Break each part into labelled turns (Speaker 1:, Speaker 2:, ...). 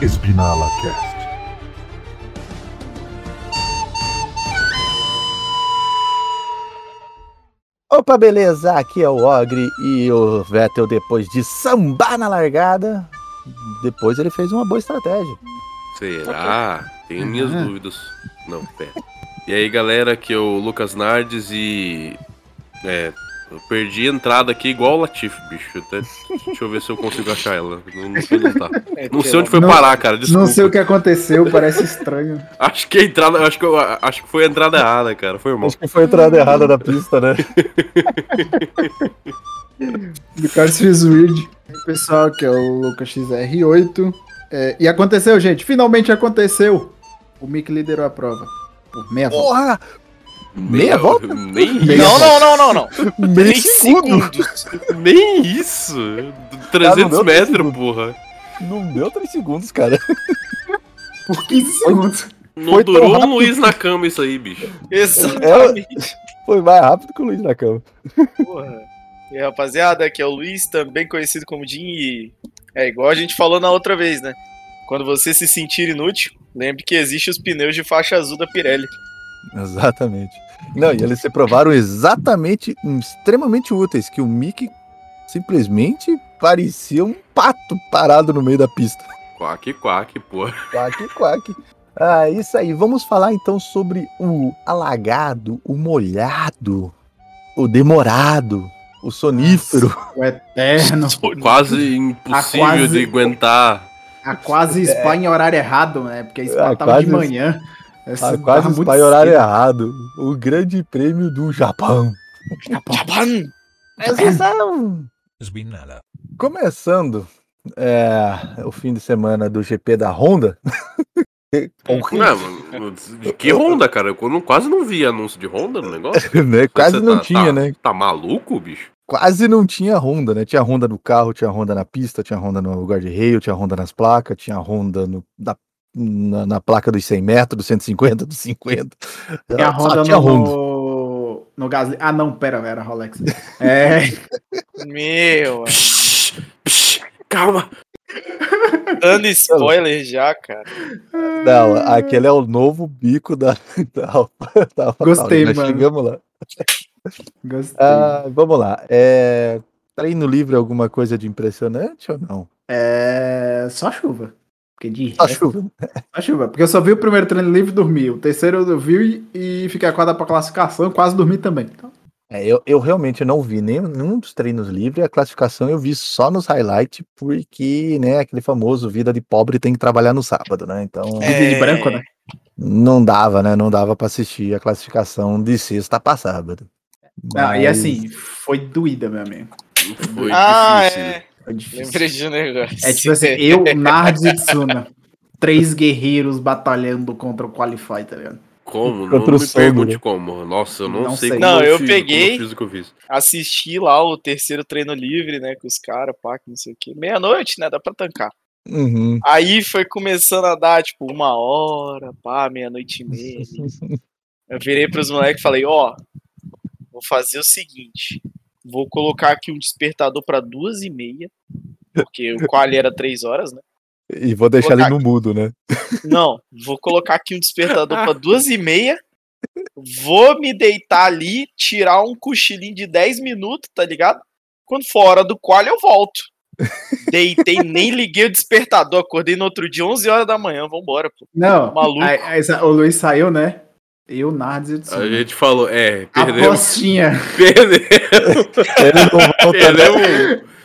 Speaker 1: Espinala Cast.
Speaker 2: Opa, beleza? Aqui é o Ogre e o Vettel, depois de sambar na largada, depois ele fez uma boa estratégia.
Speaker 3: Será? Tenho minhas dúvidas. Não, pera. E aí, galera, aqui é o Lucas Nardes e. É. Eu perdi a entrada aqui igual o Latif, bicho. Até- deixa eu ver se eu consigo achar ela. Não, não sei onde tá. Não sei onde foi
Speaker 4: Não-
Speaker 3: parar, cara. Desculpa.
Speaker 4: Não sei o que aconteceu, parece estranho.
Speaker 3: Acho que a entrada. Acho que, eu- acho que foi a entrada errada, cara. Foi mal.
Speaker 2: Acho que foi a entrada errada da pista, né?
Speaker 4: Do Cars Fizz Weird. Pessoal, que é o Lucas XR8. É, e aconteceu, gente. Finalmente aconteceu. O Mick liderou a prova. Por meia volta.
Speaker 2: Porra! Meia volta?
Speaker 3: Nem,
Speaker 4: Meia
Speaker 5: Não,
Speaker 4: volta.
Speaker 5: não, não, não, não.
Speaker 2: Meio
Speaker 5: Três
Speaker 2: segundo!
Speaker 5: segundos.
Speaker 3: nem isso.
Speaker 2: Cara, não deu
Speaker 3: 300
Speaker 2: três
Speaker 3: metros,
Speaker 2: segundos.
Speaker 3: porra.
Speaker 2: Não deu 3 segundos, cara.
Speaker 4: Por 15 segundos.
Speaker 3: Não
Speaker 2: Foi tão
Speaker 3: durou um
Speaker 2: rápido.
Speaker 3: Luiz na cama isso aí, bicho.
Speaker 5: Exatamente.
Speaker 4: É
Speaker 2: Foi mais rápido que o Luiz na cama.
Speaker 5: Porra. E aí, rapaziada, aqui é o Luiz, também conhecido como Jim. E é igual a gente falou na outra vez, né? Quando você se sentir inútil, lembre que existe os pneus de faixa azul da Pirelli.
Speaker 2: Exatamente. Não, e eles se provaram exatamente, extremamente úteis, que o Mickey simplesmente parecia um pato parado no meio da pista.
Speaker 3: Quack, quack, porra.
Speaker 2: Quack, quack. Ah, isso aí. Vamos falar então sobre o alagado, o molhado, o demorado, o sonífero.
Speaker 4: O eterno.
Speaker 3: Tipo, Quase impossível
Speaker 4: Ah, quase.
Speaker 3: de aguentar.
Speaker 4: A Ah, quase spa em horário errado, né? Porque a spa
Speaker 2: É. Ah,
Speaker 4: tava
Speaker 2: quase-
Speaker 4: de manhã. Essa
Speaker 2: Ah,
Speaker 4: tava
Speaker 2: quase
Speaker 4: muito
Speaker 2: espai horário
Speaker 4: cedo.
Speaker 2: errado. O grande prêmio do Japão.
Speaker 5: Japan!
Speaker 2: Exato. Começando é, o fim de semana do GP da Honda.
Speaker 3: Não, mano, de que Honda, cara? Eu não- quase não vi anúncio de Honda no negócio.
Speaker 2: Né? Quase
Speaker 3: Você
Speaker 2: não
Speaker 3: tá-
Speaker 2: tinha,
Speaker 3: tá-
Speaker 2: né?
Speaker 3: Tá maluco, bicho?
Speaker 2: Quase não tinha Honda, né? Tinha Honda no carro, tinha Honda na pista, tinha Honda no guarda-rail, tinha Honda nas placas, tinha Honda no- na, na- na placa dos 100 metros, dos 150, dos 50.
Speaker 4: E a
Speaker 2: Só
Speaker 4: Honda
Speaker 2: Ah, tinha
Speaker 4: no...
Speaker 2: Honda.
Speaker 4: No, no Gasly. Ah, não, pera, era Rolex. É,
Speaker 5: Meu,
Speaker 3: Psh, psh, calma.
Speaker 5: dando spoiler já, cara.
Speaker 2: Não,
Speaker 4: Hum.
Speaker 2: aquele é o novo bico da, da, Alfa- da Alfa
Speaker 4: Gostei,
Speaker 2: Nós
Speaker 4: mano.
Speaker 2: Chegamos lá.
Speaker 4: gostei.
Speaker 2: Ah, vamos lá. É, treino livre é alguma coisa de impressionante ou não?
Speaker 4: É, só chuva. Porque de
Speaker 2: Só
Speaker 4: resto-
Speaker 2: chuva.
Speaker 4: Só chuva, porque eu só vi o primeiro treino livre e dormi. O terceiro eu vi e, e fiquei acordado pra classificação, quase dormi também. Então,
Speaker 2: É, eu, eu realmente não vi nenhum, nenhum dos treinos livres, a classificação eu vi só nos highlights, porque, né, aquele famoso vida de pobre tem que trabalhar no sábado, né? Então
Speaker 5: É.
Speaker 4: vida de branco, né?
Speaker 2: não dava, né? Não dava pra assistir a classificação de sexta pra sábado.
Speaker 4: Ah, e
Speaker 2: Mas-
Speaker 4: assim, foi doída, meu amigo.
Speaker 3: Foi
Speaker 5: ah,
Speaker 3: difícil.
Speaker 5: é.
Speaker 4: Foi difícil.
Speaker 5: Lembrei de um negócio.
Speaker 4: É tipo assim, eu, Nardes e Tsuna. Três guerreiros batalhando contra o Qualify, tá ligado?
Speaker 3: Como? Não
Speaker 2: Contra o
Speaker 3: me pergunte
Speaker 2: sogro.
Speaker 3: como. Nossa, eu não,
Speaker 4: Não
Speaker 3: sei
Speaker 4: sei.
Speaker 3: como
Speaker 5: Não, eu
Speaker 3: fiz,
Speaker 5: peguei-
Speaker 3: Como eu fiz o que eu fiz.
Speaker 5: Assisti lá o terceiro treino livre, né, com os caras, pá, que não sei o quê. Meia-noite, né, dá pra tancar.
Speaker 2: Uhum.
Speaker 5: Aí foi começando a dar, tipo, uma hora, pá, meia-noite e meia. ali. Eu virei pros moleques e falei, ó, vou fazer o seguinte, vou colocar aqui um despertador pra duas e meia, porque o qual era três horas, né?
Speaker 2: E vou deixar
Speaker 5: Vou
Speaker 2: ele no mudo, né?
Speaker 5: Não, vou colocar aqui um despertador pra duas e meia, vou me deitar ali, tirar um cochilinho de 10 minutos, tá ligado? Quando for a hora do qual eu volto. Deitei, nem liguei o despertador, acordei no outro dia, 11 horas da manhã, vambora, pô.
Speaker 4: Não,
Speaker 5: Maluco.
Speaker 4: aí- aí sa- o Luiz saiu, né? Eu, Nardes e
Speaker 3: A
Speaker 4: Tsuna.
Speaker 3: gente falou, é,
Speaker 4: A
Speaker 3: perdemos.
Speaker 4: postinha.
Speaker 3: Perdemos.
Speaker 2: Ele não volta, né?
Speaker 3: perdemos.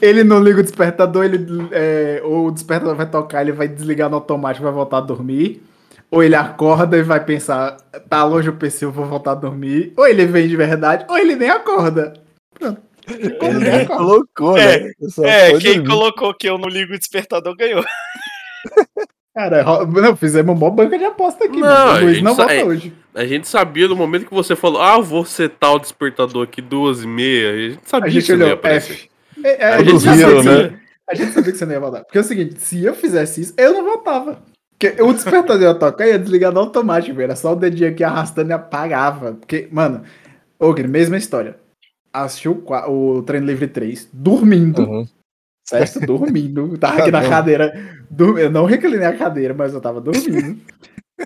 Speaker 4: Ele não liga o despertador, ele, é, ou o despertador vai tocar, ele vai desligar no automático, vai voltar a dormir. Ou ele acorda e vai pensar, tá longe o PC, eu vou voltar a dormir. Ou ele vem de verdade, ou ele nem acorda.
Speaker 2: Ele
Speaker 3: É.
Speaker 2: nem colocou,
Speaker 5: É,
Speaker 2: né? Só
Speaker 5: É,
Speaker 2: foi
Speaker 5: quem
Speaker 2: dormir.
Speaker 5: colocou que eu não ligo o despertador ganhou.
Speaker 4: Cara, ro- não, fizemos uma banca de aposta aqui,
Speaker 3: Não,
Speaker 4: mano.
Speaker 3: a
Speaker 4: O Luiz
Speaker 3: gente
Speaker 4: não
Speaker 3: sa-
Speaker 4: volta
Speaker 3: é-
Speaker 4: hoje.
Speaker 3: A gente sabia no momento que você falou, ah, eu vou setar o despertador aqui duas e meia. A gente sabia
Speaker 4: A
Speaker 3: que
Speaker 4: gente
Speaker 3: isso não ia
Speaker 4: olhou
Speaker 3: aparecer.
Speaker 4: F. É, é, a,
Speaker 3: Todos
Speaker 4: gente sabia
Speaker 2: viram,
Speaker 4: que você-
Speaker 2: né?
Speaker 4: a gente sabia que você não ia voltar. Porque é o seguinte, se eu fizesse isso, eu não voltava. Porque o despertador ia tocar e ia desligar no automático, era só o dedinho aqui arrastando e apagava. Porque, mano, Ogre, mesma história. Assistiu o, qua- o Treino Livre 3, dormindo.
Speaker 2: Uhum.
Speaker 4: Sexto dormindo. Tava aqui na
Speaker 2: Tá bom.
Speaker 4: cadeira. dormindo. Eu não reclinei a cadeira, mas eu tava dormindo.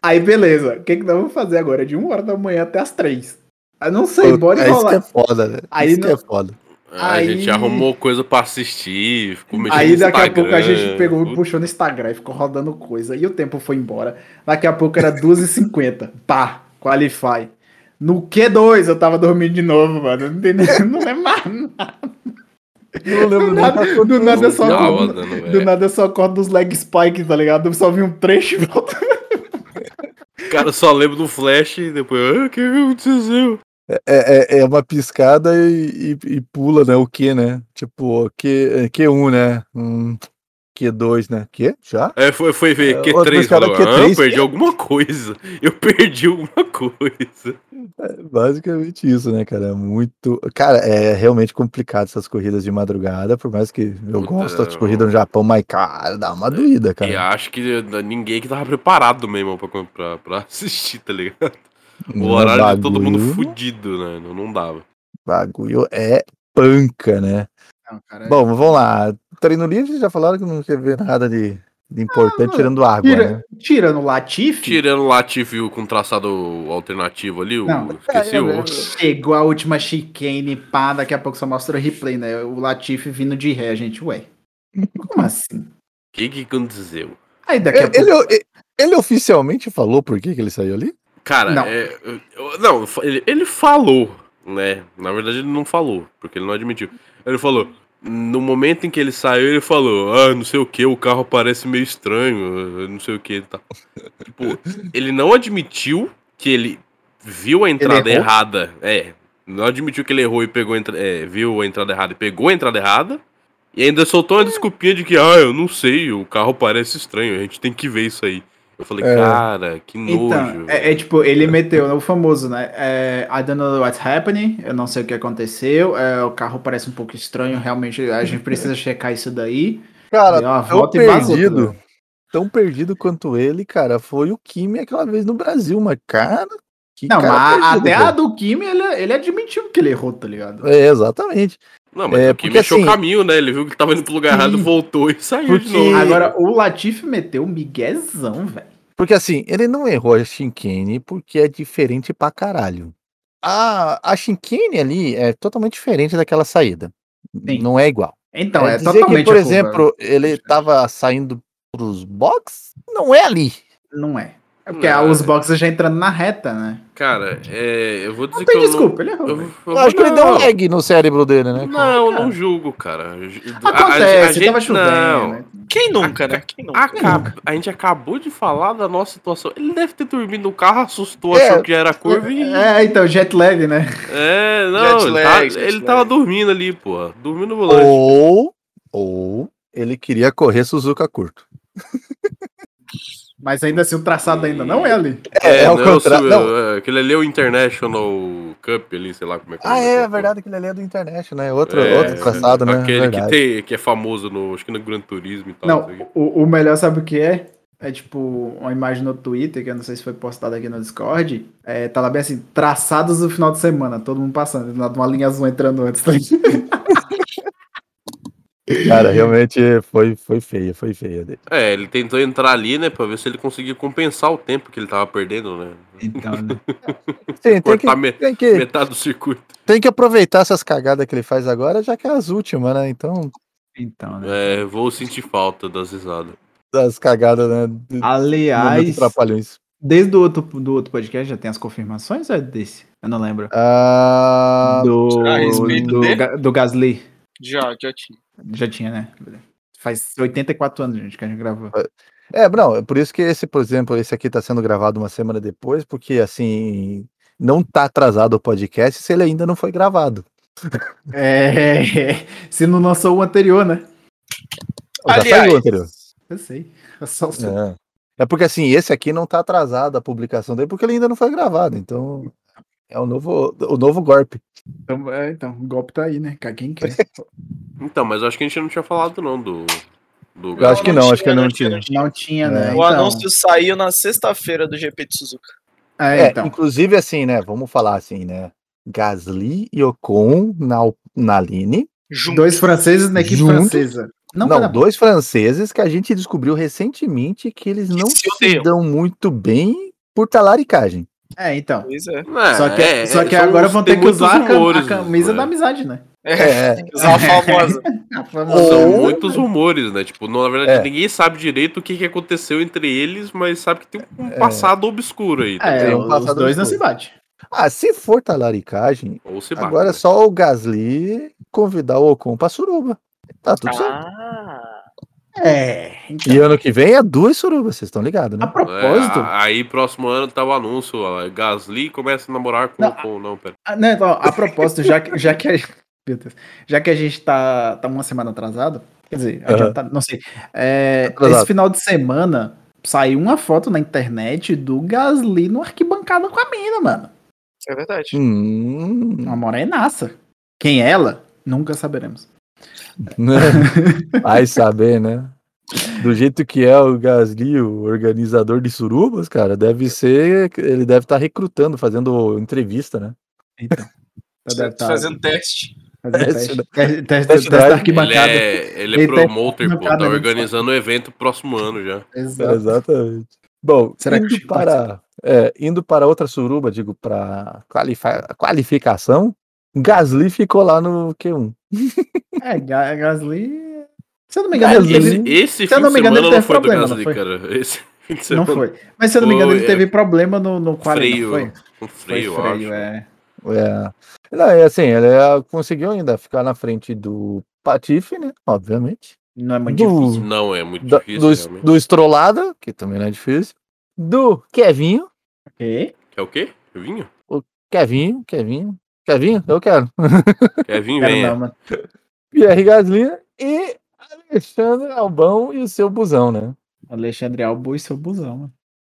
Speaker 4: Aí, beleza. O que, que nós vamos fazer agora? De uma hora da manhã até as três. Eu não sei, bora
Speaker 2: é isso que
Speaker 4: enrolar.
Speaker 2: é foda, né?
Speaker 4: Aí
Speaker 2: isso que
Speaker 4: não-
Speaker 2: é foda.
Speaker 3: Ah, A
Speaker 4: Aí-
Speaker 3: gente arrumou coisa pra assistir, ficou mexendo
Speaker 4: Aí
Speaker 3: no
Speaker 4: daqui a
Speaker 3: Instagram,
Speaker 4: pouco a gente pegou e
Speaker 3: tudo.
Speaker 4: puxou no Instagram e ficou rodando coisa. E o tempo foi embora. Daqui a pouco era 2h50. Pá, qualify. No Q2 eu tava dormindo de novo, mano. Não, tem, não lembro mais.
Speaker 2: Não
Speaker 4: Do nada, do nada eu só
Speaker 3: Não,
Speaker 4: acordo,
Speaker 3: mano, não é.
Speaker 4: do nada eu só acordo dos leg spike, tá ligado? Eu só vi um trecho e volto.
Speaker 3: O cara só lembra do flash e depois, ah, o que aconteceu?
Speaker 2: É, é, é uma piscada e, e- e pula, né? O que, né? Tipo, Q, Q1, né? Hum, Q2, né? Que? Já?
Speaker 3: É, foi, foi
Speaker 2: É,
Speaker 3: ver,
Speaker 2: outro
Speaker 3: Q3,
Speaker 2: cara,
Speaker 3: falou, ah,
Speaker 2: Q3,
Speaker 3: eu perdi
Speaker 2: quê?
Speaker 3: alguma coisa. Eu perdi alguma coisa.
Speaker 2: É basicamente isso, né, cara? É Muito. Cara, é realmente complicado essas corridas de madrugada, por mais que eu
Speaker 3: Puta,
Speaker 2: gosto das
Speaker 3: eu-
Speaker 2: corridas no Japão, mas, cara, dá uma doída,
Speaker 3: Então. E
Speaker 2: cara.
Speaker 3: acho que ninguém que tava preparado, meu irmão, pra, pra, pra assistir, tá ligado? O
Speaker 2: Não,
Speaker 3: horário de todo mundo
Speaker 2: bagulho-
Speaker 3: fudido, né? Não, não dava.
Speaker 2: Bagulho é panca, né?
Speaker 3: É.
Speaker 2: Bom, vamos lá. Treino livre, já falaram que não quer ver nada de, de importante,
Speaker 4: não.
Speaker 2: tirando água, né?
Speaker 4: tira, tira no Latif.
Speaker 3: Tirando o Latif e o com traçado alternativo ali, o,
Speaker 4: Não. é,
Speaker 3: esqueci o...
Speaker 4: Chegou a última chicane, pá, daqui a pouco só mostra o replay, né? O Latif vindo de ré, gente, ué. Como assim?
Speaker 3: O que que aconteceu?
Speaker 4: Aí daqui a
Speaker 2: Ele,
Speaker 4: pouco.
Speaker 2: ele- ele oficialmente falou por que, que ele saiu ali?
Speaker 3: Cara,
Speaker 4: Não.
Speaker 3: é, eu- eu- não, fa- ele, ele falou, né? Na verdade, ele não falou, porque ele não admitiu. Ele falou. No momento em que ele saiu, ele falou: Ah, não sei o que, o carro parece meio estranho, eh, não sei o que e tal. tipo, ele não admitiu que ele viu a entrada
Speaker 4: errou?
Speaker 3: errada. É. Não admitiu que ele errou e pegou a entra- é, viu a entrada errada e pegou a entrada errada. E ainda soltou uma
Speaker 4: É.
Speaker 3: desculpinha de que, ah, eu não sei, o carro parece estranho, a gente tem que ver isso aí. Eu falei,
Speaker 2: É.
Speaker 3: cara, que nojo.
Speaker 4: Então, é, é tipo, ele meteu o famoso, né? É, I don't know what's happening, eu não sei o que aconteceu, é, o carro parece um pouco estranho, realmente a gente precisa checar isso daí.
Speaker 2: Cara,
Speaker 4: Deu uma
Speaker 2: tão
Speaker 4: volta e vazou,
Speaker 2: perdido.
Speaker 4: tudo.
Speaker 2: Tão perdido quanto ele, cara, foi o Kimi aquela vez no Brasil, mas, cara. Que
Speaker 4: Não,
Speaker 2: cara
Speaker 4: mas
Speaker 2: perdido,
Speaker 4: até a
Speaker 2: velho.
Speaker 4: do Kimi, ele, ele admitiu que ele errou, tá ligado?
Speaker 2: É, exatamente.
Speaker 3: Não, mas
Speaker 2: É,
Speaker 3: o que
Speaker 2: porque
Speaker 3: mexeu
Speaker 2: assim-
Speaker 3: o caminho, né? Ele viu que tava indo pro lugar errado,
Speaker 4: Sim.
Speaker 3: voltou e saiu de
Speaker 2: Porque-
Speaker 3: novo.
Speaker 4: Agora, o Latif meteu o miguezão, velho.
Speaker 2: Porque assim, ele não errou a Shinkane porque é diferente pra caralho. A, a Shinkane ali é totalmente diferente daquela saída.
Speaker 4: Sim.
Speaker 2: Não é igual.
Speaker 4: Então,
Speaker 2: É
Speaker 4: é,
Speaker 2: dizer
Speaker 4: totalmente.
Speaker 2: que, por
Speaker 4: a né? curva.
Speaker 2: exemplo, ele
Speaker 4: é.
Speaker 2: tava saindo pros box, não é ali.
Speaker 4: Não é. É porque
Speaker 3: Não,
Speaker 4: ah, os
Speaker 3: é.
Speaker 4: boxers já entrando na reta, né?
Speaker 3: Cara, é, eu vou dizer
Speaker 4: Não tem
Speaker 3: que eu
Speaker 4: desculpa, ele
Speaker 3: não...
Speaker 4: errou.
Speaker 3: Eu,
Speaker 4: velho.
Speaker 2: Eu acho que ele deu um lag no cérebro dele, né?
Speaker 3: Não, não,
Speaker 4: Cara.
Speaker 3: não julgo, cara. A- a- a
Speaker 4: Acontece,
Speaker 3: gente-
Speaker 4: tava chovendo.
Speaker 3: não.
Speaker 4: né?
Speaker 5: Quem nunca, né? Quem nunca?
Speaker 3: Acab- A gente acabou de falar da nossa situação. Ele deve ter dormido no carro, assustou,
Speaker 2: É,
Speaker 3: achou que já era curva e. É,
Speaker 4: É, então, jet lag, né?
Speaker 3: não,
Speaker 5: Jet
Speaker 3: ele,
Speaker 5: lag,
Speaker 3: tá-
Speaker 5: jet
Speaker 3: ele
Speaker 5: lag.
Speaker 3: tava dormindo ali, porra. Dormindo no volante.
Speaker 2: Ou, ou ele queria correr Suzuka curto.
Speaker 4: Mas ainda assim, o traçado ainda não é ali.
Speaker 2: É, ao
Speaker 3: não,
Speaker 2: contrário.
Speaker 3: eu-
Speaker 2: Não.
Speaker 3: é, Aquele ali é o International Cup ali, sei lá como é que
Speaker 2: Ah,
Speaker 3: nome
Speaker 2: é
Speaker 3: daquele
Speaker 2: verdade que ele ali é do internet, né? Outro,
Speaker 3: É,
Speaker 2: outro traçado, né?
Speaker 3: Aquele que,
Speaker 2: Verdade.
Speaker 3: tem, que é famoso no, acho que no Gran Turismo e tal.
Speaker 4: Não,
Speaker 3: sei o quê.
Speaker 4: o, o melhor sabe o que é? É tipo uma imagem no Twitter, que eu não sei se foi postada aqui no Discord. É, tá lá bem assim, traçados do final de semana, todo mundo passando, do nada uma linha azul entrando antes. tá ligado?
Speaker 2: Cara, realmente foi, foi feia, foi feia dele.
Speaker 3: É, ele tentou entrar ali, né, pra ver se ele conseguia compensar o tempo que ele tava perdendo, né?
Speaker 4: Então, né?
Speaker 2: Sim, tem que,
Speaker 3: Cortar me-
Speaker 2: tem, que,
Speaker 3: metade do circuito.
Speaker 2: tem que aproveitar essas cagadas que ele faz agora, já que é as últimas, né? Então,
Speaker 4: Então, né?
Speaker 3: É, vou sentir falta das risadas.
Speaker 2: as cagadas, né? do-
Speaker 4: Aliás,
Speaker 2: momento Trapalhões.
Speaker 4: desde o outro, do outro podcast já tem as confirmações ou é desse? Eu não lembro.
Speaker 2: Ah,
Speaker 4: do,
Speaker 5: a respeito
Speaker 4: do,
Speaker 5: dele?
Speaker 4: Ga- do Gasly.
Speaker 5: Já, já tinha.
Speaker 4: Já tinha, né? Faz 84 anos, gente, que a gente gravou.
Speaker 2: É, não, é por isso que esse, por exemplo, esse aqui tá sendo gravado uma semana depois, porque assim, não tá atrasado o podcast se ele ainda não foi gravado.
Speaker 4: É, se não lançou o anterior, né?
Speaker 2: Já
Speaker 5: Aliás,
Speaker 2: saiu o anterior.
Speaker 4: Eu sei. Eu só sei.
Speaker 2: É. É porque assim, esse aqui não tá atrasado a publicação dele, porque ele ainda não foi gravado, então é o novo, o novo golpe.
Speaker 4: Então, é, então, o golpe tá aí, né? Cara, Quem quer?
Speaker 3: Então, mas acho que a gente não tinha falado, não, do. do
Speaker 2: Eu acho que não, acho que não tinha.
Speaker 4: Não tinha, né?
Speaker 2: É.
Speaker 5: O anúncio saiu na sexta-feira do GP de Suzuka.
Speaker 4: É,
Speaker 2: É,
Speaker 4: então.
Speaker 2: inclusive assim, né, vamos falar assim, né, Gasly e Ocon na, Al- na Aline,
Speaker 5: Junto.
Speaker 4: Dois franceses na equipe
Speaker 2: Junto.
Speaker 4: francesa.
Speaker 2: Não,
Speaker 4: vai dar bom.
Speaker 2: dois franceses que a gente descobriu recentemente que eles não
Speaker 5: se
Speaker 2: se,
Speaker 5: odeiam.
Speaker 2: dão muito bem por talaricagem.
Speaker 4: É, então.
Speaker 5: Pois é.
Speaker 4: Só que,
Speaker 3: É,
Speaker 4: só que
Speaker 3: são-
Speaker 4: agora vão
Speaker 3: tem
Speaker 4: ter que usar a,
Speaker 3: muitos
Speaker 4: cam-
Speaker 3: rumores,
Speaker 4: a camisa
Speaker 3: né?
Speaker 4: da amizade, né? É,
Speaker 2: É,
Speaker 5: Usar a famosa.
Speaker 4: A
Speaker 3: São
Speaker 2: Ou-
Speaker 3: muitos rumores, né? Tipo, na verdade,
Speaker 2: É.
Speaker 3: ninguém sabe direito o que, que aconteceu entre eles, mas sabe que tem um passado obscuro aí. tá
Speaker 4: É,
Speaker 2: Tem
Speaker 3: ligado?
Speaker 2: um
Speaker 4: os
Speaker 2: passado
Speaker 4: dois não
Speaker 2: escuro.
Speaker 4: se bate.
Speaker 2: ah, se for talaricagem,
Speaker 3: Ou se bate,
Speaker 2: agora é
Speaker 3: né?
Speaker 2: só o Gasly convidar o Ocon pra suruba. Tá tudo certo.
Speaker 5: Ah,
Speaker 4: É. então.
Speaker 2: E ano que vem é duas surubas, vocês estão ligados,
Speaker 4: A
Speaker 2: né?
Speaker 4: propósito.
Speaker 3: É, a- aí próximo ano tá o anúncio, ó, Gasly começa a namorar com
Speaker 4: Não,
Speaker 3: o Ocon, não, pera.
Speaker 4: Ah, não, então, a propósito, já que, já que, a, meu Deus, já que a gente tá, tá uma semana atrasado, quer dizer,
Speaker 2: Aham.
Speaker 4: adiantado, não sei. é,
Speaker 2: Atrasado.
Speaker 4: esse final de semana saiu uma foto na internet do Gasly no arquibancada com a mina, mano.
Speaker 5: é verdade.
Speaker 2: Hum,
Speaker 4: Uma morenaça. Quem é ela? Nunca saberemos.
Speaker 2: né? Vai saber, né? Do jeito que é o Gasly, o organizador de surubas, cara, deve ser. Ele deve estar recrutando, fazendo entrevista, né?
Speaker 4: Ela
Speaker 5: Você
Speaker 4: deve
Speaker 5: tá
Speaker 4: tá
Speaker 5: fazendo teste.
Speaker 4: fazendo
Speaker 2: teste, né?
Speaker 4: teste- teste- teste-
Speaker 2: Teste
Speaker 4: teste
Speaker 2: drive.
Speaker 4: da
Speaker 3: Ele
Speaker 4: arquibancada.
Speaker 3: é, ele é
Speaker 4: Ele tá
Speaker 3: promoter, pô,
Speaker 4: arquibancada,
Speaker 3: tá
Speaker 4: né?
Speaker 3: organizando o evento próximo ano já.
Speaker 4: Exato.
Speaker 2: Exatamente. Bom,
Speaker 4: Será que o
Speaker 2: indo,
Speaker 4: Chico
Speaker 2: para, é, indo para outra suruba, digo, para qualifa- qualificação, Gasly ficou lá no Q1.
Speaker 4: É, Ga- Gasly. Se eu não me engano,
Speaker 2: Gasly.
Speaker 4: ele teve-
Speaker 3: Esse, esse
Speaker 4: se
Speaker 3: fim
Speaker 4: eu não
Speaker 3: de
Speaker 4: me engano,
Speaker 3: semana
Speaker 4: ele
Speaker 3: não
Speaker 4: teve
Speaker 3: foi do
Speaker 4: problema,
Speaker 3: Gasly,
Speaker 4: não foi?
Speaker 3: cara. Esse fim de
Speaker 4: Não
Speaker 3: semana
Speaker 4: foi. Mas se eu não me engano,
Speaker 3: Foi,
Speaker 4: ele
Speaker 3: é.
Speaker 4: teve problema no, no quali,
Speaker 3: Freio,
Speaker 4: não foi?
Speaker 3: foi
Speaker 4: Foi
Speaker 3: freio, eu acho.
Speaker 4: é.
Speaker 2: É, não, é assim, ele é, conseguiu ainda ficar na frente do Patife, né? Obviamente.
Speaker 4: Não é muito
Speaker 2: Do-
Speaker 4: difícil.
Speaker 3: Não, é muito
Speaker 2: Da-
Speaker 3: difícil,
Speaker 2: do, es-
Speaker 3: realmente.
Speaker 2: do Estrolada, que também não é difícil. Do Kevinho.
Speaker 4: Ok.
Speaker 3: Quer É o quê? Vinho?
Speaker 2: Kevinho, Kevinho. Kevinho, eu quero.
Speaker 3: Quer vinho?
Speaker 4: Quero
Speaker 3: Vem. é.
Speaker 4: não, mano.
Speaker 2: Pierre Gasly e Alexandre Albão e o seu busão, né?
Speaker 4: Alexandre Albu e seu busão, mano.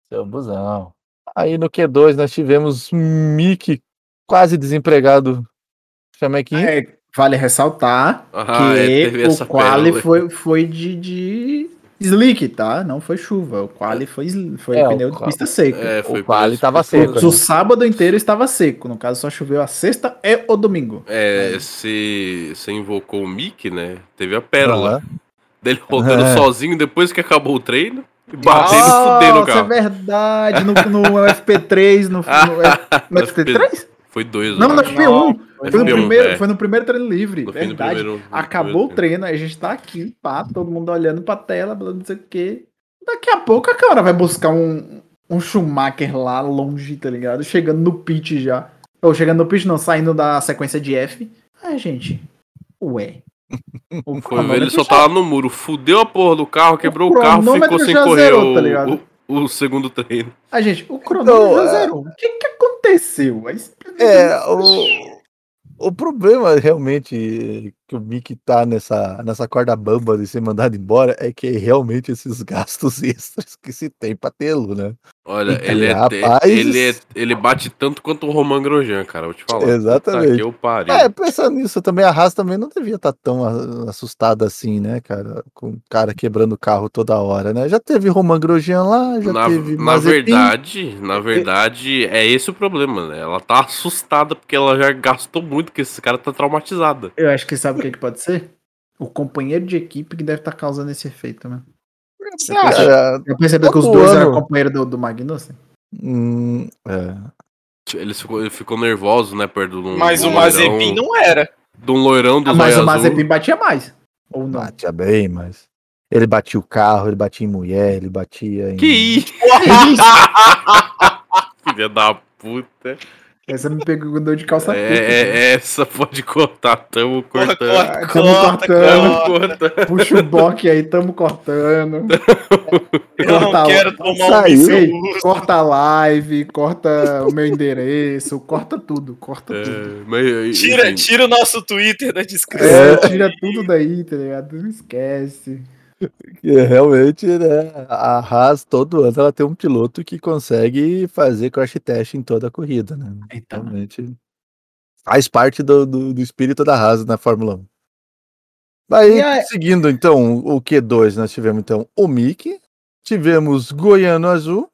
Speaker 2: Seu busão. Aí no Q2 nós tivemos Mick quase desempregado. Chamequinho.
Speaker 4: É, vale ressaltar
Speaker 3: Ah, é,
Speaker 4: que
Speaker 3: teve essa
Speaker 4: o quali
Speaker 3: pérola.
Speaker 4: foi, foi de, de slick, tá? Não foi chuva. O quali foi, sli- foi
Speaker 2: É, o
Speaker 4: pneu de
Speaker 2: quali-
Speaker 4: pista seca.
Speaker 3: É, foi
Speaker 2: o quali
Speaker 3: por-
Speaker 2: tava
Speaker 3: por conta-
Speaker 2: seco,
Speaker 4: O, o sábado inteiro estava seco. No caso, só choveu a sexta e o domingo.
Speaker 3: É, você você invocou o Mickey, né? Teve a pérola.
Speaker 2: Aham.
Speaker 3: Dele voltando
Speaker 2: É.
Speaker 3: sozinho depois que acabou o treino. E batendo e
Speaker 4: Nossa,
Speaker 3: fudendo o
Speaker 4: é
Speaker 3: carro.
Speaker 4: verdade. No, no FP3, no, no,
Speaker 3: Ah,
Speaker 4: no FP3?
Speaker 3: Foi dois,
Speaker 4: Não,
Speaker 3: eu
Speaker 4: no
Speaker 3: acho.
Speaker 4: FP1.
Speaker 5: Foi
Speaker 4: Foi
Speaker 5: no
Speaker 4: no,
Speaker 3: FP1,
Speaker 4: primeiro,
Speaker 3: é.
Speaker 4: foi no primeiro treino livre,
Speaker 3: No fim do
Speaker 4: verdade.
Speaker 3: primeiro- no
Speaker 4: Acabou o
Speaker 3: primeiro
Speaker 4: treino, a gente tá aqui, pá, todo mundo olhando pra tela, blá, não sei o quê. Daqui a pouco a câmera vai buscar um, um Schumacher lá longe, tá ligado? Chegando no pit já. Ou chegando no pit, não, saindo da sequência de F. Ah, gente, ué. O
Speaker 3: Foi ver,
Speaker 4: cronômetro
Speaker 3: ele só
Speaker 4: já-
Speaker 3: tava no muro. Fudeu a porra do carro, quebrou o, carro,
Speaker 4: cronômetro
Speaker 3: ficou sem
Speaker 4: já
Speaker 3: correr
Speaker 4: zerou,
Speaker 3: o-
Speaker 4: tá ligado?
Speaker 3: o, o segundo treino.
Speaker 4: Ah, gente, o cronômetro
Speaker 2: Então,
Speaker 4: já
Speaker 2: é-
Speaker 4: zerou. O que que aconteceu? Aí-
Speaker 2: É, o, o problema realmente que o Mick tá nessa, nessa corda bamba de ser mandado embora é que realmente esses gastos extras que se tem pra tê-lo, né?
Speaker 3: Olha,
Speaker 2: Então,
Speaker 3: ele, é,
Speaker 2: rapaz.
Speaker 3: ele, é- ele bate tanto quanto o Roman Grosjean, cara. Vou te falar. Tá que
Speaker 2: Exatamente.
Speaker 3: eu pariu.
Speaker 2: É, pensando nisso também, a Haas também não devia estar tão a- assustada assim, né, cara? Com o cara quebrando o carro toda hora, né? Já teve Roman Grosjean lá, já
Speaker 3: na,
Speaker 2: teve
Speaker 3: na
Speaker 2: Mazepin.
Speaker 3: verdade, na verdade, é esse o problema, né? Ela tá assustada porque ela já gastou muito, porque esse cara tá traumatizada.
Speaker 4: Eu acho que sabe o que, que pode ser? O companheiro de equipe que deve estar causando esse efeito, né? Você
Speaker 5: tá
Speaker 2: Cara, é,
Speaker 4: percebe- Eu percebi que os
Speaker 2: todo
Speaker 4: dois eram
Speaker 2: ano-
Speaker 4: companheiros do, do Magnussen.
Speaker 2: hum, é.
Speaker 3: Ele ficou, ele ficou nervoso, né? Perto de um.
Speaker 5: Mas
Speaker 3: de um
Speaker 5: o Mazepin
Speaker 3: loirão-
Speaker 5: não era.
Speaker 3: De um loirão do
Speaker 4: Ah, mas
Speaker 3: zóio
Speaker 4: o Mazepin
Speaker 3: azul.
Speaker 4: batia mais. Ou não?
Speaker 2: Batia bem, mas. Ele batia o carro, ele batia em mulher, ele batia em.
Speaker 3: Que isso, filha da puta.
Speaker 4: Essa me pegou com dor de calça
Speaker 3: É,
Speaker 4: curta.
Speaker 3: é- essa pode cortar, tamo
Speaker 5: Corta,
Speaker 3: cortando.
Speaker 2: Tá
Speaker 3: É,
Speaker 5: corta,
Speaker 4: Tamo
Speaker 5: corta,
Speaker 4: cortando.
Speaker 5: corta.
Speaker 3: Tamo cortando.
Speaker 4: Puxa o bloco aí, tamo cortando.
Speaker 5: Eu não
Speaker 4: Corta,
Speaker 5: quero tomar um
Speaker 2: saiu.
Speaker 5: míssil.
Speaker 4: Ei, corta a live, corta o meu endereço, corta tudo, corta tudo.
Speaker 3: É, mas,
Speaker 5: Tira,
Speaker 3: enfim,
Speaker 5: tira o nosso Twitter da descrição.
Speaker 4: É, tira tudo daí, tá ligado? Não esquece.
Speaker 2: É, realmente, né? A Haas, todo ano, ela tem um piloto que consegue fazer crash test em toda a corrida, né?
Speaker 4: Então,
Speaker 2: Realmente. Faz parte do, do, do espírito da Haas na Fórmula 1. Daí,
Speaker 4: E aí-
Speaker 2: seguindo, então, o Q2, nós tivemos, então, o Mick, tivemos Goiano Azul.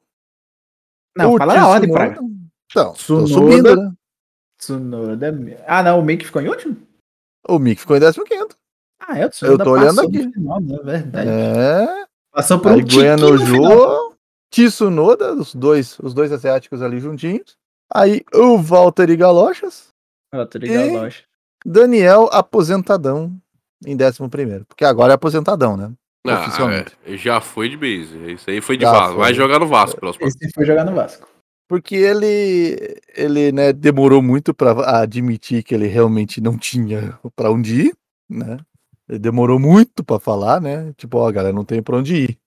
Speaker 4: não,
Speaker 2: o
Speaker 4: fala na ordem,
Speaker 2: Tsunoda-
Speaker 4: Praga.
Speaker 2: Então, tô
Speaker 4: Tsunoda.
Speaker 2: subindo, né?
Speaker 4: é Tsunoda. Ah, não, o Mick ficou em último?
Speaker 2: O Mick ficou em 15º.
Speaker 4: Ah, é, o
Speaker 2: Eu tô olhando
Speaker 4: passou
Speaker 2: aqui.
Speaker 4: no final, né? É verdade.
Speaker 2: É.
Speaker 4: Passou por um
Speaker 2: Aí
Speaker 4: tiquinho
Speaker 2: Goiano
Speaker 4: no final.
Speaker 2: Jô, Tsunoda, os dois, os dois asiáticos ali juntinhos. Aí o Walter e Galochas.
Speaker 4: Ah, tô ligado,
Speaker 2: E-
Speaker 4: lógico.
Speaker 2: Daniel aposentadão em 11. Porque agora é aposentadão, né? Oficialmente.
Speaker 3: Ah, é, já foi de base. é Isso aí foi de
Speaker 2: Já
Speaker 3: Vasco.
Speaker 2: foi.
Speaker 3: Vai jogar no Vasco próximo.
Speaker 4: Esse foi jogar no Vasco.
Speaker 2: Porque ele, ele né, demorou muito para admitir que ele realmente não tinha para onde ir, né? Ele demorou muito para falar, né? Tipo, ó, galera, não tem para onde ir.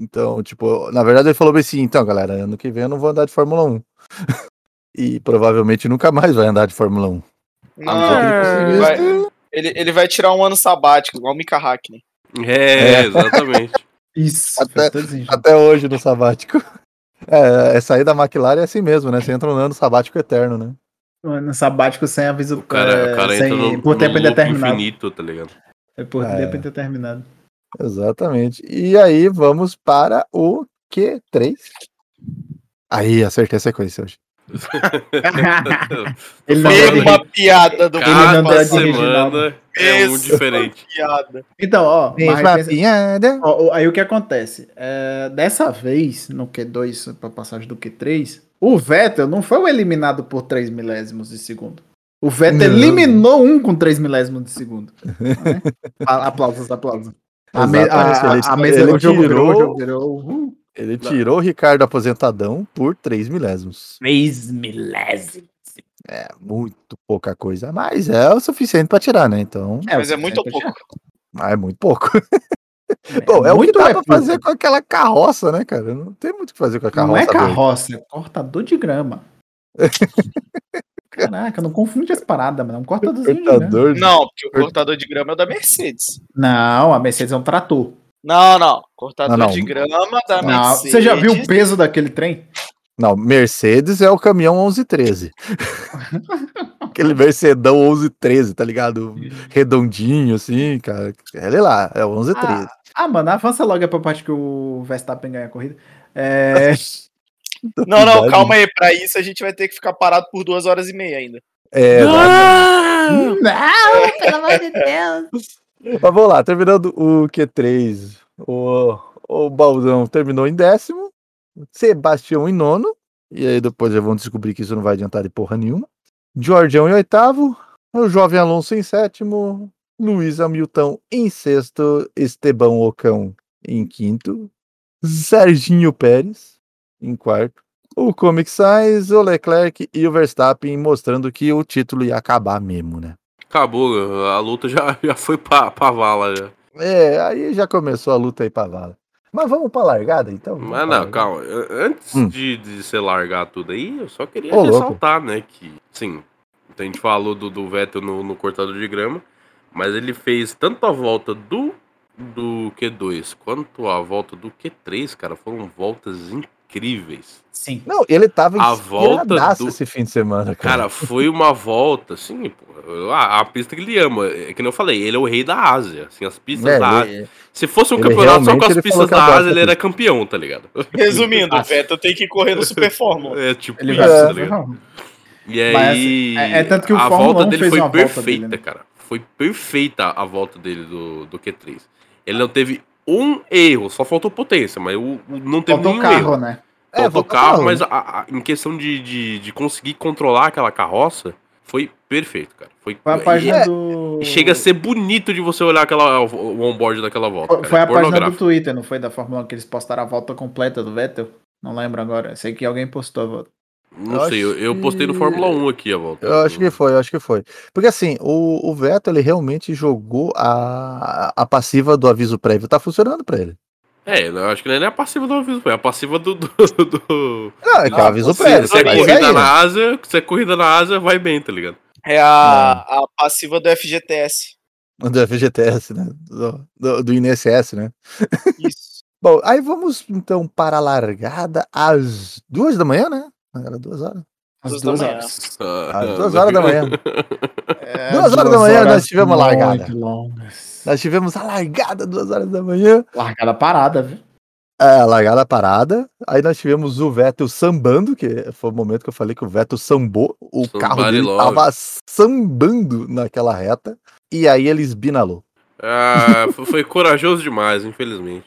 Speaker 2: Então, tipo, na verdade ele falou bem assim, então, galera, ano que vem eu não vou andar de Fórmula 1. e provavelmente nunca mais vai andar de Fórmula 1.
Speaker 5: Não,
Speaker 2: Ele
Speaker 5: vai-
Speaker 2: conseguiu-
Speaker 5: ele, ele vai tirar um ano sabático, igual o Mika Hackney.
Speaker 3: É, exatamente.
Speaker 4: Isso,
Speaker 2: Até-
Speaker 4: fez todos os jogos.
Speaker 2: Até hoje no sabático. É, é sair da McLaren é assim mesmo, né? Você entra no ano sabático eterno, né?
Speaker 4: no sabático sem aviso.
Speaker 3: O cara,
Speaker 4: é,
Speaker 3: o cara
Speaker 4: sem,
Speaker 3: entra no,
Speaker 4: por
Speaker 3: no
Speaker 4: tempo
Speaker 3: loop
Speaker 4: indeterminado.
Speaker 3: infinito, tá ligado?
Speaker 4: É por
Speaker 2: É.
Speaker 4: tempo indeterminado.
Speaker 2: Exatamente. E aí vamos para o Q3. Aí, acertei a sequência hoje.
Speaker 4: Ele não
Speaker 3: Mesma
Speaker 4: deve-
Speaker 5: Mesma piada do
Speaker 4: Ele
Speaker 3: Cada
Speaker 4: não dá
Speaker 5: passado.
Speaker 4: de original,
Speaker 3: semana é um
Speaker 5: Mesma
Speaker 3: diferente.
Speaker 5: piada.
Speaker 4: Então, ó,
Speaker 2: Mesma
Speaker 4: mas pensa-
Speaker 2: piada.
Speaker 4: ó, ó, aí o que acontece? É, dessa vez, no Q2, pra passagem do Q3, o Vettel não foi o eliminado por 3 milésimos de segundo. O Vettel
Speaker 2: Não.
Speaker 4: eliminou um com 3 milésimos de segundo. né? A- aplausos, aplausos. A, me, a,
Speaker 2: Exatamente,
Speaker 4: a, a
Speaker 2: ele-
Speaker 4: mesa
Speaker 2: ele
Speaker 4: o jogo virou, o
Speaker 2: tirou-
Speaker 4: jogo virou. uh, Uhul.
Speaker 2: Ele tirou o Ricardo aposentadão por 3 milésimos.
Speaker 4: 3 milésimos.
Speaker 2: É muito pouca coisa, mas é o suficiente para tirar, né? Então,
Speaker 5: Mas é
Speaker 4: tá
Speaker 5: muito pouco.
Speaker 2: ah, é muito pouco. Bom, é o que
Speaker 4: muito
Speaker 2: dá
Speaker 4: é
Speaker 2: pra
Speaker 4: pouco.
Speaker 2: fazer com aquela carroça, né, cara? Não tem muito o que fazer com a carroça.
Speaker 4: não é
Speaker 2: dele.
Speaker 4: carroça, é cortador de grama. Caraca, não confunde as paradas, mano. É um cortadorzinho de grama.
Speaker 2: Cortador de-
Speaker 5: Não, porque o cortador de grama é o da Mercedes.
Speaker 4: Não, a Mercedes é um trator.
Speaker 5: Não, não. Cortador
Speaker 2: Não, não.
Speaker 5: de grama
Speaker 3: Ah,
Speaker 5: da
Speaker 4: Não,
Speaker 5: Mercedes.
Speaker 4: você já viu o peso daquele trem?
Speaker 2: Não, Mercedes é o caminhão 1113. Aquele Mercedão 1113, tá ligado? Redondinho, assim, cara. Olha lá, é o 1113.
Speaker 4: Ah, mano, avança logo aí pra parte que o Verstappen ganha a corrida. É,
Speaker 5: Não, não, calma aí. Pra isso a gente vai ter que ficar parado por duas horas e meia ainda.
Speaker 2: É,
Speaker 4: não, pelo amor de Deus.
Speaker 2: mas vamos lá, terminando o Q3. O, o Baldão terminou em décimo, Sebastião em nono, e aí depois já vão descobrir que isso não vai adiantar de porra nenhuma. Jordião em oitavo, o jovem Alonso em sétimo, Luiz Hamilton em sexto, Estebão Ocão em quinto, Serginho Pérez em quarto, o Comic Sans, o Leclerc e o Verstappen mostrando que o título ia acabar mesmo, né?
Speaker 3: Acabou, a luta já, já foi pra, pra vala. Já.
Speaker 2: É, aí já começou a luta aí pra vala. Mas vamos pra largada, então? Vamos pra
Speaker 3: Mas não,
Speaker 2: largada.
Speaker 3: calma. a- Antes
Speaker 2: Hum.
Speaker 3: de, de você largar tudo aí, eu só queria
Speaker 2: Ô, louco.
Speaker 3: ressaltar, né, que, sim, a gente falou do, do Vettel no, no cortador de grama, mas ele fez tanto a volta do, do Q2 quanto a volta do Q3, cara, foram voltas incríveis.
Speaker 4: Sim.
Speaker 2: Não, ele tava
Speaker 3: A volta
Speaker 2: inspiradaço
Speaker 3: do-
Speaker 2: esse fim de semana, cara.
Speaker 3: Cara, foi uma volta, assim, pô, a, a pista que ele ama. É que nem eu falei, ele é o rei da Ásia. Assim, as pistas
Speaker 2: É,
Speaker 3: da Ásia.
Speaker 2: ele-
Speaker 3: Se fosse um
Speaker 2: ele
Speaker 3: campeonato só
Speaker 2: realmente-
Speaker 3: com as
Speaker 2: ele falou
Speaker 3: pistas
Speaker 2: que
Speaker 3: da
Speaker 2: adora
Speaker 3: Ásia, ele
Speaker 2: essa
Speaker 3: era campeão, tá ligado?
Speaker 5: Resumindo, o
Speaker 4: Nossa.
Speaker 5: Vettel tem que correr no Super Fórmula.
Speaker 3: É tipo
Speaker 4: Ele
Speaker 3: isso,
Speaker 4: vai
Speaker 3: tá
Speaker 4: ser.
Speaker 3: ligado? E
Speaker 4: Mas,
Speaker 3: aí.
Speaker 4: é- é tanto que o
Speaker 3: a
Speaker 4: Fórmula
Speaker 3: volta
Speaker 4: 1
Speaker 3: dele
Speaker 4: fez
Speaker 3: foi
Speaker 4: uma volta
Speaker 3: perfeita,
Speaker 4: dele, né?
Speaker 3: cara. Foi perfeita a volta dele do, do Q3. Ele não teve um erro, só faltou potência, mas o, o- não teve
Speaker 4: Faltou
Speaker 3: nenhum
Speaker 4: o carro,
Speaker 3: um erro.
Speaker 4: né?
Speaker 2: É,
Speaker 3: Faltou
Speaker 2: faltou
Speaker 3: carro,
Speaker 2: carro,
Speaker 3: mas a- a- em questão de, de, de conseguir controlar aquela carroça, foi perfeito, cara. Foi
Speaker 4: Foi a
Speaker 3: e-
Speaker 4: página
Speaker 2: é,
Speaker 4: do.
Speaker 3: e chega a ser bonito de você olhar aquela, o onboard daquela volta.
Speaker 4: Foi-
Speaker 3: cara.
Speaker 4: Foi
Speaker 3: É
Speaker 4: a página do
Speaker 3: pornográfico.
Speaker 4: Twitter, não foi da Fórmula 1 que eles postaram a volta completa do Vettel? Não lembro agora. Sei que alguém postou a volta.
Speaker 3: Não
Speaker 2: Eu
Speaker 3: sei, eu, eu
Speaker 2: acho
Speaker 3: postei no
Speaker 2: que-
Speaker 3: Fórmula 1 aqui a volta.
Speaker 2: Eu acho que foi, eu acho que foi. Porque assim, o, o Vettel, ele realmente jogou a, a passiva do aviso prévio. Tá funcionando pra ele.
Speaker 3: É, eu acho que não é nem a passiva do aviso, é a passiva do. do, do...
Speaker 2: Não, é que é o
Speaker 5: Não,
Speaker 2: aviso
Speaker 5: se-
Speaker 2: prévio.
Speaker 3: Se é
Speaker 2: mas
Speaker 5: mas
Speaker 3: corrida
Speaker 2: aí,
Speaker 3: na Ásia, se é corrida na Ásia, vai bem, tá ligado?
Speaker 5: É a, a passiva do FGTS.
Speaker 2: Do FGTS, né? Do, do, do INSS, né?
Speaker 5: Isso.
Speaker 2: Bom, aí vamos então para a largada às duas da manhã, né? Era duas horas.
Speaker 4: Às
Speaker 5: Duas
Speaker 4: duas
Speaker 3: é.
Speaker 5: da manhã.
Speaker 4: horas.
Speaker 2: Às duas horas da manhã.
Speaker 4: É,
Speaker 2: Duas horas da manhã nós
Speaker 4: horas
Speaker 2: tivemos a largada.
Speaker 4: Muito longas.
Speaker 2: Nós tivemos a largada duas horas da manhã.
Speaker 4: Largada parada, viu?
Speaker 2: É, a largada parada. Aí nós tivemos o Vettel sambando, que foi o momento que eu falei que o Vettel sambou. O
Speaker 3: Somebody
Speaker 2: carro dele
Speaker 3: love.
Speaker 2: tava sambando naquela reta. E aí ele esbinalou.
Speaker 3: Ah, foi, foi corajoso demais, infelizmente.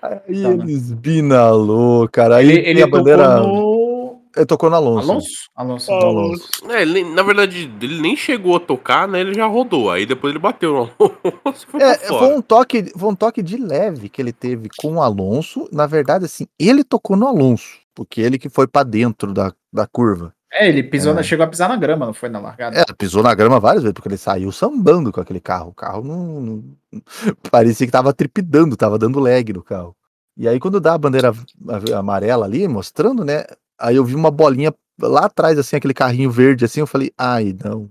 Speaker 2: Aí
Speaker 4: Tá, né?
Speaker 2: eles binalou, cara. Aí
Speaker 4: Ele,
Speaker 2: tem
Speaker 4: ele
Speaker 2: a bandeira.
Speaker 4: tocou no...
Speaker 2: Ele tocou no Alonso.
Speaker 4: Alonso? Alonso.
Speaker 5: Ah,
Speaker 2: Alonso.
Speaker 3: É, ele nem- na verdade, ele nem chegou a tocar, né? Ele já rodou. Aí depois ele bateu no Alonso. e Foi pra
Speaker 4: tá
Speaker 2: É,
Speaker 3: fora.
Speaker 2: foi um, toque, foi um toque de leve que ele teve com o Alonso. Na verdade, assim, ele tocou no Alonso, porque ele que foi pra dentro da, da curva.
Speaker 4: É, ele pisou
Speaker 2: É.
Speaker 4: na- chegou a pisar na grama, não foi na largada.
Speaker 2: É, pisou na grama várias vezes, porque ele saiu sambando com aquele carro. O carro não. não- parecia que tava tripidando, tava dando lag no carro. E aí, quando dá a bandeira a- amarela ali, mostrando, né? Aí eu vi uma bolinha lá atrás, assim, aquele carrinho verde, assim. Eu falei, ai, não.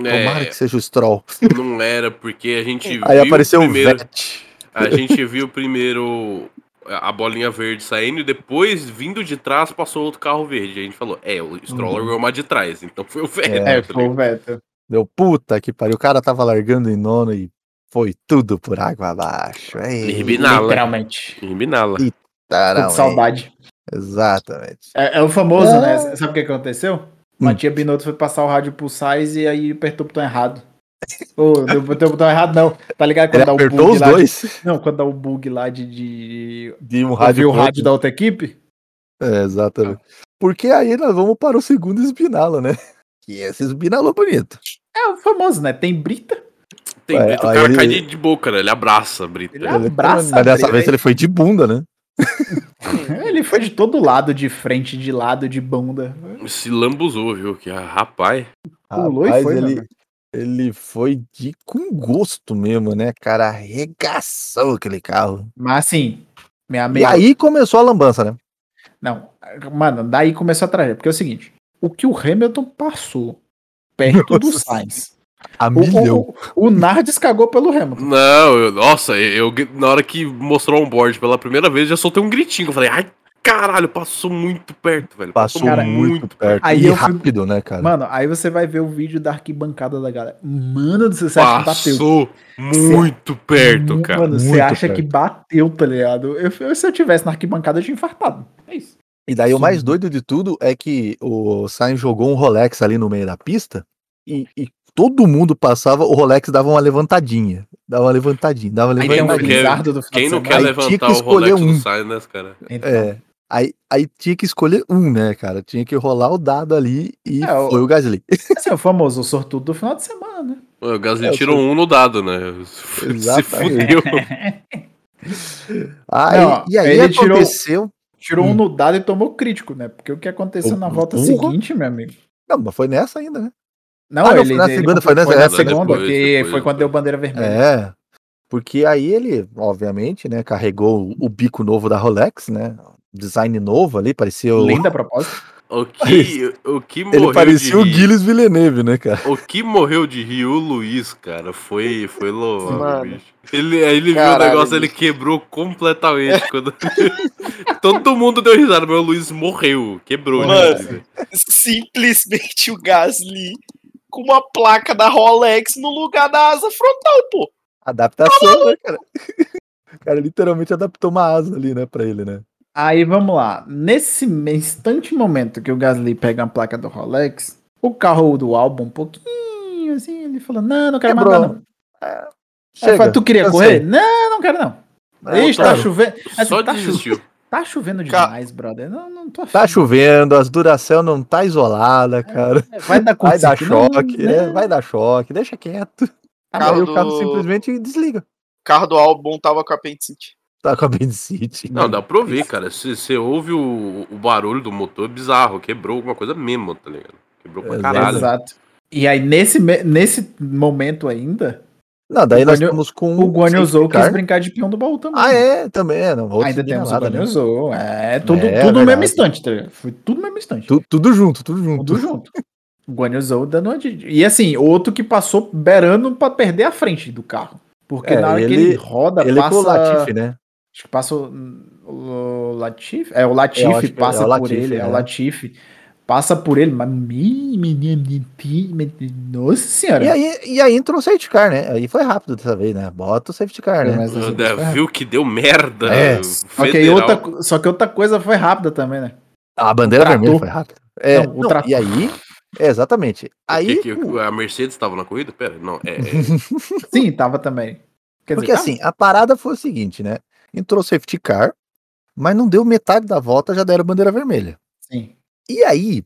Speaker 2: Tomara
Speaker 3: É,
Speaker 2: que seja o Stroll.
Speaker 3: não era, porque a gente
Speaker 2: Aí
Speaker 3: viu
Speaker 2: apareceu o
Speaker 3: primeiro.
Speaker 2: Vett.
Speaker 3: A gente viu primeiro a a bolinha verde saindo e depois, vindo de trás, passou outro carro verde. A gente falou, é, o Stroller
Speaker 4: Uhum.
Speaker 3: ganhou mais de trás, então foi o velho.
Speaker 2: É,
Speaker 4: É,
Speaker 3: tá
Speaker 4: foi
Speaker 3: ligado?
Speaker 4: o Vettel.
Speaker 2: Deu puta que pariu. O cara tava largando em nono e foi tudo por água abaixo. Ei,
Speaker 3: Rebinala.
Speaker 4: Literalmente.
Speaker 3: Rebinala.
Speaker 2: Ih,
Speaker 4: Tô
Speaker 2: tarão,
Speaker 4: com saudade.
Speaker 2: hein? Exatamente.
Speaker 4: É, é o famoso,
Speaker 2: É. Hum.
Speaker 4: né? Sabe o que aconteceu? Matia Binotto foi passar o rádio pro Sainz e aí apertou o botão errado. Ô, deu deu o botão errado, não. Tá ligado
Speaker 2: Ele
Speaker 4: quando dá o
Speaker 2: apertou
Speaker 4: bug
Speaker 2: os
Speaker 4: lá? de-
Speaker 2: dois
Speaker 4: Não, quando dá o bug lá de. de...
Speaker 2: de um
Speaker 4: Ouvir
Speaker 2: rádio.
Speaker 4: o
Speaker 2: pro
Speaker 4: rádio da outra equipe?
Speaker 2: outro. É, exatamente.
Speaker 4: Então.
Speaker 2: Porque aí nós vamos para o segundo esbinala, né? Que esse esbinalou bonito.
Speaker 4: É o famoso, né? Tem Brita.
Speaker 3: Tem,
Speaker 2: Ué,
Speaker 3: Brito, o cara
Speaker 2: É, aí- é
Speaker 3: cai de, de boca, né? Ele abraça, a Brita.
Speaker 4: Ele abraça.
Speaker 2: mas dessa
Speaker 4: Brita,
Speaker 2: vez ele foi de bunda, né?
Speaker 4: Ele foi de todo lado, de frente, de lado, de bunda.
Speaker 2: um
Speaker 3: Se lambuzou, viu? Que, ah, rapaz.
Speaker 4: Pulou e
Speaker 2: Rapaz,
Speaker 4: foi, né,
Speaker 2: ele,
Speaker 4: velho?
Speaker 2: ele foi de com gosto mesmo, né, cara? Arregaçou aquele carro.
Speaker 4: Mas assim, minha
Speaker 2: E
Speaker 4: meia.
Speaker 2: aí começou a lambança, né?
Speaker 4: Não, mano, daí começou a tragédia. Porque é o seguinte: o que o Hamilton passou perto do
Speaker 2: Nossa.
Speaker 4: Sainz.
Speaker 2: A
Speaker 4: O,
Speaker 2: milhão.
Speaker 4: o, o, o Nardes cagou pelo Hamilton.
Speaker 3: Não, eu- nossa, eu, eu- na hora que mostrou o onboard pela primeira vez, já soltei um gritinho. Eu falei, ai, caralho, passou muito perto, velho.
Speaker 2: Passou
Speaker 4: Cara, é
Speaker 2: muito perto.
Speaker 4: Aí
Speaker 2: e
Speaker 4: eu fui-
Speaker 2: rápido, né, cara?
Speaker 4: Mano, aí você vai ver o vídeo da arquibancada da galera. Mano do céu, você acha que bateu.
Speaker 3: Passou muito perto,
Speaker 4: Mu-
Speaker 3: cara.
Speaker 4: Mano, você
Speaker 2: Muito
Speaker 4: acha
Speaker 2: perto.
Speaker 4: que bateu, tá ligado? Eu, eu- se eu tivesse na arquibancada, eu tinha infartado. É isso.
Speaker 2: E daí o
Speaker 4: Sim.
Speaker 2: mais doido de tudo é que o Sainz jogou um Rolex ali no meio da pista e, e todo mundo passava, o Rolex dava uma levantadinha. Dava uma levantadinha, dava uma
Speaker 4: Aí
Speaker 3: quem
Speaker 4: tem um
Speaker 3: não
Speaker 2: levantadinha.
Speaker 3: quer-
Speaker 4: felizardo do final
Speaker 3: Quem
Speaker 4: de
Speaker 3: não
Speaker 4: semana.
Speaker 3: quer
Speaker 2: Aí tinha que
Speaker 3: levantar o
Speaker 2: escolher
Speaker 3: Rolex
Speaker 2: um.
Speaker 3: do Sainz, né, cara?
Speaker 4: Então,
Speaker 2: É. Aí, aí tinha que escolher um, né, cara? Tinha que rolar o dado ali e
Speaker 4: É, o-
Speaker 2: foi o Gasly.
Speaker 4: assim, o famoso sortudo do final de semana, né?
Speaker 3: O Gasly
Speaker 2: É, eu
Speaker 3: tirou
Speaker 2: sei.
Speaker 3: um no dado, né? Se
Speaker 2: Exatamente.
Speaker 3: fudeu.
Speaker 2: Aí,
Speaker 4: Não,
Speaker 2: e aí
Speaker 4: ele tirou-
Speaker 2: aconteceu.
Speaker 4: Tirou
Speaker 2: Hum.
Speaker 4: um no dado e tomou crítico, né? Porque o que aconteceu na volta
Speaker 2: Porra.
Speaker 4: seguinte, meu amigo.
Speaker 2: Não, mas foi nessa ainda, né?
Speaker 4: Não,
Speaker 2: Ah, não,
Speaker 4: ele,
Speaker 2: foi na
Speaker 4: ele-
Speaker 2: segunda, foi na-
Speaker 4: foi na
Speaker 2: é,
Speaker 3: foi
Speaker 4: segunda,
Speaker 3: depois,
Speaker 4: que
Speaker 3: depois,
Speaker 4: foi quando deu bandeira vermelha.
Speaker 2: É. Porque aí ele, obviamente, né, carregou o bico novo da Rolex, né? Design novo ali, parecia o.
Speaker 4: Linda a propósito.
Speaker 3: O que, o que morreu
Speaker 2: Ele parecia o
Speaker 3: de rir-
Speaker 2: Guilherme Villeneuve, né, cara?
Speaker 3: O que morreu de rir, o Luiz, cara, foi, foi louvável,
Speaker 5: Mano.
Speaker 3: bicho. Ele, aí ele viu o
Speaker 5: Caralho,
Speaker 3: negócio, ele
Speaker 5: bicho.
Speaker 3: quebrou completamente. quando- Todo mundo deu risada, mas o Luiz morreu, quebrou. né?
Speaker 5: Mano.
Speaker 3: gente, velho.
Speaker 5: Simplesmente o Gasly com uma placa da Rolex no lugar da asa frontal, pô.
Speaker 2: Adaptação, né, cara? O cara literalmente adaptou uma asa ali, né, pra ele, né?
Speaker 4: Aí vamos lá. Nesse instante momento que o Gasly pega a placa do Rolex, o carro do álbum, um pouquinho assim, ele falou: Não, não quero mais
Speaker 2: Quebrou.
Speaker 4: nada, não. Aí
Speaker 2: Chega, Ah,
Speaker 4: fala, É, tu queria
Speaker 2: cansei.
Speaker 4: correr? Não, não quero não.
Speaker 2: Não,
Speaker 4: Ixi, tá
Speaker 2: cara,
Speaker 4: chovendo. Assim,
Speaker 3: Só
Speaker 4: tá, chu-
Speaker 3: desistiu.
Speaker 4: tá chovendo
Speaker 5: Ca-
Speaker 4: demais, brother. Não, não tô
Speaker 2: Tá
Speaker 4: afim.
Speaker 2: chovendo, as duração não tá isolada, cara.
Speaker 4: É, Vai dar
Speaker 2: Vai dar
Speaker 4: cursique, não,
Speaker 2: choque,
Speaker 4: não.
Speaker 2: é, vai dar choque, deixa quieto.
Speaker 5: Carro
Speaker 2: aí o
Speaker 5: do-
Speaker 2: Tá carro simplesmente desliga.
Speaker 5: O carro do álbum tava com a City.
Speaker 2: Tá com a Benzite.
Speaker 3: Não, dá pra ouvir, cara. Se você ouve o, o barulho do motor, é bizarro. Quebrou alguma coisa mesmo, tá ligado? Quebrou pra
Speaker 2: Exato.
Speaker 3: caralho.
Speaker 4: Exato. E aí, nesse, me- nesse momento ainda,
Speaker 2: Não, daí
Speaker 4: O
Speaker 2: nós
Speaker 4: Guanyu-
Speaker 2: estamos com
Speaker 4: o Guanyuzou
Speaker 2: safety car.
Speaker 4: quis brincar de peão do baú também.
Speaker 2: Hum, Ah, é, também, é, não. outro
Speaker 4: Ainda temos o
Speaker 2: nada, né?
Speaker 4: Guanyuzou. É, tudo,
Speaker 2: É,
Speaker 4: tudo no
Speaker 2: verdade.
Speaker 4: mesmo instante, tá ligado? Foi tudo no mesmo instante.
Speaker 2: Tu- Tudo junto, tudo junto.
Speaker 4: Tudo junto. O Guanyuzou dando uma de... E assim, outro que passou beirando pra perder a frente do carro. Porque
Speaker 2: É,
Speaker 4: na hora que
Speaker 2: ele-
Speaker 4: ele roda,
Speaker 2: Ele
Speaker 4: passa...
Speaker 2: com o Latifi, né?
Speaker 4: Acho que passa o, o Latif. É, o
Speaker 2: É,
Speaker 4: Latif
Speaker 2: eu acho que é
Speaker 4: passa
Speaker 2: o
Speaker 4: por
Speaker 2: Latifi,
Speaker 4: ele. É.
Speaker 2: é.
Speaker 4: o Latif. Passa por ele. Mas. mi- mi- mi- mi- mi- mi- Nossa senhora.
Speaker 2: E aí, e aí entrou o safety car, né? Aí foi rápido dessa vez, né? Bota o safety car, né?
Speaker 4: Mas
Speaker 3: Ah,
Speaker 4: assim,
Speaker 3: da-
Speaker 4: foi rápido.
Speaker 3: Viu que deu merda.
Speaker 2: É,
Speaker 4: Só que, aí
Speaker 3: federal.
Speaker 4: outra, co- só que outra coisa foi rápida também, né?
Speaker 2: A bandeira
Speaker 4: O trator.
Speaker 2: vermelha foi rápida. É,
Speaker 4: Não, o
Speaker 2: não,
Speaker 4: trator.
Speaker 2: e aí, é, exatamente.
Speaker 3: O que
Speaker 2: Aí,
Speaker 3: que-
Speaker 2: o-
Speaker 3: a Mercedes tava na corrida? Pera, não, é. é-
Speaker 4: Sim, tava também. Quer
Speaker 3: tá?
Speaker 2: Porque
Speaker 4: dizer,
Speaker 2: assim, a parada foi o seguinte, né? Entrou safety car, mas não deu metade da volta, já deram bandeira vermelha.
Speaker 4: Sim.
Speaker 2: E aí,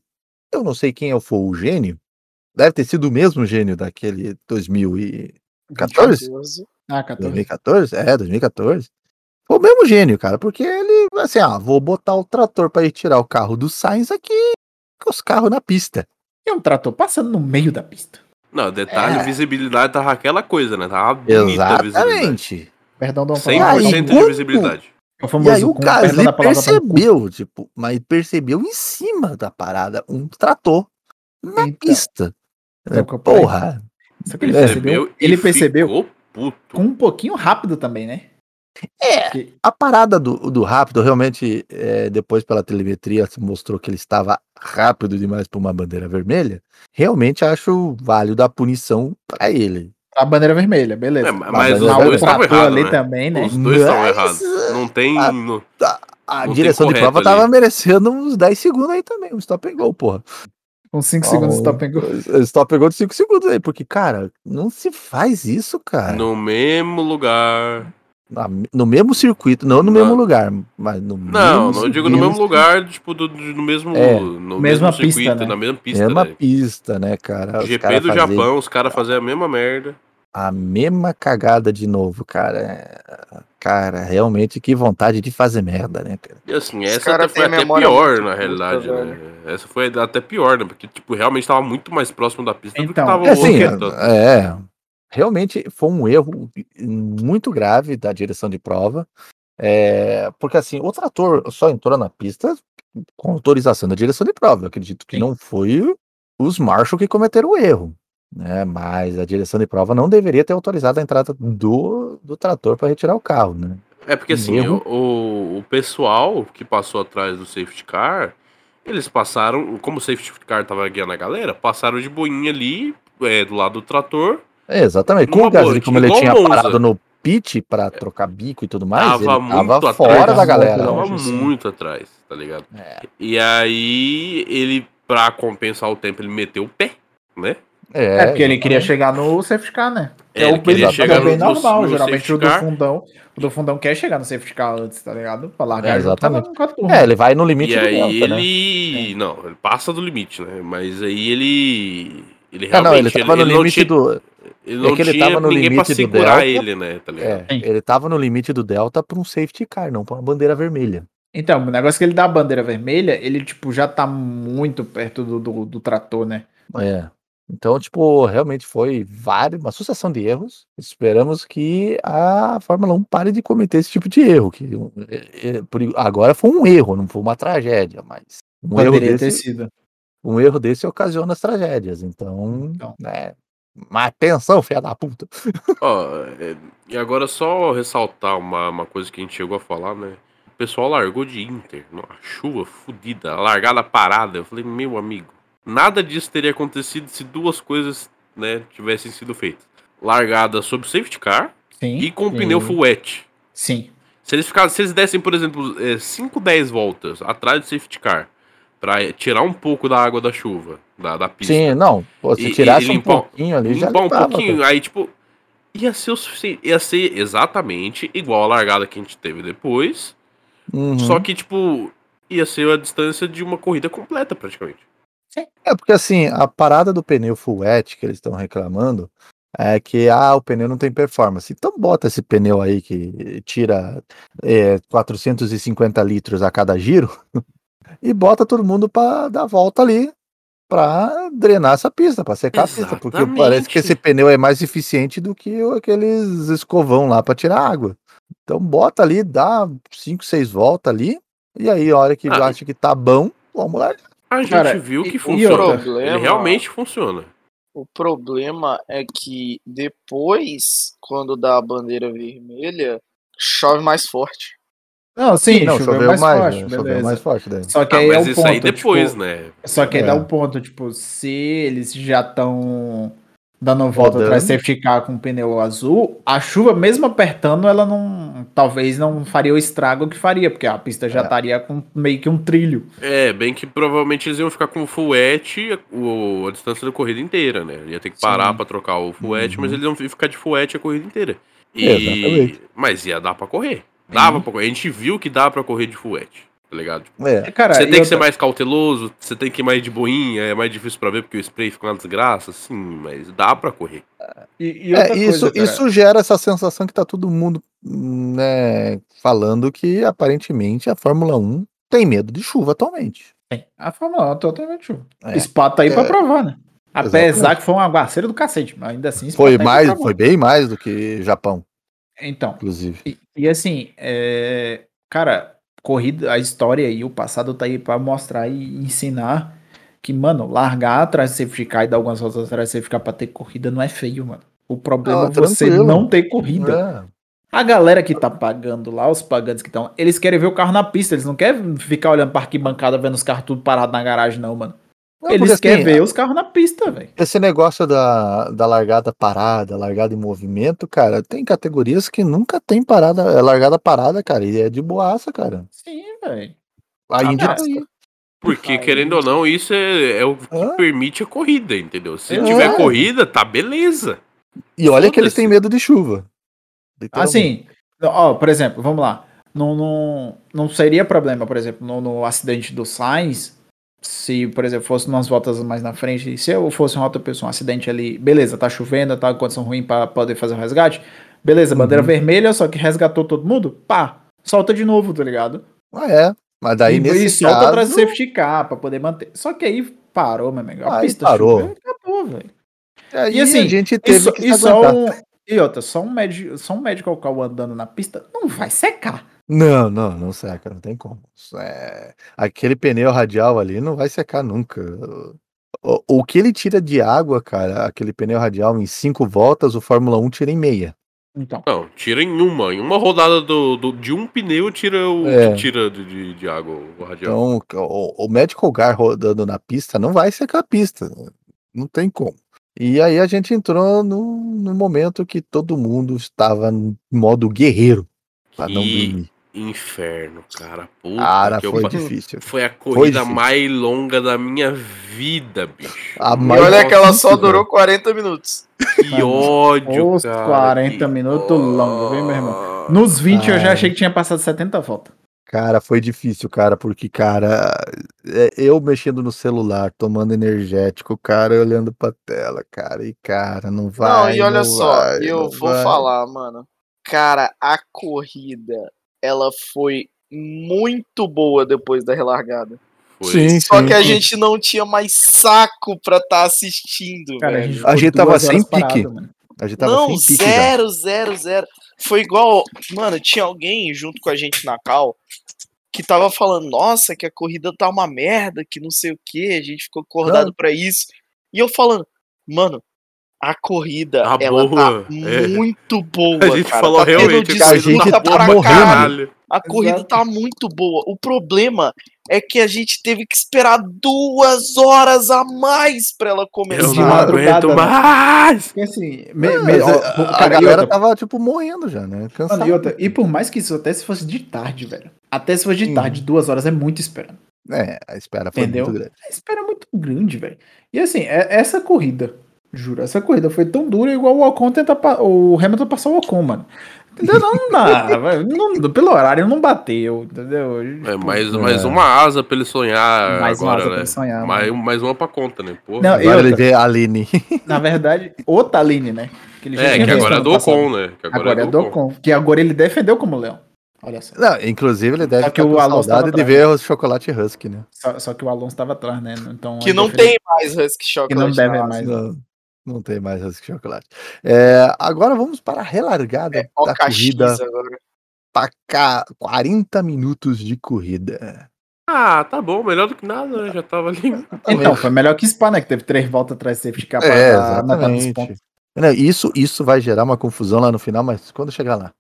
Speaker 2: eu não sei quem foi o gênio, deve ter sido o mesmo gênio daquele 2014,
Speaker 4: Ah, 14.
Speaker 2: 2014, é, 2014. Foi o mesmo gênio, cara, porque ele, assim, ah, vou botar o trator pra ir tirar o carro do Sainz aqui com os carros na pista.
Speaker 4: E um trator passando no meio da pista.
Speaker 3: Não, detalhe,
Speaker 2: É.
Speaker 3: visibilidade tava aquela coisa, né? Tava bonita a visibilidade.
Speaker 2: Exatamente.
Speaker 4: Perdão, Dom
Speaker 2: Aí,
Speaker 5: Ah,
Speaker 3: 100% de
Speaker 2: quando-
Speaker 3: visibilidade.
Speaker 4: O famoso
Speaker 2: E aí o
Speaker 4: com a perna
Speaker 2: Gasly
Speaker 4: da palavra pra um cu.
Speaker 2: percebeu, tipo, mas percebeu em cima da parada um trator na
Speaker 4: Então, Tá
Speaker 2: pista.
Speaker 4: sabe o que eu falei?
Speaker 2: Porra.
Speaker 4: Só que ele
Speaker 2: É.
Speaker 4: percebeu, ele
Speaker 3: e
Speaker 4: percebeu
Speaker 3: Ficou puto.
Speaker 4: com um pouquinho rápido também, né?
Speaker 2: É,
Speaker 4: Que-
Speaker 2: a parada do, do rápido realmente, é, depois pela telemetria, se mostrou que ele estava rápido demais para uma bandeira vermelha. Realmente acho válido a punição para ele.
Speaker 4: A bandeira vermelha, beleza.
Speaker 3: É,
Speaker 4: mas
Speaker 3: mas
Speaker 2: mas
Speaker 3: os
Speaker 2: o
Speaker 3: dois
Speaker 4: o
Speaker 3: estavam
Speaker 4: trator
Speaker 3: errados,
Speaker 4: ali
Speaker 3: né?
Speaker 4: também, né?
Speaker 3: Os dois estavam
Speaker 2: Mas-
Speaker 3: errados. Não tem...
Speaker 2: Ah.
Speaker 3: no-
Speaker 2: A
Speaker 3: Não tem
Speaker 2: direção de
Speaker 3: correto
Speaker 2: prova
Speaker 3: ali.
Speaker 2: estava merecendo uns 10 segundos aí também, um stop and go, porra.
Speaker 4: Com 5 segundos
Speaker 2: Ah,
Speaker 4: stop and go.
Speaker 2: Stop and go de 5 segundos aí, porque, cara, não se faz isso, cara.
Speaker 3: No mesmo lugar.
Speaker 2: Na- Ah, No mesmo circuito, não no
Speaker 3: Não.
Speaker 2: mesmo lugar, mas no
Speaker 3: Não,
Speaker 2: mesmo
Speaker 3: não eu digo no
Speaker 2: circuito,
Speaker 3: mesmo lugar, tipo, do, do- no mesmo,
Speaker 2: É,
Speaker 3: no
Speaker 4: mesma
Speaker 3: mesmo
Speaker 4: pista,
Speaker 3: circuito,
Speaker 4: né?
Speaker 3: na mesma pista,
Speaker 2: Mesma
Speaker 3: né?
Speaker 2: pista, né, cara? Os
Speaker 3: GP
Speaker 2: cara
Speaker 3: do
Speaker 2: fazer
Speaker 3: Japão, os caras fazem a mesma merda.
Speaker 2: A mesma cagada de novo, cara. É, Cara, realmente que vontade de fazer merda, né, cara?
Speaker 3: E assim,
Speaker 5: Os
Speaker 3: essa
Speaker 5: cara
Speaker 3: até foi
Speaker 5: tem a
Speaker 3: até
Speaker 5: memória
Speaker 3: pior,
Speaker 5: muito tá
Speaker 3: na
Speaker 5: curta,
Speaker 3: realidade, né? Essa foi até pior, né? Porque, tipo, realmente tava muito mais próximo da pista do que
Speaker 4: Então,
Speaker 3: tava o
Speaker 2: É, assim,
Speaker 3: outro. Então,
Speaker 2: é, realmente foi um erro muito grave da direção de prova. É, porque assim, o trator só entrou na pista com autorização da direção de prova. Eu acredito que
Speaker 4: Sim.
Speaker 2: não foi os marshal que cometeram o erro. Né? Mas a direção de prova não deveria ter autorizado a entrada do, do trator para retirar o carro. Né?
Speaker 3: É porque assim,
Speaker 2: Erro.
Speaker 3: o- o, o pessoal que passou atrás do safety car, eles passaram, como o safety car tava guiando a galera, passaram de boinha ali, é, do lado do trator,
Speaker 2: É, exatamente. Com
Speaker 3: Numa
Speaker 2: o Gasly,
Speaker 3: boa,
Speaker 2: como
Speaker 3: tipo,
Speaker 2: ele
Speaker 3: igual
Speaker 2: tinha
Speaker 3: o Monza.
Speaker 2: parado no pit para trocar bico e tudo mais,
Speaker 3: Tava
Speaker 2: ele
Speaker 3: muito
Speaker 2: tava
Speaker 3: atrás.
Speaker 2: fora da
Speaker 4: Tava
Speaker 2: galera.
Speaker 4: muito
Speaker 3: tava
Speaker 4: longe, sim.
Speaker 3: muito atrás, tá ligado?
Speaker 2: É.
Speaker 3: E aí, ele, pra compensar o tempo, ele meteu o pé, né?
Speaker 4: É, porque ele queria chegar no safety car, né? Que
Speaker 2: É
Speaker 3: É, Ele queria
Speaker 4: pensamento
Speaker 2: chegar
Speaker 4: bem
Speaker 3: no-
Speaker 4: normal,
Speaker 3: no
Speaker 4: geralmente
Speaker 3: safety
Speaker 4: o do
Speaker 3: car.
Speaker 4: fundão, o do fundão quer chegar no safety car antes, tá ligado? Pra largar
Speaker 2: É,
Speaker 4: junto com a-
Speaker 2: exatamente.
Speaker 4: com a turma.
Speaker 2: É, ele vai no limite
Speaker 3: e
Speaker 2: do
Speaker 3: aí
Speaker 2: delta, né?
Speaker 3: ele. Não, ele passa do limite, né? Mas aí ele. Ele
Speaker 2: Ah,
Speaker 3: realmente.
Speaker 2: não, ele tava no
Speaker 3: não
Speaker 2: limite
Speaker 3: tinha,
Speaker 2: do.
Speaker 3: ele não
Speaker 2: é que ele
Speaker 3: tinha
Speaker 2: tava no
Speaker 3: ninguém pra
Speaker 2: limite do
Speaker 3: segurar
Speaker 2: delta.
Speaker 3: ele, né? Tá ligado?
Speaker 2: É, ele tava no limite do Delta pra um safety car, não pra uma bandeira vermelha.
Speaker 4: Então, o negócio é que ele dá a bandeira vermelha, ele, tipo, já tá muito perto do, do, do trator, né?
Speaker 2: É. Então, tipo, realmente foi vários, uma sucessão de erros. Esperamos que a Fórmula 1 pare de cometer esse tipo de erro. Que é, é, por i- agora foi um erro, não foi uma tragédia, mas um erro,
Speaker 4: Poderia ter
Speaker 2: desse,
Speaker 4: sido.
Speaker 2: um erro desse ocasiona as tragédias. Então,
Speaker 4: Então.
Speaker 2: né? Mas atenção, filha da puta.
Speaker 3: Ó, é, e agora só ressaltar uma, uma coisa que a gente chegou a falar, né? O pessoal largou de Inter, numa chuva fodida, a largada parada. Eu falei, meu amigo, nada disso teria acontecido se duas coisas, né, tivessem sido feitas. Largada sob safety car
Speaker 4: Sim.
Speaker 3: e com o
Speaker 4: sim.
Speaker 3: pneu
Speaker 2: Uhum.
Speaker 3: full wet.
Speaker 4: Sim.
Speaker 3: Se eles, ficassem, se eles dessem, por exemplo, 5, 10 voltas atrás do safety car, pra tirar um pouco da água da chuva, da, da pista,
Speaker 2: Sim, não. Pô,
Speaker 3: E-
Speaker 2: se
Speaker 3: e-
Speaker 2: tirasse
Speaker 3: e
Speaker 2: um
Speaker 3: limpar-
Speaker 2: pouquinho ali, já
Speaker 3: limpar um
Speaker 2: limpava,
Speaker 3: pouquinho, aí, tipo, ia ser o suficiente. Ia ser exatamente igual a largada que a gente teve
Speaker 2: cara.
Speaker 3: depois,
Speaker 2: Uhum.
Speaker 3: só que, tipo, ia ser a distância de uma corrida completa, praticamente.
Speaker 2: É porque assim, a parada do pneu full wet que eles estão reclamando é que ah, o pneu não tem performance. Então bota esse pneu aí que tira é, 450 litros a cada giro e bota todo mundo para dar volta ali para drenar essa pista, para secar a pista, porque
Speaker 3: Exatamente.
Speaker 2: parece que esse pneu é mais eficiente do que o- aqueles escovão lá para tirar água. Então bota ali, dá 5, 6 voltas ali e aí a hora que
Speaker 3: Ah,
Speaker 2: acha que tá bom, vamos lá.
Speaker 3: A gente
Speaker 4: Cara,
Speaker 3: viu que
Speaker 4: e-
Speaker 3: funciona.
Speaker 4: e outra?
Speaker 3: Ele
Speaker 5: Problema-
Speaker 3: realmente funciona.
Speaker 5: O problema é que depois, quando dá a bandeira vermelha, chove mais forte.
Speaker 4: Não, sim,
Speaker 2: não,
Speaker 4: choveu, mais, forte,
Speaker 2: né?
Speaker 4: beleza.
Speaker 2: Choveu mais forte daí.
Speaker 4: Só que
Speaker 3: Ah,
Speaker 4: aí é
Speaker 3: mas
Speaker 4: o
Speaker 3: isso
Speaker 4: ponto,
Speaker 3: aí depois,
Speaker 4: tipo,
Speaker 3: né?
Speaker 4: Só que aí
Speaker 2: É.
Speaker 4: dá o ponto, tipo, se eles já estão dando volta
Speaker 2: Rodando.
Speaker 4: atrás do safety car com pneu azul, a chuva, mesmo apertando, ela não. Talvez não faria o estrago que faria, porque a pista já
Speaker 2: É.
Speaker 4: estaria com meio que um trilho.
Speaker 3: É, bem que provavelmente eles iam ficar com o fuete o, a distância da corrida inteira, né? Ia ter que parar
Speaker 4: Sim.
Speaker 3: pra trocar o fuete,
Speaker 2: Uhum.
Speaker 3: mas eles iam ficar de fuete a corrida inteira. E...
Speaker 2: Exatamente. Uhum.
Speaker 3: Mas ia dar pra correr. Dava pra correr. A gente viu que dava pra correr de fuete, tá ligado?
Speaker 2: É.
Speaker 4: Cara,
Speaker 3: você
Speaker 4: e
Speaker 3: tem que ser
Speaker 4: outra-
Speaker 3: mais cauteloso, você tem que ir mais de boinha, é mais difícil pra ver porque o spray fica uma desgraça, sim, mas dá pra correr.
Speaker 4: E, e
Speaker 2: É,
Speaker 4: outra
Speaker 2: isso,
Speaker 4: coisa, cara.
Speaker 2: isso gera essa sensação que tá todo mundo né, falando que aparentemente a Fórmula 1 tem medo de chuva atualmente.
Speaker 4: A Fórmula 1 é totalmente chuva.
Speaker 2: É.
Speaker 4: Spa tá aí pra
Speaker 2: É.
Speaker 4: provar, né? Apesar
Speaker 2: Exatamente.
Speaker 4: que foi um aguaceiro do cacete, mas ainda assim. Spa
Speaker 2: Foi
Speaker 4: tá aí pra
Speaker 2: mais,
Speaker 4: provar.
Speaker 2: foi bem mais do que Japão,
Speaker 4: Então,
Speaker 2: inclusive.
Speaker 4: e, e assim, é, cara, corrida, a história e o passado tá aí pra mostrar e ensinar que, mano, largar atrás de safety car e dar algumas voltas atrás de safety car pra ter corrida não é feio, mano. O problema
Speaker 2: Ah,
Speaker 4: é você
Speaker 2: tranquilo.
Speaker 4: não ter corrida.
Speaker 2: É.
Speaker 4: A galera que tá pagando lá, os pagantes que estão, eles querem ver o carro na pista, eles não querem ficar olhando pra arquibancada vendo os carros tudo parado na garagem, não, mano.
Speaker 2: Não,
Speaker 4: Eles
Speaker 2: porque, assim,
Speaker 4: querem ver os carros na pista, velho.
Speaker 2: Esse negócio da, da largada parada, largada em movimento, cara, tem categorias que nunca tem parada, é largada parada, cara, e é de boaça, cara.
Speaker 4: Sim, velho.
Speaker 2: A
Speaker 4: Ah,
Speaker 2: Índia
Speaker 4: tá.
Speaker 2: tá aí.
Speaker 3: Porque,
Speaker 4: Aí-
Speaker 3: querendo ou não, isso é, é o que
Speaker 2: Hã?
Speaker 3: permite a corrida, entendeu? Se
Speaker 2: É.
Speaker 3: tiver corrida, tá beleza.
Speaker 2: E olha que eles
Speaker 3: Foda-se.
Speaker 2: têm medo de chuva.
Speaker 4: Assim, ó, por exemplo, vamos lá. Não, não, não seria problema, por exemplo, no, no acidente do Sainz, se, por exemplo, fosse umas voltas mais na frente, e se eu fosse uma outra pessoa, um acidente ali, beleza, tá chovendo, tá em condição ruim pra poder fazer o resgate, beleza, bandeira
Speaker 2: Uhum.
Speaker 4: vermelha, só que resgatou todo mundo, pá, solta de novo, tá ligado?
Speaker 2: Ah, é. Mas daí
Speaker 4: e,
Speaker 2: nesse
Speaker 4: e solta
Speaker 2: caso,
Speaker 4: atrás do safety car pra poder manter. Só que aí parou, meu amigo. A
Speaker 2: Aí
Speaker 4: pista
Speaker 2: parou.
Speaker 4: choveu e acabou, velho.
Speaker 2: aí
Speaker 4: e assim,
Speaker 2: a gente
Speaker 4: E,
Speaker 2: teve
Speaker 4: só-
Speaker 2: que
Speaker 4: e
Speaker 2: se
Speaker 4: só
Speaker 2: aguentar.
Speaker 4: um. E outra, só um médico, só um medical call andando na pista não vai secar.
Speaker 2: Não, não, não seca, não tem como. Isso é- Aquele pneu radial ali não vai secar nunca. O, o que ele tira de água, cara, aquele pneu radial em cinco voltas, o Fórmula 1 tira em meia.
Speaker 4: Então.
Speaker 3: Não, tira em uma. Em uma rodada do, do- de um pneu, tira o
Speaker 2: É.
Speaker 3: que tira de, de, de água o radial.
Speaker 2: Então, o, o Medical Gar rodando na pista não vai secar a pista. Não tem como. E aí a gente entrou no, no momento que todo mundo estava em modo guerreiro pra não
Speaker 3: Que
Speaker 2: dormir.
Speaker 4: Então-
Speaker 3: Inferno, cara. Puta
Speaker 2: Cara,
Speaker 3: que eu
Speaker 2: foi
Speaker 3: pa-
Speaker 2: difícil.
Speaker 3: Foi a corrida
Speaker 2: difícil.
Speaker 3: mais longa da minha vida, bicho.
Speaker 2: A
Speaker 5: E
Speaker 2: mais
Speaker 5: olha que ela só
Speaker 2: difícil,
Speaker 5: durou 40 minutos.
Speaker 3: Que ódio,
Speaker 4: Os
Speaker 3: cara.
Speaker 4: 40
Speaker 3: que
Speaker 4: minutos longo, viu, meu irmão?
Speaker 3: ódio.
Speaker 4: Nos 20 eu já
Speaker 2: Ai.
Speaker 4: achei que tinha passado 70 voltas.
Speaker 2: Cara, foi difícil, cara, porque, cara, é, eu mexendo no celular, tomando energético, cara, olhando pra tela, cara, e cara, não vai.
Speaker 5: não, e olha
Speaker 2: não
Speaker 5: só,
Speaker 2: vai,
Speaker 5: eu
Speaker 2: não
Speaker 5: vou
Speaker 2: vai.
Speaker 5: falar, mano. Cara, a corrida, ela foi muito boa depois da relargada.
Speaker 3: Foi.
Speaker 2: Sim,
Speaker 5: Só
Speaker 2: sim.
Speaker 5: que a gente não tinha mais saco pra estar assistindo,
Speaker 4: Cara,
Speaker 5: velho.
Speaker 2: A gente
Speaker 4: É, ficou
Speaker 2: tava
Speaker 4: duas horas
Speaker 2: sem pique.
Speaker 4: mano.
Speaker 2: A gente tava
Speaker 5: Não,
Speaker 2: sem pique já.
Speaker 5: zero, zero, zero. Foi igual, mano, tinha alguém junto com a gente na cal que tava falando, nossa, que a corrida tá uma merda, que não sei o que, a gente ficou acordado pra isso. E eu falando, mano, a corrida,
Speaker 3: Tá
Speaker 5: ela
Speaker 3: boa,
Speaker 5: tá
Speaker 3: é.
Speaker 5: muito boa,
Speaker 3: A gente
Speaker 5: cara.
Speaker 3: falou
Speaker 5: tá tendo
Speaker 3: realmente, cara,
Speaker 2: a gente
Speaker 5: disputa
Speaker 2: tá
Speaker 5: pra
Speaker 2: morrendo.
Speaker 5: caralho.
Speaker 3: Caralho.
Speaker 5: A corrida
Speaker 4: Exato.
Speaker 5: tá muito boa. O problema é que a gente teve que esperar duas horas a mais pra ela
Speaker 3: Eu
Speaker 5: começar.
Speaker 4: De
Speaker 3: não
Speaker 4: madrugada,
Speaker 3: aguento
Speaker 4: né?
Speaker 3: mais.
Speaker 4: Porque assim, me, me,
Speaker 2: Mas,
Speaker 4: ó,
Speaker 2: é, a,
Speaker 4: cara, e
Speaker 2: galera
Speaker 4: outra,
Speaker 2: tava, tipo, morrendo já, né? Cansado.
Speaker 4: mano, e, outra, e por mais que isso até se fosse de tarde, velho. Até se fosse de
Speaker 2: Uhum.
Speaker 4: tarde, duas horas é muito esperando.
Speaker 2: É, a espera foi
Speaker 4: Entendeu?
Speaker 2: muito grande.
Speaker 4: A espera é muito grande, velho. E assim, é- essa corrida, juro, essa corrida foi tão dura igual o Ocon tentar pa- o Hamilton passar o Ocon, mano. Entendeu? Não dá, velho. não, pelo horário não bateu, entendeu? Tipo,
Speaker 3: É, mais,
Speaker 2: É.
Speaker 3: mais uma asa pra ele sonhar
Speaker 4: mais uma asa
Speaker 3: agora,
Speaker 4: pra
Speaker 3: né?
Speaker 4: sonhar.
Speaker 3: Mais,
Speaker 4: mano.
Speaker 3: mais uma pra conta, né? Porra.
Speaker 4: Não, e
Speaker 2: Agora ele
Speaker 4: outra?
Speaker 2: vê a Aline.
Speaker 4: Na verdade, outra Aline, né? ele já
Speaker 3: é,
Speaker 4: tinha
Speaker 3: que
Speaker 4: visto
Speaker 3: agora é
Speaker 4: ano
Speaker 3: do
Speaker 4: passado.
Speaker 3: Ocon, né? Que
Speaker 4: Agora é do Ocon. Que agora ele defendeu como leão. Olha só.
Speaker 2: Não, inclusive ele deve
Speaker 4: Só que
Speaker 2: ficar
Speaker 4: o
Speaker 2: com
Speaker 4: Alonso tava
Speaker 2: saudade de
Speaker 4: atrás,
Speaker 2: ver o chocolate husky, né?
Speaker 4: Só, só que o Alonso tava atrás, né? Então,
Speaker 5: Que
Speaker 4: ele
Speaker 5: não
Speaker 4: defendeu-
Speaker 5: tem mais Husky Chocolate.
Speaker 4: Que não deve
Speaker 3: né?
Speaker 5: na-
Speaker 4: mais.
Speaker 2: Não, não tem mais husky chocolate. É, agora vamos para a relargada
Speaker 5: É, Ó,
Speaker 2: da
Speaker 5: Caxias
Speaker 2: corrida.
Speaker 5: agora.
Speaker 2: pra cá, 40 minutos de corrida.
Speaker 3: Ah, tá bom, melhor do que nada, né? Já tava ali.
Speaker 4: Então, foi melhor que Spa, né? Que teve três voltas atrás de safety car pra
Speaker 2: É,
Speaker 4: dar- na tabela dos
Speaker 2: exatamente.
Speaker 4: pontos.
Speaker 2: Não, Isso, isso vai gerar uma confusão lá no final, mas quando chegar lá.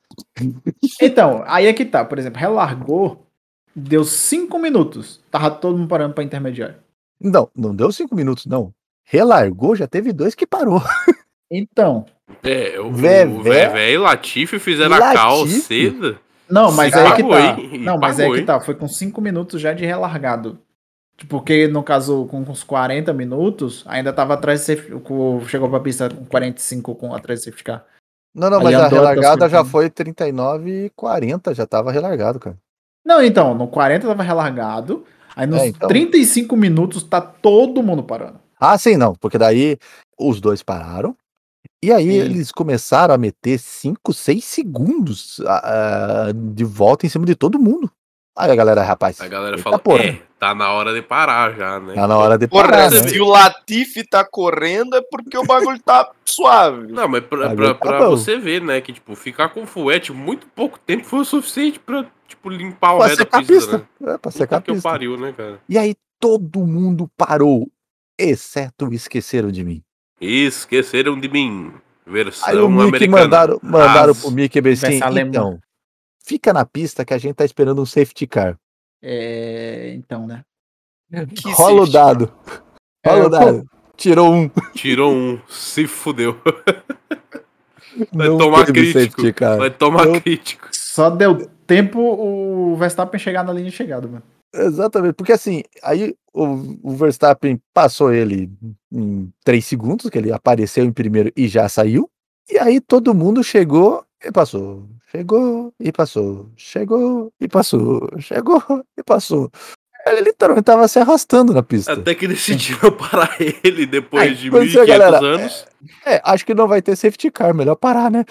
Speaker 4: Então, aí é que tá, por exemplo, relargou, deu cinco minutos, tava todo mundo parando pra intermediário.
Speaker 2: Não, Então, não deu cinco minutos, não. Relargou, já teve dois que parou.
Speaker 4: Então,
Speaker 3: É, o
Speaker 2: Vé,
Speaker 3: o
Speaker 2: vé.
Speaker 3: Vevé e Latifi fizeram a
Speaker 2: Latifi?
Speaker 3: cal cedo.
Speaker 4: não, mas
Speaker 3: Se
Speaker 4: aí é que
Speaker 3: pagou,
Speaker 4: tá.
Speaker 3: hein? E
Speaker 4: Não, mas aí é
Speaker 3: pagou,
Speaker 4: que
Speaker 3: hein?
Speaker 4: tá, foi com cinco minutos já de relargado. Tipo, Porque, no caso, com uns 40 minutos, ainda tava atrás de safety, com- chegou pra pista com 45 com atrás de safety car.
Speaker 2: Não, não,
Speaker 4: Aí
Speaker 2: mas a
Speaker 4: adota as
Speaker 2: relargada já
Speaker 4: cortinas.
Speaker 2: foi 39 e 40, já tava relargado, cara.
Speaker 4: Não, então, no 40 tava relargado. Aí nos
Speaker 2: É, então.
Speaker 4: 35 minutos tá todo mundo parando.
Speaker 2: Ah, sim, não, porque daí os dois pararam. E aí
Speaker 4: Sim.
Speaker 2: eles começaram a meter 5, 6 segundos ah, ah, de volta em cima de todo mundo. Aí a galera, rapaz,
Speaker 3: A galera
Speaker 2: eita
Speaker 3: fala,
Speaker 2: porra,
Speaker 3: é, tá na hora de parar já, né?
Speaker 2: tá na hora de
Speaker 5: Porra,
Speaker 2: parar, né?
Speaker 5: se o Latifi tá correndo é porque o bagulho tá suave.
Speaker 3: Não, mas pra,
Speaker 2: Aí tá
Speaker 3: pra, pra
Speaker 2: bom.
Speaker 3: você ver, né, que, tipo, ficar com fuete muito pouco tempo foi o suficiente pra, tipo, limpar o
Speaker 2: Pra
Speaker 3: resto da
Speaker 2: secar a
Speaker 3: pista, né?
Speaker 2: pista. É, pra secar a
Speaker 3: Puta que eu
Speaker 2: pista.
Speaker 3: pariu, né, cara?
Speaker 2: E aí todo mundo parou, exceto o esqueceram de mim.
Speaker 3: Esqueceram de mim. Versão
Speaker 2: Aí o Mickey
Speaker 3: americana. Ah,
Speaker 2: mandaram, mandaram
Speaker 3: As-
Speaker 2: pro Mickey bem assim,
Speaker 4: versão alemã.
Speaker 2: então, fica na pista que a gente tá esperando um safety car.
Speaker 4: É, então, né?
Speaker 5: Que
Speaker 2: Rola o
Speaker 5: safety
Speaker 2: dado. Rola
Speaker 4: É,
Speaker 2: o dado. Tirou um.
Speaker 3: Tirou um, se fudeu. Vai
Speaker 2: Não
Speaker 3: tomar
Speaker 2: teve
Speaker 3: crítico.
Speaker 2: safety car.
Speaker 3: Vai tomar
Speaker 2: É. Eu-
Speaker 3: crítico.
Speaker 4: Só deu tempo o Verstappen chegar na linha de chegada, mano.
Speaker 2: Exatamente, porque assim, aí o, o Verstappen passou ele em 3 segundos, que ele apareceu em primeiro e já saiu, e aí todo mundo chegou e passou, chegou e passou, chegou e passou, chegou e passou. Ele literalmente tava se arrastando na pista.
Speaker 3: Até que decidiram parar ele depois
Speaker 2: Ai,
Speaker 3: de
Speaker 2: pois é,
Speaker 3: 1500
Speaker 2: galera.
Speaker 3: anos.
Speaker 2: É, acho que não vai ter safety car, melhor parar, né?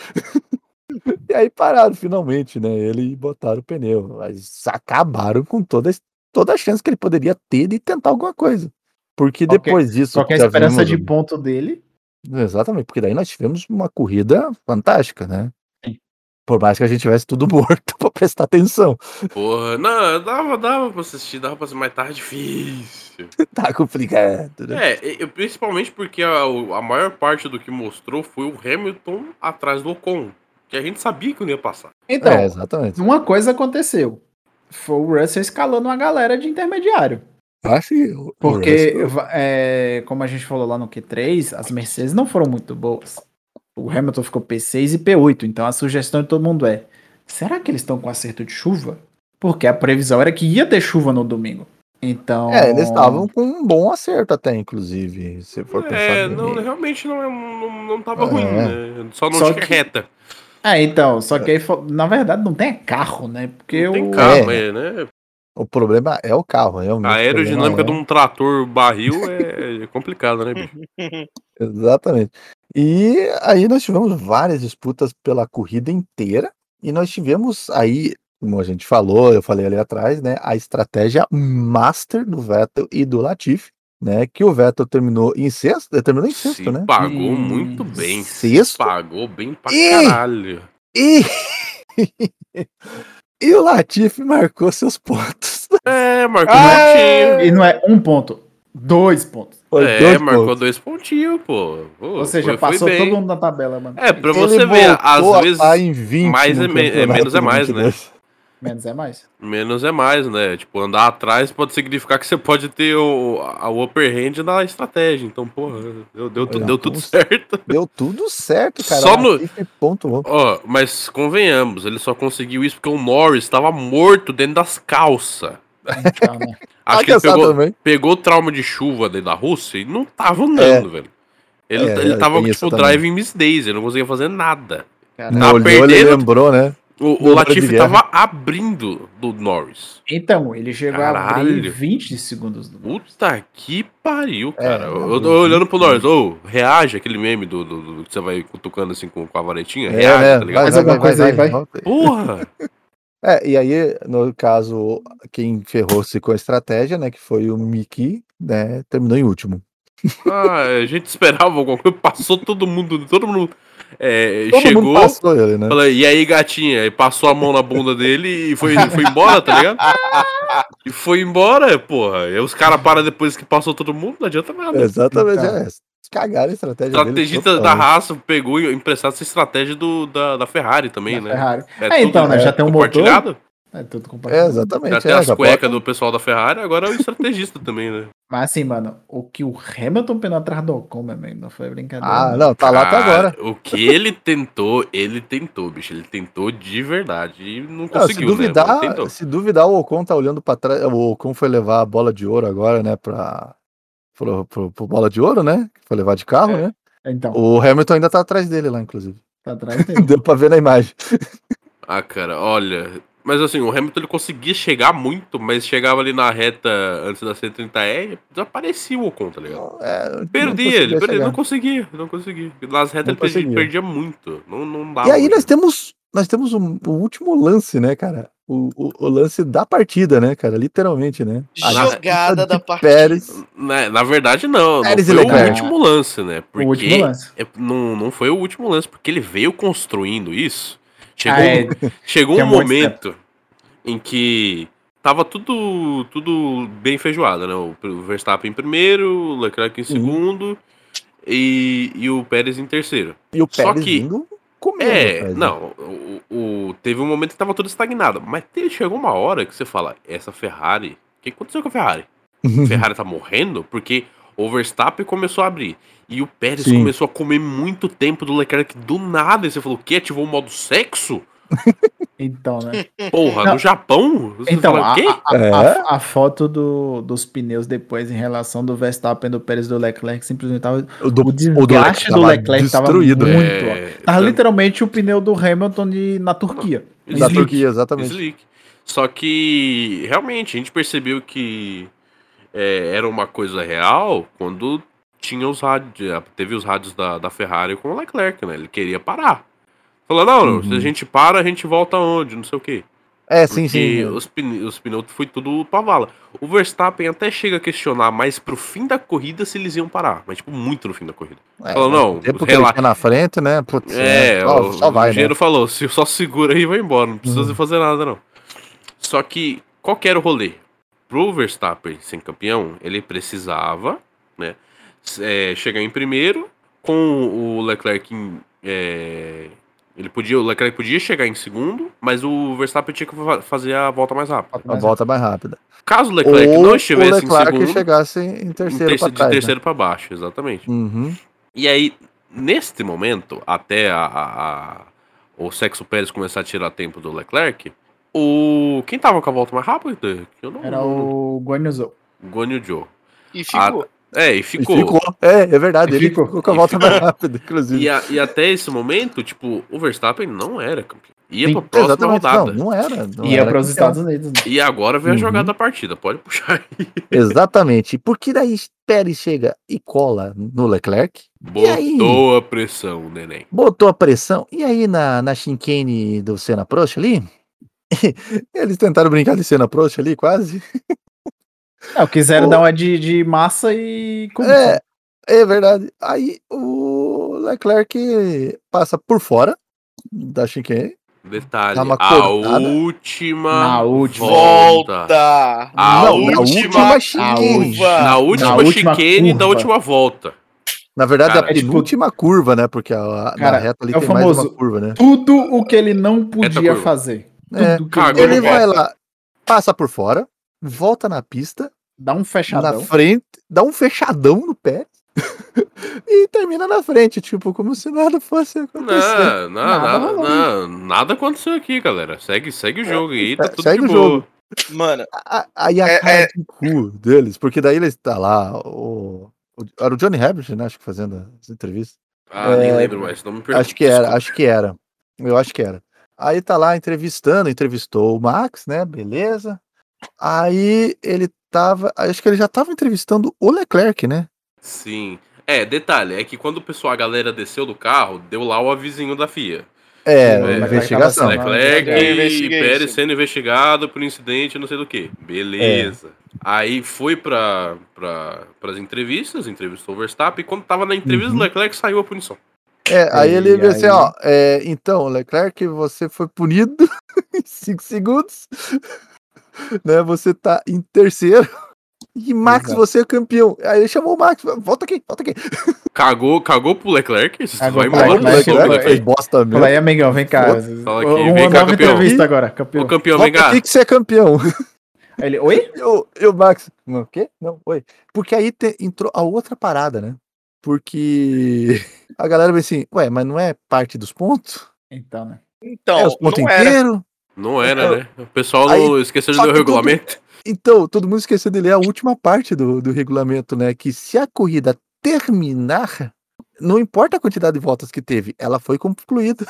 Speaker 2: e aí pararam finalmente, né? Ele e botaram o pneu. Mas acabaram com toda, a- toda a chance que ele poderia ter de tentar alguma coisa. Porque
Speaker 4: Qualquer-
Speaker 2: depois disso.
Speaker 4: Qualquer
Speaker 2: já
Speaker 4: esperança de
Speaker 2: vimos- né?
Speaker 4: ponto dele.
Speaker 2: Exatamente, porque daí nós tivemos uma corrida fantástica, né?
Speaker 4: Sim.
Speaker 2: Por mais que a gente tivesse tudo morto pra prestar atenção.
Speaker 3: Porra, não, dava, dava pra assistir, dava pra ser mais tarde, difícil.
Speaker 2: Tá complicado, né?
Speaker 3: É, e- e principalmente porque a, o- a maior parte do que mostrou foi o Hamilton atrás do Ocon. Que a gente sabia que não ia passar.
Speaker 4: Então,
Speaker 2: É, exatamente.
Speaker 4: uma coisa aconteceu. Foi o Russell escalando uma galera de intermediário.
Speaker 2: Acho que o- o
Speaker 4: Porque,
Speaker 2: resto-
Speaker 4: va- é, como a gente falou lá no Q3, as Mercedes não foram muito boas. O Hamilton ficou P6 e P8, então a sugestão de todo mundo é: será que eles estão com acerto de chuva? Porque a previsão era que ia ter chuva no domingo. Então.
Speaker 2: É, eles estavam com um bom acerto até, inclusive, se for
Speaker 3: É,
Speaker 2: pensar bem.
Speaker 3: não, realmente não, é- não, não tava
Speaker 2: É.
Speaker 3: ruim, né? Só não
Speaker 4: Só
Speaker 3: tinha
Speaker 4: que-
Speaker 3: reta.
Speaker 4: É, então, só que aí, fo- na verdade, não tem carro, né? Porque
Speaker 3: Não
Speaker 4: o.
Speaker 3: tem carro, é, né?
Speaker 2: O problema é o carro, realmente.
Speaker 3: A aerodinâmica
Speaker 2: o
Speaker 3: de
Speaker 2: problema é
Speaker 3: um trator barril é complicada, né, bicho?
Speaker 2: é- Exatamente. E aí nós tivemos várias disputas pela corrida inteira. E nós tivemos aí, como a gente falou, eu falei ali atrás, né? A estratégia master do Vettel e do Latifi, né? Que o Vettel terminou em sexto, eh, terminou em
Speaker 3: Se
Speaker 2: sexto, né?
Speaker 3: pagou
Speaker 4: Hum,
Speaker 3: muito bem. se
Speaker 2: sexto?
Speaker 3: Pagou bem pra
Speaker 2: Ih!
Speaker 3: caralho.
Speaker 2: E... e o Latifi marcou seus pontos.
Speaker 3: É, marcou
Speaker 5: Ah!
Speaker 3: um pontinho.
Speaker 4: E não é um ponto, dois pontos.
Speaker 2: Foi
Speaker 3: É,
Speaker 2: dois
Speaker 3: marcou
Speaker 2: pontos.
Speaker 3: dois pontinhos, pô. Pô,
Speaker 4: Ou seja,
Speaker 3: foi- foi
Speaker 4: passou
Speaker 3: bem.
Speaker 4: todo mundo na tabela, mano.
Speaker 3: É, pra
Speaker 2: Ele
Speaker 3: você ver,
Speaker 2: voltou a
Speaker 3: às vezes
Speaker 2: estar em 20
Speaker 3: mais
Speaker 2: no
Speaker 3: é me- é
Speaker 2: campeonato
Speaker 3: menos é
Speaker 2: de
Speaker 3: mais, né?
Speaker 2: 22.
Speaker 4: Menos é mais.
Speaker 3: menos é mais, né? Tipo, andar atrás pode significar que você pode ter o, a- o upper hand na estratégia. Então, porra, deu, deu, tu-
Speaker 2: Olha,
Speaker 3: deu tudo
Speaker 2: vamos-
Speaker 3: certo.
Speaker 2: Deu tudo certo, cara.
Speaker 3: Só no-
Speaker 2: Latifi pontuou.
Speaker 3: Ó, mas convenhamos, ele só conseguiu isso porque o Norris estava morto dentro das calças.
Speaker 4: Então, né?
Speaker 3: Acho que
Speaker 2: Ah,
Speaker 3: ele
Speaker 2: que azar
Speaker 3: pegou,
Speaker 2: também.
Speaker 3: pegou trauma de chuva dentro da Rússia e não tava andando, velho. Ele,
Speaker 2: É,
Speaker 3: ele
Speaker 2: é,
Speaker 3: tava,
Speaker 2: tem isso
Speaker 3: tipo,
Speaker 2: também.
Speaker 3: driving Miss Daisy, ele não conseguia fazer nada.
Speaker 4: Caralho.
Speaker 2: Não
Speaker 3: Tá
Speaker 2: olhou, ele
Speaker 3: perdendo.
Speaker 2: lembrou, né?
Speaker 3: O, o
Speaker 2: Número de
Speaker 3: Latifi
Speaker 2: guerra.
Speaker 3: tava abrindo do Norris.
Speaker 4: Então, ele chegou a abrir
Speaker 3: Caralho.
Speaker 4: 20 segundos do
Speaker 3: Puta que pariu, cara.
Speaker 2: É,
Speaker 3: eu
Speaker 2: não,
Speaker 3: tô olhando pro Norris, ô, reage aquele meme do, do- do- que você vai cutucando assim com, com a varetinha.
Speaker 2: É,
Speaker 3: reage,
Speaker 2: né?
Speaker 3: tá ligado?
Speaker 4: Faz alguma coisa aí, vai.
Speaker 2: volta aí.
Speaker 3: Porra!
Speaker 2: É, e aí, no caso, quem ferrou-se com a estratégia, né, que foi o Mickey, né, terminou em último.
Speaker 3: Ah, a gente esperava alguma coisa, passou todo mundo, todo mundo é,
Speaker 2: Todo
Speaker 3: chegou.
Speaker 2: mundo passou ele, né?
Speaker 3: Falei, e aí, gatinha? E passou a mão na bunda dele e foi, foi embora, tá ligado? E foi embora, porra. E os caras param depois que passou todo mundo, não adianta nada.
Speaker 2: Exatamente,
Speaker 4: Então.
Speaker 2: é. Cagaram a estratégia dele
Speaker 3: Estrategista da
Speaker 2: totalmente.
Speaker 3: raça pegou e emprestado essa estratégia do, da, da Ferrari também,
Speaker 4: da
Speaker 3: né?
Speaker 4: Ferrari. É, então, né?
Speaker 2: é,
Speaker 4: Já tem um motor.
Speaker 3: compartilhado.
Speaker 4: É tudo
Speaker 2: É,
Speaker 4: compartilhado.
Speaker 2: exatamente.
Speaker 3: Já tem
Speaker 2: é,
Speaker 3: as
Speaker 2: já
Speaker 3: cuecas
Speaker 2: bota-
Speaker 3: do pessoal da Ferrari, agora é o estrategista também, né?
Speaker 4: Mas assim, mano, o que o Hamilton pegou atrás do Ocon, meu amigo, não foi brincadeira.
Speaker 2: Ah, não, tá lá até
Speaker 3: Cara,
Speaker 2: agora.
Speaker 3: O que ele tentou, ele tentou, bicho. Ele tentou de verdade e não
Speaker 2: Não, se
Speaker 3: conseguiu, né?
Speaker 2: duvidar,
Speaker 3: Mas tentou.
Speaker 2: se duvidar, o Ocon tá olhando pra trás. O Ocon foi levar a bola de ouro agora, né, pra... Pro, pro- pro bola de ouro, né? que Foi levar de carro,
Speaker 4: É.
Speaker 2: né?
Speaker 4: Então,
Speaker 2: O Hamilton ainda tá atrás dele lá, inclusive.
Speaker 4: Tá atrás dele.
Speaker 2: Deu pra ver na imagem.
Speaker 3: Ah, cara, olha. Mas assim, o Hamilton ele conseguia chegar muito, mas chegava ali na reta antes da 130E, desaparecia o Ocon, tá ligado?
Speaker 2: É, não
Speaker 3: Perdi
Speaker 2: conseguia
Speaker 3: ele, perdi,
Speaker 2: chegar.
Speaker 3: não conseguia, não conseguia. Nas retas
Speaker 2: Não
Speaker 3: ele perdi-
Speaker 2: conseguia.
Speaker 3: perdia muito, não, não dava.
Speaker 2: E aí nós
Speaker 3: mais.
Speaker 2: temos, nós temos um- o último lance, né, cara? O, o- o lance da partida, né, cara? Literalmente, né? A disputa
Speaker 5: Jogada da
Speaker 2: tá de
Speaker 5: partida.
Speaker 2: Pérez.
Speaker 3: Né, na, na verdade, não, não
Speaker 2: Pérez e
Speaker 3: foi o
Speaker 2: Leclerc.
Speaker 3: último lance, né? Porque
Speaker 4: O último lance.
Speaker 3: é- não, não foi o último lance, porque ele veio construindo isso. Chegou,
Speaker 4: Ah, é.
Speaker 3: chegou
Speaker 4: Que é
Speaker 3: um
Speaker 4: muito
Speaker 3: momento em que tava tudo, tudo bem feijoada, né? O o Verstappen em primeiro, o Leclerc
Speaker 4: Uhum.
Speaker 3: em segundo e, e o Pérez em terceiro.
Speaker 2: E o
Speaker 3: Só
Speaker 2: Pérez
Speaker 3: que-
Speaker 2: vindo comendo.
Speaker 3: É,
Speaker 2: rapaz, né?
Speaker 3: não, o, o- teve um momento que tava tudo estagnado, mas te- chegou uma hora que você fala, essa Ferrari, o que aconteceu com a Ferrari?
Speaker 4: Uhum.
Speaker 3: A Ferrari tá morrendo porque o Verstappen começou a abrir e o Pérez
Speaker 2: Sim.
Speaker 3: começou a comer muito tempo do Leclerc do nada, e você falou, que ativou o modo sexo?
Speaker 4: Então, né?
Speaker 3: Porra,
Speaker 4: Não.
Speaker 3: no Japão? Você
Speaker 4: Então,
Speaker 3: fala,
Speaker 4: a,
Speaker 3: "Quê?"
Speaker 4: a- a-
Speaker 2: É.
Speaker 4: a- a foto do- dos pneus depois em relação do Verstappen, do Pérez e do Leclerc simplesmente tava.
Speaker 2: O, do,
Speaker 4: o
Speaker 2: o do
Speaker 4: desgaste do Leclerc tava
Speaker 2: destruído.
Speaker 4: muito-
Speaker 3: É,
Speaker 4: Tava
Speaker 3: tanto-
Speaker 4: literalmente o pneu do Hamilton de- na Turquia.
Speaker 3: Não,
Speaker 2: Da
Speaker 3: Slick.
Speaker 2: Turquia, exatamente.
Speaker 3: Slick. Só que realmente a gente percebeu que é, era uma coisa real quando tinha os rádios, teve os rádios da, da Ferrari com o Leclerc, né? Ele queria parar. Falou, não, não, se
Speaker 2: Uhum.
Speaker 3: a gente para, a gente volta aonde, não sei o quê.
Speaker 2: É,
Speaker 3: Porque
Speaker 2: sim, sim.
Speaker 3: Os, pne- os pneus foi tudo pra vala. O Verstappen até chega a questionar mais pro fim da corrida se eles iam parar. Mas, tipo, muito no fim da corrida.
Speaker 2: É,
Speaker 3: falou, não,
Speaker 2: o tempo que
Speaker 3: relaxa.
Speaker 2: ele tinha na frente, né? Putz,
Speaker 3: É,
Speaker 2: né, só,
Speaker 3: o,
Speaker 2: só vai,
Speaker 3: o
Speaker 2: né? Uhum.
Speaker 3: engenheiro falou, se só segura aí e vai embora, não precisa fazer nada não. Só que, qual que era o rolê? Pro Verstappen ser campeão, ele precisava, né, s- é, chegar em primeiro, com o Leclerc em, é, ele podia, o Leclerc podia chegar em segundo, mas o Verstappen tinha que fa- fazer a volta mais rápida.
Speaker 2: A volta é mais rápida.
Speaker 3: Caso o Leclerc
Speaker 2: Ou
Speaker 3: não
Speaker 2: o
Speaker 3: estivesse
Speaker 2: Leclerc
Speaker 3: em segundo,
Speaker 2: chegasse em terceiro
Speaker 3: em terce-
Speaker 2: pra
Speaker 3: de
Speaker 2: trás, né?
Speaker 3: terceiro pra baixo, exatamente.
Speaker 2: Uhum.
Speaker 3: E aí, neste momento, até a, a- a- o Sexo Pérez começar a tirar tempo do Leclerc, o. Quem tava com a volta mais rápida? Eu não
Speaker 4: Era o
Speaker 2: Hum.
Speaker 4: Guanizou.
Speaker 3: Guanyu Joe.
Speaker 5: E ficou.
Speaker 3: É, e
Speaker 2: E
Speaker 3: ficou.
Speaker 2: É, é verdade.
Speaker 4: E
Speaker 2: Ele
Speaker 4: ficou.
Speaker 2: ficou, com a volta mais rápida, inclusive.
Speaker 3: E, a- e até esse momento, tipo, o Verstappen não era campeão. Ia
Speaker 4: Sim,
Speaker 3: pra próxima
Speaker 2: não,
Speaker 3: rodada.
Speaker 2: não era. Não
Speaker 4: Ia
Speaker 2: era
Speaker 4: para os
Speaker 2: campeão.
Speaker 4: é Estados Unidos, né?
Speaker 3: E agora vem a
Speaker 2: Uhum.
Speaker 3: jogada da partida. Pode puxar aí.
Speaker 2: Exatamente. Porque daí Pérez chega e cola no Leclerc, aí?
Speaker 3: Botou a pressão, neném.
Speaker 2: botou a pressão, e aí na, na chicane do Senna Prost ali, eles tentaram brincar de Senna Prost ali, quase.
Speaker 4: Não, quiseram
Speaker 2: O-
Speaker 4: dar uma de, de massa e. com-
Speaker 2: É, é verdade. Aí o Leclerc passa por fora da chicane.
Speaker 3: Detalhe,
Speaker 2: Dá uma
Speaker 3: a
Speaker 2: cortada.
Speaker 3: última,
Speaker 4: Na última.
Speaker 3: volta.
Speaker 5: Volta!
Speaker 3: A
Speaker 5: Na
Speaker 3: última-
Speaker 5: última
Speaker 4: a
Speaker 2: chicane.
Speaker 5: curva.
Speaker 3: Na última,
Speaker 4: última
Speaker 3: chicane da
Speaker 4: curva.
Speaker 3: última volta.
Speaker 2: Na verdade,
Speaker 3: Cara,
Speaker 2: a
Speaker 4: é tipo-
Speaker 2: penúltima curva, né? Porque a, a- na
Speaker 4: Cara,
Speaker 2: reta ali
Speaker 4: é o
Speaker 2: tem mais
Speaker 4: famoso-
Speaker 2: uma curva, né?
Speaker 4: Tudo o que ele não podia
Speaker 3: curva.
Speaker 4: fazer.
Speaker 2: É.
Speaker 4: Tudo que
Speaker 3: Cara,
Speaker 4: ele
Speaker 2: Ele
Speaker 5: Agora
Speaker 2: vai lá, passa por fora, volta na pista,
Speaker 4: dá um
Speaker 2: na
Speaker 4: fechadão.
Speaker 2: frente, dá um fechadão no pé e termina na frente, tipo, como se nada fosse acontecer.
Speaker 3: Não, não,
Speaker 4: Nada
Speaker 3: nada,
Speaker 4: rolou.
Speaker 3: não, nada aconteceu aqui, galera. Segue, segue o jogo aí, tá
Speaker 2: se-
Speaker 3: tudo
Speaker 2: É, segue
Speaker 3: de
Speaker 2: o
Speaker 3: boa.
Speaker 2: jogo.
Speaker 5: Mano,
Speaker 2: A- Aí a
Speaker 5: É,
Speaker 2: cara
Speaker 5: é.
Speaker 2: de cu deles, porque daí eles tá lá, o, o- era o Johnny Herbert, né? Acho que fazendo as entrevistas.
Speaker 3: Ah,
Speaker 2: É,
Speaker 3: nem lembro mais, não me pergunto.
Speaker 2: Acho que era, acho que era. Eu acho que era. Aí tá lá entrevistando, entrevistou o Max, né? Beleza. Aí ele tava. Acho que ele já tava entrevistando o Leclerc, né?
Speaker 3: Sim. É, detalhe, é que quando o pessoal, a galera desceu do carro, deu lá o avisinho da FIA.
Speaker 2: É,
Speaker 4: O Leclerc
Speaker 2: investigação.
Speaker 4: tava sendo-
Speaker 3: Leclerc
Speaker 5: é,
Speaker 3: e
Speaker 5: investigation.
Speaker 3: Pérez sendo investigado por incidente, não sei do que.
Speaker 2: É.
Speaker 3: Beleza. Aí foi pra, pra, pras entrevistas, entrevistou o Verstappen, e quando tava na entrevista do
Speaker 2: Uhum.
Speaker 3: Leclerc, saiu a punição.
Speaker 2: É, aí
Speaker 4: E
Speaker 2: ele vê assim,
Speaker 4: aí?
Speaker 2: ó, é, então, Leclerc, você foi punido em 5 segundos, né? Você tá em terceiro. E Max,
Speaker 4: Exato.
Speaker 2: você é campeão. Aí ele chamou o Max, falou, volta aqui, volta aqui.
Speaker 3: Cagou, cagou pro Leclerc, isso
Speaker 4: Cagou
Speaker 3: vai
Speaker 4: pro
Speaker 3: embora,
Speaker 2: Leclerc, né?
Speaker 4: Leclerc,
Speaker 3: voltou pro
Speaker 2: Leclerc
Speaker 3: Leclerc.
Speaker 2: fez bosta mesmo.
Speaker 4: Fala aí, amigão, vem cá.
Speaker 3: Fala aqui,
Speaker 4: Uma
Speaker 3: vem cá,
Speaker 4: nova
Speaker 3: campeão.
Speaker 4: entrevista agora, campeão.
Speaker 3: Ô campeão, vem
Speaker 2: Volta
Speaker 3: cá.
Speaker 2: aqui que você é campeão.
Speaker 4: Aí ele, oi?
Speaker 2: E o, e o Max, não, o quê? Não, oi. Porque aí te- entrou a outra parada, né? Porque a galera vê assim, ué, mas não é parte dos pontos?
Speaker 4: Então, né?
Speaker 5: então,
Speaker 2: é os pontos
Speaker 5: não era.
Speaker 2: inteiros?
Speaker 3: Não era,
Speaker 2: Então,
Speaker 3: né? O pessoal
Speaker 2: aí-
Speaker 3: não esqueceu de
Speaker 2: só
Speaker 3: ler o
Speaker 2: que tudo-
Speaker 3: regulamento.
Speaker 2: Então, todo mundo esqueceu de ler a última parte do, do regulamento, né? Que se a corrida terminar não importa a quantidade de votos que teve, ela foi concluída.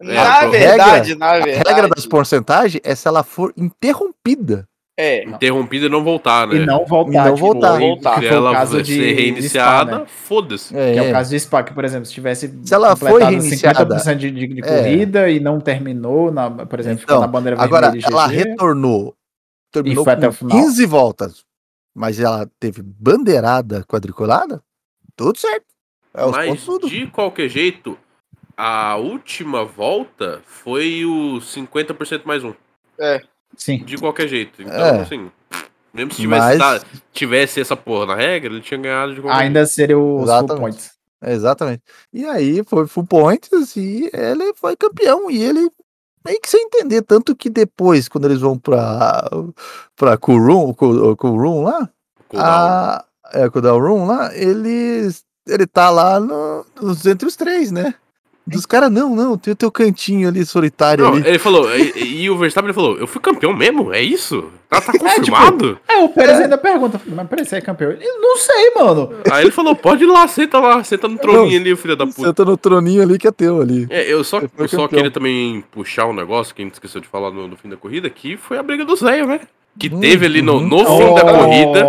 Speaker 5: Na
Speaker 3: É, a
Speaker 5: verdade, na
Speaker 2: A regra
Speaker 5: É verdade.
Speaker 2: das porcentagens é se ela for interrompida.
Speaker 5: É.
Speaker 3: Interrompida e não voltar, né?
Speaker 4: E não voltar. tipo,
Speaker 2: E não voltar.
Speaker 4: aí
Speaker 5: Voltar.
Speaker 4: que
Speaker 3: Se
Speaker 4: foi o
Speaker 3: ela
Speaker 4: caso
Speaker 3: vai
Speaker 4: de-
Speaker 3: ser
Speaker 4: de
Speaker 3: reiniciada,
Speaker 4: Spa, né?
Speaker 3: foda-se.
Speaker 4: Que é,
Speaker 2: É,
Speaker 4: o caso de Spa, que, por exemplo, se tivesse
Speaker 2: Se ela foi
Speaker 4: completado
Speaker 2: reiniciada,
Speaker 4: 50% de, de, de
Speaker 2: é.
Speaker 4: corrida e não terminou, na, por exemplo, ficou
Speaker 2: Então,
Speaker 4: na bandeira
Speaker 2: Agora,
Speaker 4: vermelha de
Speaker 2: ela
Speaker 4: GG,
Speaker 2: retornou. Terminou
Speaker 4: E foi até o
Speaker 2: com
Speaker 4: final.
Speaker 2: 15 voltas. Mas ela teve bandeirada quadriculada? Tudo certo. É os
Speaker 3: Mas,
Speaker 2: pontos tudo.
Speaker 3: de qualquer jeito, a última volta foi o 50% mais um.
Speaker 4: Sim.
Speaker 3: De qualquer jeito. Então,
Speaker 2: É.
Speaker 3: assim. Mesmo se tivesse,
Speaker 2: Mas-
Speaker 3: dado- tivesse essa porra na regra, ele tinha ganhado de qualquer
Speaker 4: Ainda seria os full
Speaker 2: Exatamente.
Speaker 4: points.
Speaker 2: É, exatamente. E aí foi full points e ele foi campeão. E ele meio que sem entender. Tanto que depois, quando eles vão pra, pra Kurum, Ku- Kurum lá,
Speaker 3: jeito. Cooldown.
Speaker 2: a, é, Kudal Room lá, eles, ele tá lá no, nos- entre os três, né? Dos caras, não, não, tem o teu cantinho ali solitário
Speaker 3: Não,
Speaker 2: ali.
Speaker 3: ele falou, e, e o Verstappen ele falou, eu fui campeão mesmo? É isso? Tá, tá
Speaker 4: tipo,
Speaker 3: confirmado?
Speaker 4: É, o Pérez ainda pergunta, mas Pérez, você é campeão? Ele, não sei, mano.
Speaker 3: Aí ele falou, pode ir lá, senta lá, senta no troninho ali, filho da puta.
Speaker 2: Senta no troninho ali que é teu ali.
Speaker 3: É, eu só,
Speaker 2: Você foi
Speaker 3: eu só
Speaker 2: campeão.
Speaker 3: queria também puxar um negócio que a gente esqueceu de falar no, no fim da corrida, que foi a briga do Zéio, né? Que
Speaker 2: Uhum.
Speaker 3: teve ali no, no fim da corrida,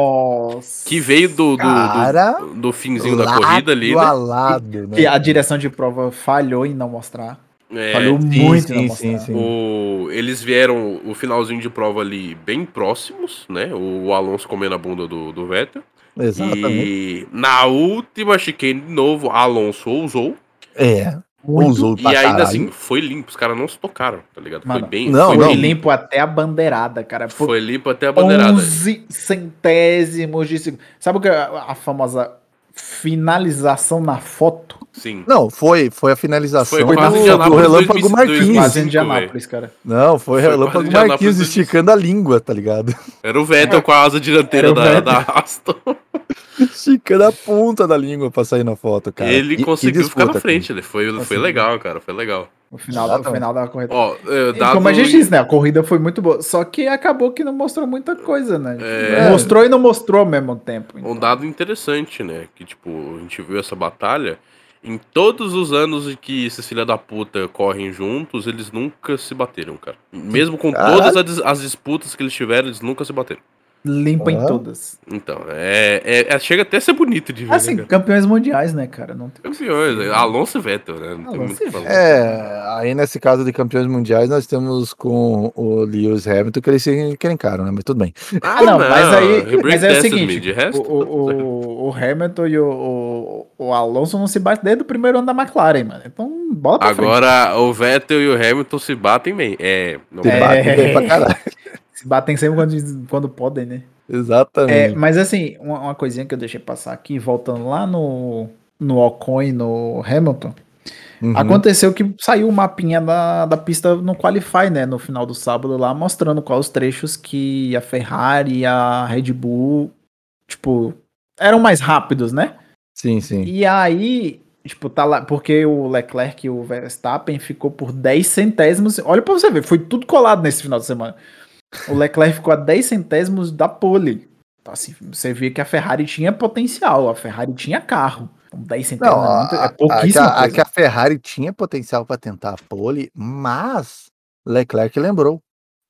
Speaker 3: que veio do, do, do,
Speaker 2: Cara,
Speaker 3: do finzinho da corrida ali,
Speaker 2: lado
Speaker 3: né?
Speaker 2: a lado, né?
Speaker 4: E a direção de prova falhou em não mostrar.
Speaker 3: É,
Speaker 4: falhou
Speaker 2: sim,
Speaker 4: muito
Speaker 2: sim,
Speaker 4: em não
Speaker 2: sim,
Speaker 4: mostrar.
Speaker 2: sim.
Speaker 3: o, eles vieram o finalzinho de prova ali bem próximos, né? O Alonso comendo a bunda do, do Vettel.
Speaker 2: Exatamente.
Speaker 3: E na última chicane, de novo, Alonso ousou.
Speaker 2: É. Usou
Speaker 3: E
Speaker 2: pra
Speaker 3: ainda
Speaker 2: caralho.
Speaker 3: assim, foi limpo. Os caras não se tocaram, tá ligado? Foi
Speaker 4: Mano, É
Speaker 3: bem.
Speaker 2: Não,
Speaker 3: foi
Speaker 4: Foi
Speaker 2: não.
Speaker 3: limpo.
Speaker 4: limpo até a bandeirada, cara. Foi
Speaker 3: Foi limpo até a bandeirada.
Speaker 4: 11 centésimos de segundo. Sabe o que é a a famosa finalização na foto?
Speaker 3: Sim.
Speaker 2: Não, foi, foi a finalização
Speaker 3: Foi
Speaker 2: do,
Speaker 3: quase
Speaker 2: do
Speaker 3: Indianápolis
Speaker 2: relâmpago
Speaker 3: 2000,
Speaker 2: Marquinhos.
Speaker 4: Quase em
Speaker 3: 25,
Speaker 4: Indianápolis, cara.
Speaker 2: Não, foi,
Speaker 3: Foi
Speaker 2: relâmpago
Speaker 3: quase Indianápolis
Speaker 2: Marquinhos
Speaker 3: 2000.
Speaker 2: esticando a língua, tá ligado?
Speaker 3: Era o Vettel com a asa dianteira
Speaker 4: É. Era o
Speaker 3: da,
Speaker 4: Vettel.
Speaker 3: da Aston.
Speaker 2: esticando a ponta da língua pra sair na foto, cara.
Speaker 3: ele
Speaker 2: E- e
Speaker 3: conseguiu ficar na
Speaker 2: disputa,
Speaker 3: frente, né? Foi, foi
Speaker 4: Conseguiu.
Speaker 3: legal, cara. Foi legal.
Speaker 4: O final,
Speaker 2: Exatamente.
Speaker 4: o final da corrida.
Speaker 3: Ó, é,
Speaker 4: E
Speaker 3: dado...
Speaker 4: Como a gente disse, né? A corrida foi muito boa. Só que acabou que não mostrou muita coisa, né?
Speaker 3: É.
Speaker 4: Mostrou e não mostrou ao mesmo tempo. então.
Speaker 3: Um dado interessante, né? Que, tipo, a gente viu essa batalha. Em todos os anos em que esses filha da puta correm juntos, eles nunca se bateram, cara. Mesmo com
Speaker 2: Caralho.
Speaker 3: todas as, dis- as disputas que eles tiveram, eles nunca se bateram.
Speaker 4: Limpa em
Speaker 2: Ah.
Speaker 4: todas.
Speaker 3: Então, é, é- é- chega até a ser bonito de ver.
Speaker 4: Assim,
Speaker 3: né, cara?
Speaker 4: campeões mundiais, né, cara? Não tem...
Speaker 3: Campeões, né? Alonso e Vettel, né? Não tem
Speaker 4: Alonso
Speaker 3: muito o que
Speaker 4: e
Speaker 3: falar.
Speaker 2: É, aí nesse caso de campeões mundiais, nós temos com o Lewis Hamilton, que eles se encrencaram, né? Mas tudo bem.
Speaker 4: Ah, não, mas aí-
Speaker 3: Break
Speaker 4: mas é o
Speaker 3: Tested,
Speaker 4: seguinte,
Speaker 3: me, de resto,
Speaker 4: O, o, o- o Hamilton e o, o- o Alonso não se batem desde o primeiro ano da McLaren, mano. Então, bola pra frente.
Speaker 3: Agora o Vettel e o Hamilton se batem bem. É, não
Speaker 2: Se
Speaker 4: É.
Speaker 2: bate bem pra caralho.
Speaker 4: Se batem sempre quando, quando podem, né? É,
Speaker 2: Exatamente.
Speaker 4: mas assim, uma, uma coisinha que eu deixei passar aqui, voltando lá no, no Ocon e no Hamilton, É,
Speaker 2: Uhum.
Speaker 4: aconteceu que saiu o mapinha da, da pista no Qualify, né? No final do sábado lá, mostrando quais os trechos que a Ferrari e a Red Bull, tipo, eram mais rápidos, né?
Speaker 2: Sim, sim.
Speaker 4: E aí, tipo, tá lá, porque o Leclerc e o Verstappen ficou por 10 centésimos. Olha pra você ver, foi tudo colado nesse final de semana. O Leclerc ficou a 10 centésimos da pole. Então, assim, você vê que a Ferrari tinha potencial, a Ferrari tinha carro. Então, 10 centésimos é, muito, é pouquíssima
Speaker 2: a, a,
Speaker 4: coisa.
Speaker 2: que a Ferrari tinha potencial pra tentar a pole, mas Leclerc lembrou.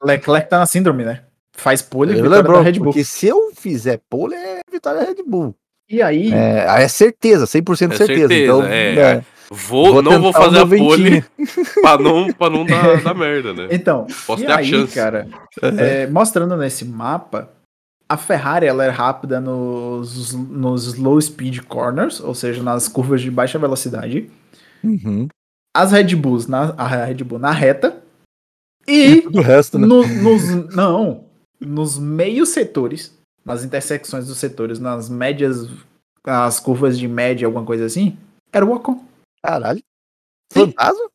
Speaker 4: Leclerc tá na síndrome, né? Faz
Speaker 3: é
Speaker 4: pole e
Speaker 2: Ele
Speaker 4: vitória da
Speaker 2: lembrou,
Speaker 4: Red Bull.
Speaker 2: porque se eu fizer pole, é vitória da Red Bull.
Speaker 4: E aí,
Speaker 2: É, aí é certeza, 100%
Speaker 3: É
Speaker 2: certeza.
Speaker 3: certeza,
Speaker 2: então,
Speaker 3: é.
Speaker 2: né,
Speaker 3: Vou, não vou
Speaker 2: tentar
Speaker 3: fazer
Speaker 2: um
Speaker 3: a
Speaker 2: noventinho.
Speaker 3: pole pra não, pra não dar, dar merda, né?
Speaker 4: Então,
Speaker 3: Posso
Speaker 4: e
Speaker 3: ter a
Speaker 4: aí,
Speaker 3: chance.
Speaker 4: cara, é, mostrando nesse mapa, a Ferrari ela é rápida nos, nos low speed corners, ou seja, nas curvas de baixa velocidade.
Speaker 2: Uhum.
Speaker 4: As Red Bulls na, a Red Bull na reta. E
Speaker 2: Do resto, né?
Speaker 4: no- nos, não, nos meios setores, nas intersecções dos setores, nas médias, as curvas de média, alguma coisa assim, era o Ocon.
Speaker 2: Caralho.
Speaker 4: Sim.
Speaker 2: Fantasma?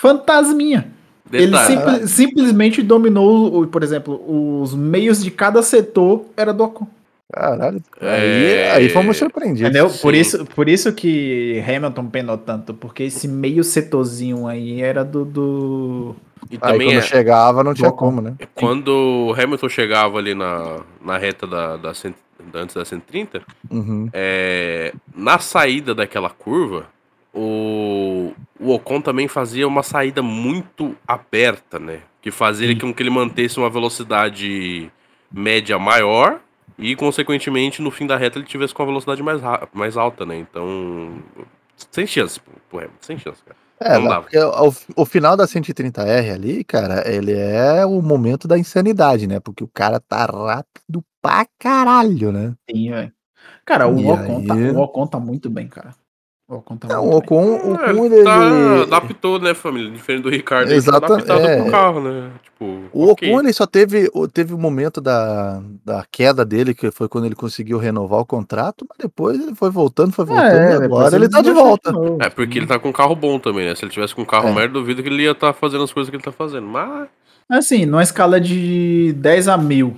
Speaker 4: Fantasminha. Ele
Speaker 3: Detalhe,
Speaker 2: sempre-
Speaker 4: simple- simplesmente dominou, o- por exemplo, os meios de cada setor era do Ocon.
Speaker 2: Caralho.
Speaker 3: É.
Speaker 2: Aí, aí fomos surpreendidos.
Speaker 4: Entendeu?
Speaker 3: Sim.
Speaker 4: Por isso, por isso que Hamilton penou tanto, porque esse meio setorzinho aí era do. do...
Speaker 3: e
Speaker 2: Aí
Speaker 3: também
Speaker 2: quando
Speaker 3: é,
Speaker 2: chegava não tinha
Speaker 4: Bloco.
Speaker 2: como, né?
Speaker 3: quando o Hamilton chegava ali na, na reta da, da, cento- da- antes da 130,
Speaker 2: Uhum.
Speaker 3: é, na saída daquela curva, o, o Ocon também fazia uma saída muito aberta, né? Que fazia com que ele mantesse uma velocidade média maior e, consequentemente, no fim da reta ele tivesse com a velocidade mais, ra- mais alta, né? Então, sem chance, pô, pro Hamilton, sem chance, cara.
Speaker 2: É,
Speaker 3: Não
Speaker 2: lá,
Speaker 3: dava.
Speaker 2: porque o, o final da 130R ali, cara, ele é o momento da insanidade, né? Porque o cara tá rápido pra caralho, né?
Speaker 4: Sim, velho. Cara, o
Speaker 2: E
Speaker 4: Ocon, tá,
Speaker 2: aí?
Speaker 4: o Ocon tá muito bem, cara. O Ocon tá
Speaker 2: Não,
Speaker 4: muito
Speaker 2: o Ocon, o
Speaker 3: É,
Speaker 2: Ocon,
Speaker 3: ele
Speaker 2: ele...
Speaker 3: tá adaptou, né, família? Diferente do Ricardo, ele tá
Speaker 2: Exata-
Speaker 3: adaptado
Speaker 2: é.
Speaker 3: pro carro, né? Tipo,
Speaker 2: O Ocon
Speaker 3: ok.
Speaker 2: ele só teve o teve o momento da, da queda dele, que foi quando ele conseguiu renovar o contrato, mas depois ele foi voltando, foi
Speaker 4: bem.
Speaker 2: voltando,
Speaker 4: É,
Speaker 2: e
Speaker 4: depois
Speaker 2: agora ele tá de
Speaker 4: desmanchou
Speaker 2: volta.
Speaker 4: novo.
Speaker 3: É, porque ele tá com um carro bom também, né? Se ele tivesse com um carro
Speaker 2: É.
Speaker 3: merda, duvido que ele ia estar fazendo as coisas que ele tá fazendo. Mas.
Speaker 4: Assim, numa escala de 10 a 1000.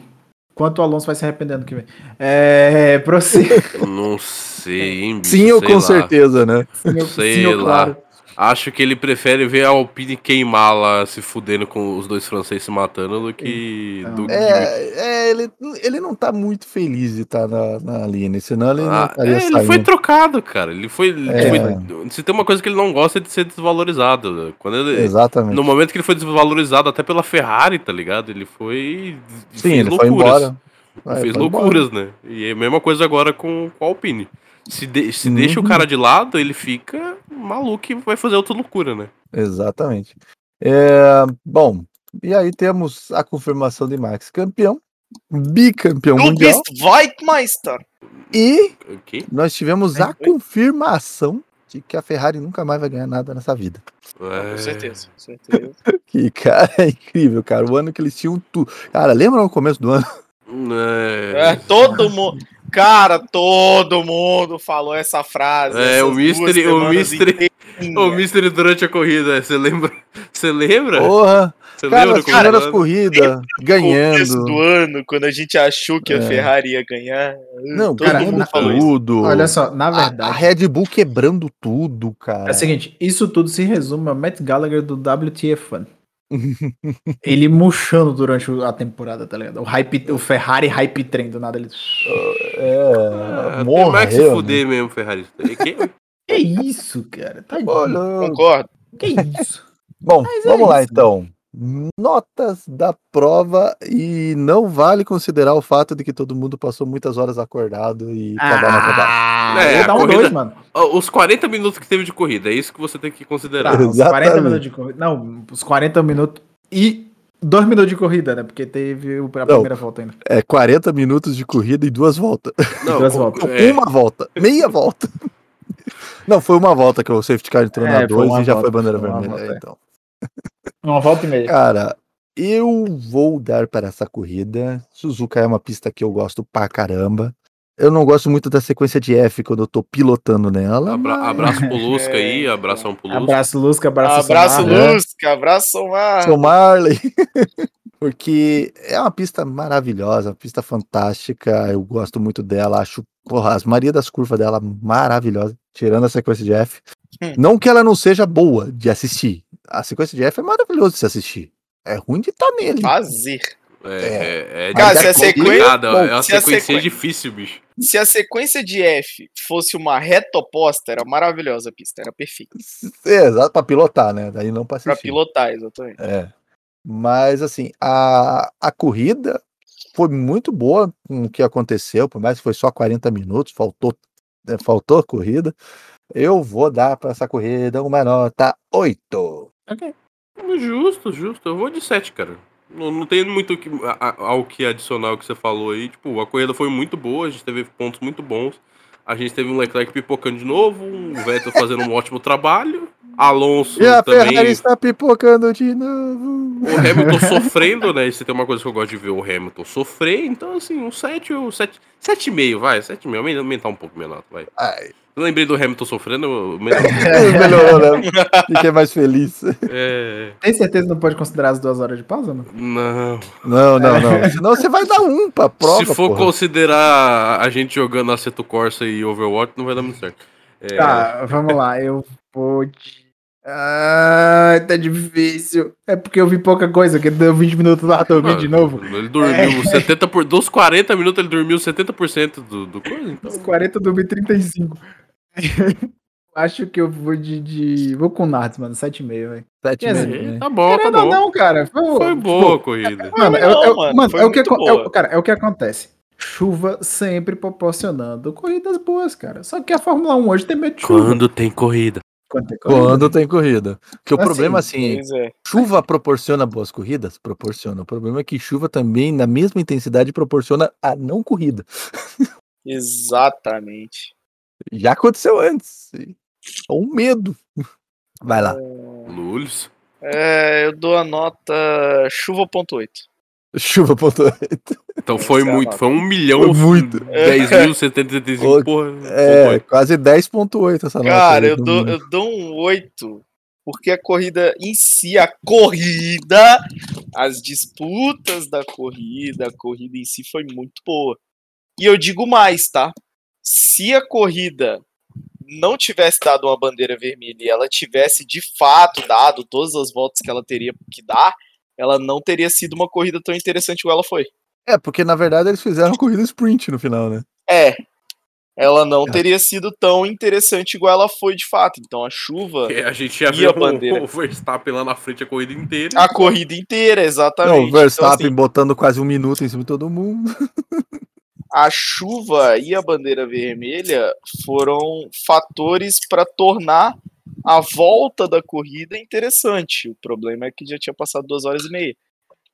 Speaker 4: Quanto o Alonso vai se arrependendo que vem? É. Prossiga.
Speaker 3: eu Não sei, hein, bicho.
Speaker 2: Sim, eu
Speaker 3: sei
Speaker 2: com
Speaker 3: lá.
Speaker 2: certeza, né?
Speaker 4: senhor-
Speaker 3: Sei
Speaker 4: senhor
Speaker 3: lá.
Speaker 4: Claro.
Speaker 3: Acho que ele prefere ver a Alpine queimar lá, se fudendo com os dois franceses se matando, do que.
Speaker 4: Então.
Speaker 3: do que-
Speaker 2: É, é, ele, ele não tá muito feliz de estar na, na Aline, senão ele não
Speaker 3: Ah,
Speaker 2: estaria
Speaker 3: é, ele
Speaker 2: saindo.
Speaker 3: foi trocado, cara. Ele foi, ele
Speaker 2: É.
Speaker 3: foi- Se tem uma coisa que ele não gosta é de ser desvalorizado. né? Quando ele,
Speaker 2: Exatamente.
Speaker 3: no momento que ele foi desvalorizado até pela Ferrari, tá ligado? Ele foi.
Speaker 2: Sim, ele foi embora. É,
Speaker 3: fez
Speaker 2: foi
Speaker 3: loucuras, né? E é a mesma coisa agora com, com a Alpine. Se, de- se
Speaker 2: Uhum.
Speaker 3: deixa o cara de lado, ele fica maluco e vai fazer outra loucura, né?
Speaker 2: Exatamente. É, bom, e aí temos a confirmação de Max campeão, bicampeão
Speaker 5: Du
Speaker 2: mundial,
Speaker 5: bist Weitmeister.
Speaker 2: e
Speaker 3: Ok?
Speaker 2: nós tivemos
Speaker 4: É,
Speaker 2: a confirmação de que a Ferrari nunca mais vai ganhar nada nessa vida.
Speaker 5: Com
Speaker 3: É.
Speaker 5: certeza, com certeza.
Speaker 2: Que cara é incrível, cara. O ano que eles tinham tudo. Cara, lembra no começo do ano?
Speaker 5: É,
Speaker 3: É,
Speaker 5: todo mundo. Cara, todo mundo falou essa frase.
Speaker 3: É,
Speaker 5: essas
Speaker 3: o
Speaker 5: duas
Speaker 3: Mystery- o
Speaker 5: semanas
Speaker 3: Mystery-
Speaker 5: inteirinhas.
Speaker 3: o Mystery durante a corrida, você lembra? Você lembra?
Speaker 2: Porra!
Speaker 3: Você
Speaker 2: Cara,
Speaker 3: lembra
Speaker 2: as
Speaker 3: do começo do
Speaker 2: primeiras
Speaker 3: ano?
Speaker 2: corridas,
Speaker 5: começo do
Speaker 2: ganhando.
Speaker 5: ano, quando a gente achou
Speaker 3: É.
Speaker 5: que a Ferrari ia ganhar.
Speaker 2: Não,
Speaker 5: todo
Speaker 2: cara,
Speaker 4: mundo
Speaker 2: ganhando
Speaker 5: falou isso.
Speaker 2: tudo.
Speaker 4: Olha só, na
Speaker 2: A- a,
Speaker 4: verdade.
Speaker 2: Red Bull quebrando tudo, cara.
Speaker 4: É o seguinte, isso tudo se resume a Matt Gallagher do WTF. ele murchando durante o- a temporada, tá ligado? O, hype, o Ferrari hype trem do nada. Ele...
Speaker 2: É,
Speaker 3: Ah, tem mais que se
Speaker 2: morreu, né?
Speaker 3: fuder mesmo, Ferrari. É que-
Speaker 4: Que isso, cara? Tá
Speaker 2: Olha,
Speaker 5: Concordo.
Speaker 4: Que isso?
Speaker 2: Bom,
Speaker 4: Mas é
Speaker 2: vamos lá
Speaker 4: isso, né?
Speaker 2: então. Notas da prova e não vale considerar o fato de que todo mundo passou muitas horas acordado e cada nota baixa.
Speaker 4: Ah,
Speaker 3: É,
Speaker 4: ia dar
Speaker 3: a
Speaker 4: um
Speaker 3: corrida-
Speaker 4: dois, mano.
Speaker 3: Ó, Os 40 minutos que teve de corrida, é isso que você tem que considerar.
Speaker 4: Tá, uns 40
Speaker 2: Exatamente.
Speaker 4: minutos de corrida. Não, os 40 minutos e 2 minutos de corrida, né? Porque teve o- a primeira volta ainda.
Speaker 2: É 40 minutos de corrida e duas voltas.
Speaker 3: Não,
Speaker 4: Duas
Speaker 3: co-
Speaker 4: voltas.
Speaker 3: é,
Speaker 2: Uma volta, meia volta. Não, foi uma volta que o safety car entrou
Speaker 4: É,
Speaker 2: na
Speaker 4: foi
Speaker 2: 2
Speaker 4: uma
Speaker 2: e já
Speaker 4: volta,
Speaker 2: foi bandeira
Speaker 4: foi uma
Speaker 2: vermelha.
Speaker 4: volta,
Speaker 2: é,
Speaker 4: é.
Speaker 2: então.
Speaker 4: Uma volta e meia.
Speaker 2: Cara, eu vou dar para essa corrida. Suzuka é uma pista que eu gosto pra caramba. Eu não gosto muito da sequência de F quando eu tô pilotando nela.
Speaker 3: abra-
Speaker 2: mas-
Speaker 3: abraço pro Lusca aí,
Speaker 5: É,
Speaker 3: abração pro Lusca.
Speaker 4: Abraço, Lusca. Abraço,
Speaker 5: Abraço,
Speaker 4: Samar.
Speaker 2: Samar, né?
Speaker 5: Lusca. Abraço, Mar.
Speaker 2: Seu Marley. Porque é uma pista maravilhosa, uma pista fantástica. Eu gosto muito dela. Acho, porra, as Maria das Curvas dela maravilhosa, tirando a sequência de F.
Speaker 5: Hum.
Speaker 2: Não que ela não seja boa de assistir. A sequência de F é maravilhosa de se assistir. É ruim de estar nele.
Speaker 5: Ah. Fazer.
Speaker 3: É, é, é,
Speaker 2: Cara,
Speaker 3: é
Speaker 2: se a
Speaker 5: sequência-
Speaker 3: complicado, é uma
Speaker 5: se a
Speaker 3: sequência
Speaker 5: sequência-
Speaker 3: difícil, bicho.
Speaker 5: Se a sequência de F fosse uma reta oposta, era maravilhosa a pista, era perfeita.
Speaker 2: É, exato, pra pilotar, né? Daí não pra
Speaker 5: Pra
Speaker 2: assistir.
Speaker 5: pilotar, exatamente.
Speaker 2: É. Mas assim, a, a corrida foi muito boa com o que aconteceu, por mais que foi só 40 minutos, faltou, eh, faltou a corrida. Eu vou dar para essa corrida uma nota 8.
Speaker 3: Justo, justo. Eu vou de 7, cara. Não, não tem muito o que, a- a- ao que adicionar o que você falou aí. Tipo, a corrida foi muito boa, a gente teve pontos muito bons. A gente teve um Leclerc pipocando de novo, um Vettel fazendo um ótimo trabalho, Alonso
Speaker 2: E a
Speaker 3: também.
Speaker 2: Ferrari está pipocando de novo.
Speaker 3: O Hamilton sofrendo, né? Isso tem uma coisa que eu gosto de ver o Hamilton sofrer. Então, assim, um 7 ou 7. 7,5, vai, 7,5. Aumenta- Aumentar um pouco minha nota, vai.
Speaker 2: Ai,
Speaker 3: Eu lembrei do Hamilton sofrendo. eu- eu-
Speaker 2: melhorou, né? Fiquei mais feliz.
Speaker 3: É.
Speaker 4: Tem certeza que não pode considerar as duas horas de pausa, mano?
Speaker 3: Não.
Speaker 2: Não, não, não. Senão você vai dar um pra prova.
Speaker 3: Se for
Speaker 2: porra.
Speaker 3: considerar a gente jogando Aceto Corsa e Overwatch, não vai dar muito certo. É,
Speaker 4: Tá, vamos lá, eu vou de. Ah, tá difícil. É porque eu vi pouca coisa, que deu 20 minutos lá, tô ouvindo de novo.
Speaker 3: Ele dormiu 70%. Por, dos 40 minutos, ele dormiu 70% do, do coisa. Então,
Speaker 4: Os 40 do 35. Acho que eu vou de. de- Vou com o Nardes, mano, 7,5, velho.
Speaker 2: Sete
Speaker 4: Quer
Speaker 2: meses,
Speaker 4: dizer,
Speaker 2: né?
Speaker 3: Tá bom, tá
Speaker 4: Querendo ou
Speaker 3: bom.
Speaker 4: não, cara. Foi,
Speaker 3: Foi boa a corrida.
Speaker 4: Mano, é,
Speaker 5: Não,
Speaker 4: é-
Speaker 5: mano,
Speaker 4: mano,
Speaker 5: foi
Speaker 4: é o que,
Speaker 5: muito
Speaker 4: acon- é o-
Speaker 5: boa.
Speaker 4: cara, é o que acontece. Chuva sempre proporcionando corridas boas, cara. Só que a Fórmula 1 hoje tem medo de chuva.
Speaker 3: Quando tem corrida.
Speaker 4: Quando tem corrida.
Speaker 2: Quando tem corrida. Porque o
Speaker 4: Assim,
Speaker 2: problema, assim,
Speaker 5: Pois é.
Speaker 2: chuva proporciona boas corridas? Proporciona. O problema é que chuva também, na mesma intensidade, proporciona a não corrida.
Speaker 5: Exatamente.
Speaker 2: Já aconteceu antes. E- É um medo. Vai lá.
Speaker 3: Lulhos.
Speaker 5: É, eu dou a nota chuva.8.
Speaker 2: Chuva é pontuou.
Speaker 3: Então foi
Speaker 5: Sei lá.
Speaker 3: muito, foi um milhão.
Speaker 2: Foi muito.
Speaker 3: 10.075,
Speaker 2: Ô,
Speaker 3: porra.
Speaker 2: É,
Speaker 3: foi.
Speaker 2: quase 10.8 essa nota.
Speaker 5: Cara,
Speaker 2: aí, então
Speaker 5: eu
Speaker 2: todo
Speaker 5: dou,
Speaker 2: mundo.
Speaker 5: eu dou um 8, porque a corrida em si, a corrida, as disputas da corrida, a corrida em si foi muito boa. E eu digo mais, tá? Se a corrida não tivesse dado uma bandeira vermelha e ela tivesse de fato dado todas as voltas que ela teria que dar, ela não teria sido uma corrida tão interessante como ela foi.
Speaker 2: É, porque na verdade eles fizeram uma corrida sprint no final, né?
Speaker 5: É. Ela não
Speaker 2: É.
Speaker 5: teria sido tão interessante igual ela foi de fato. Então a chuva
Speaker 3: É, A gente ia
Speaker 5: E
Speaker 3: ver
Speaker 5: a
Speaker 3: o,
Speaker 5: bandeira?
Speaker 3: o Verstappen lá na frente a corrida inteira.
Speaker 5: A corrida inteira, exatamente.
Speaker 2: Não, o Verstappen
Speaker 5: Então, assim,
Speaker 2: botando quase um minuto em cima de todo mundo.
Speaker 5: a chuva e a bandeira vermelha foram fatores para tornar a volta da corrida interessante. O problema é que já tinha passado duas horas e meia.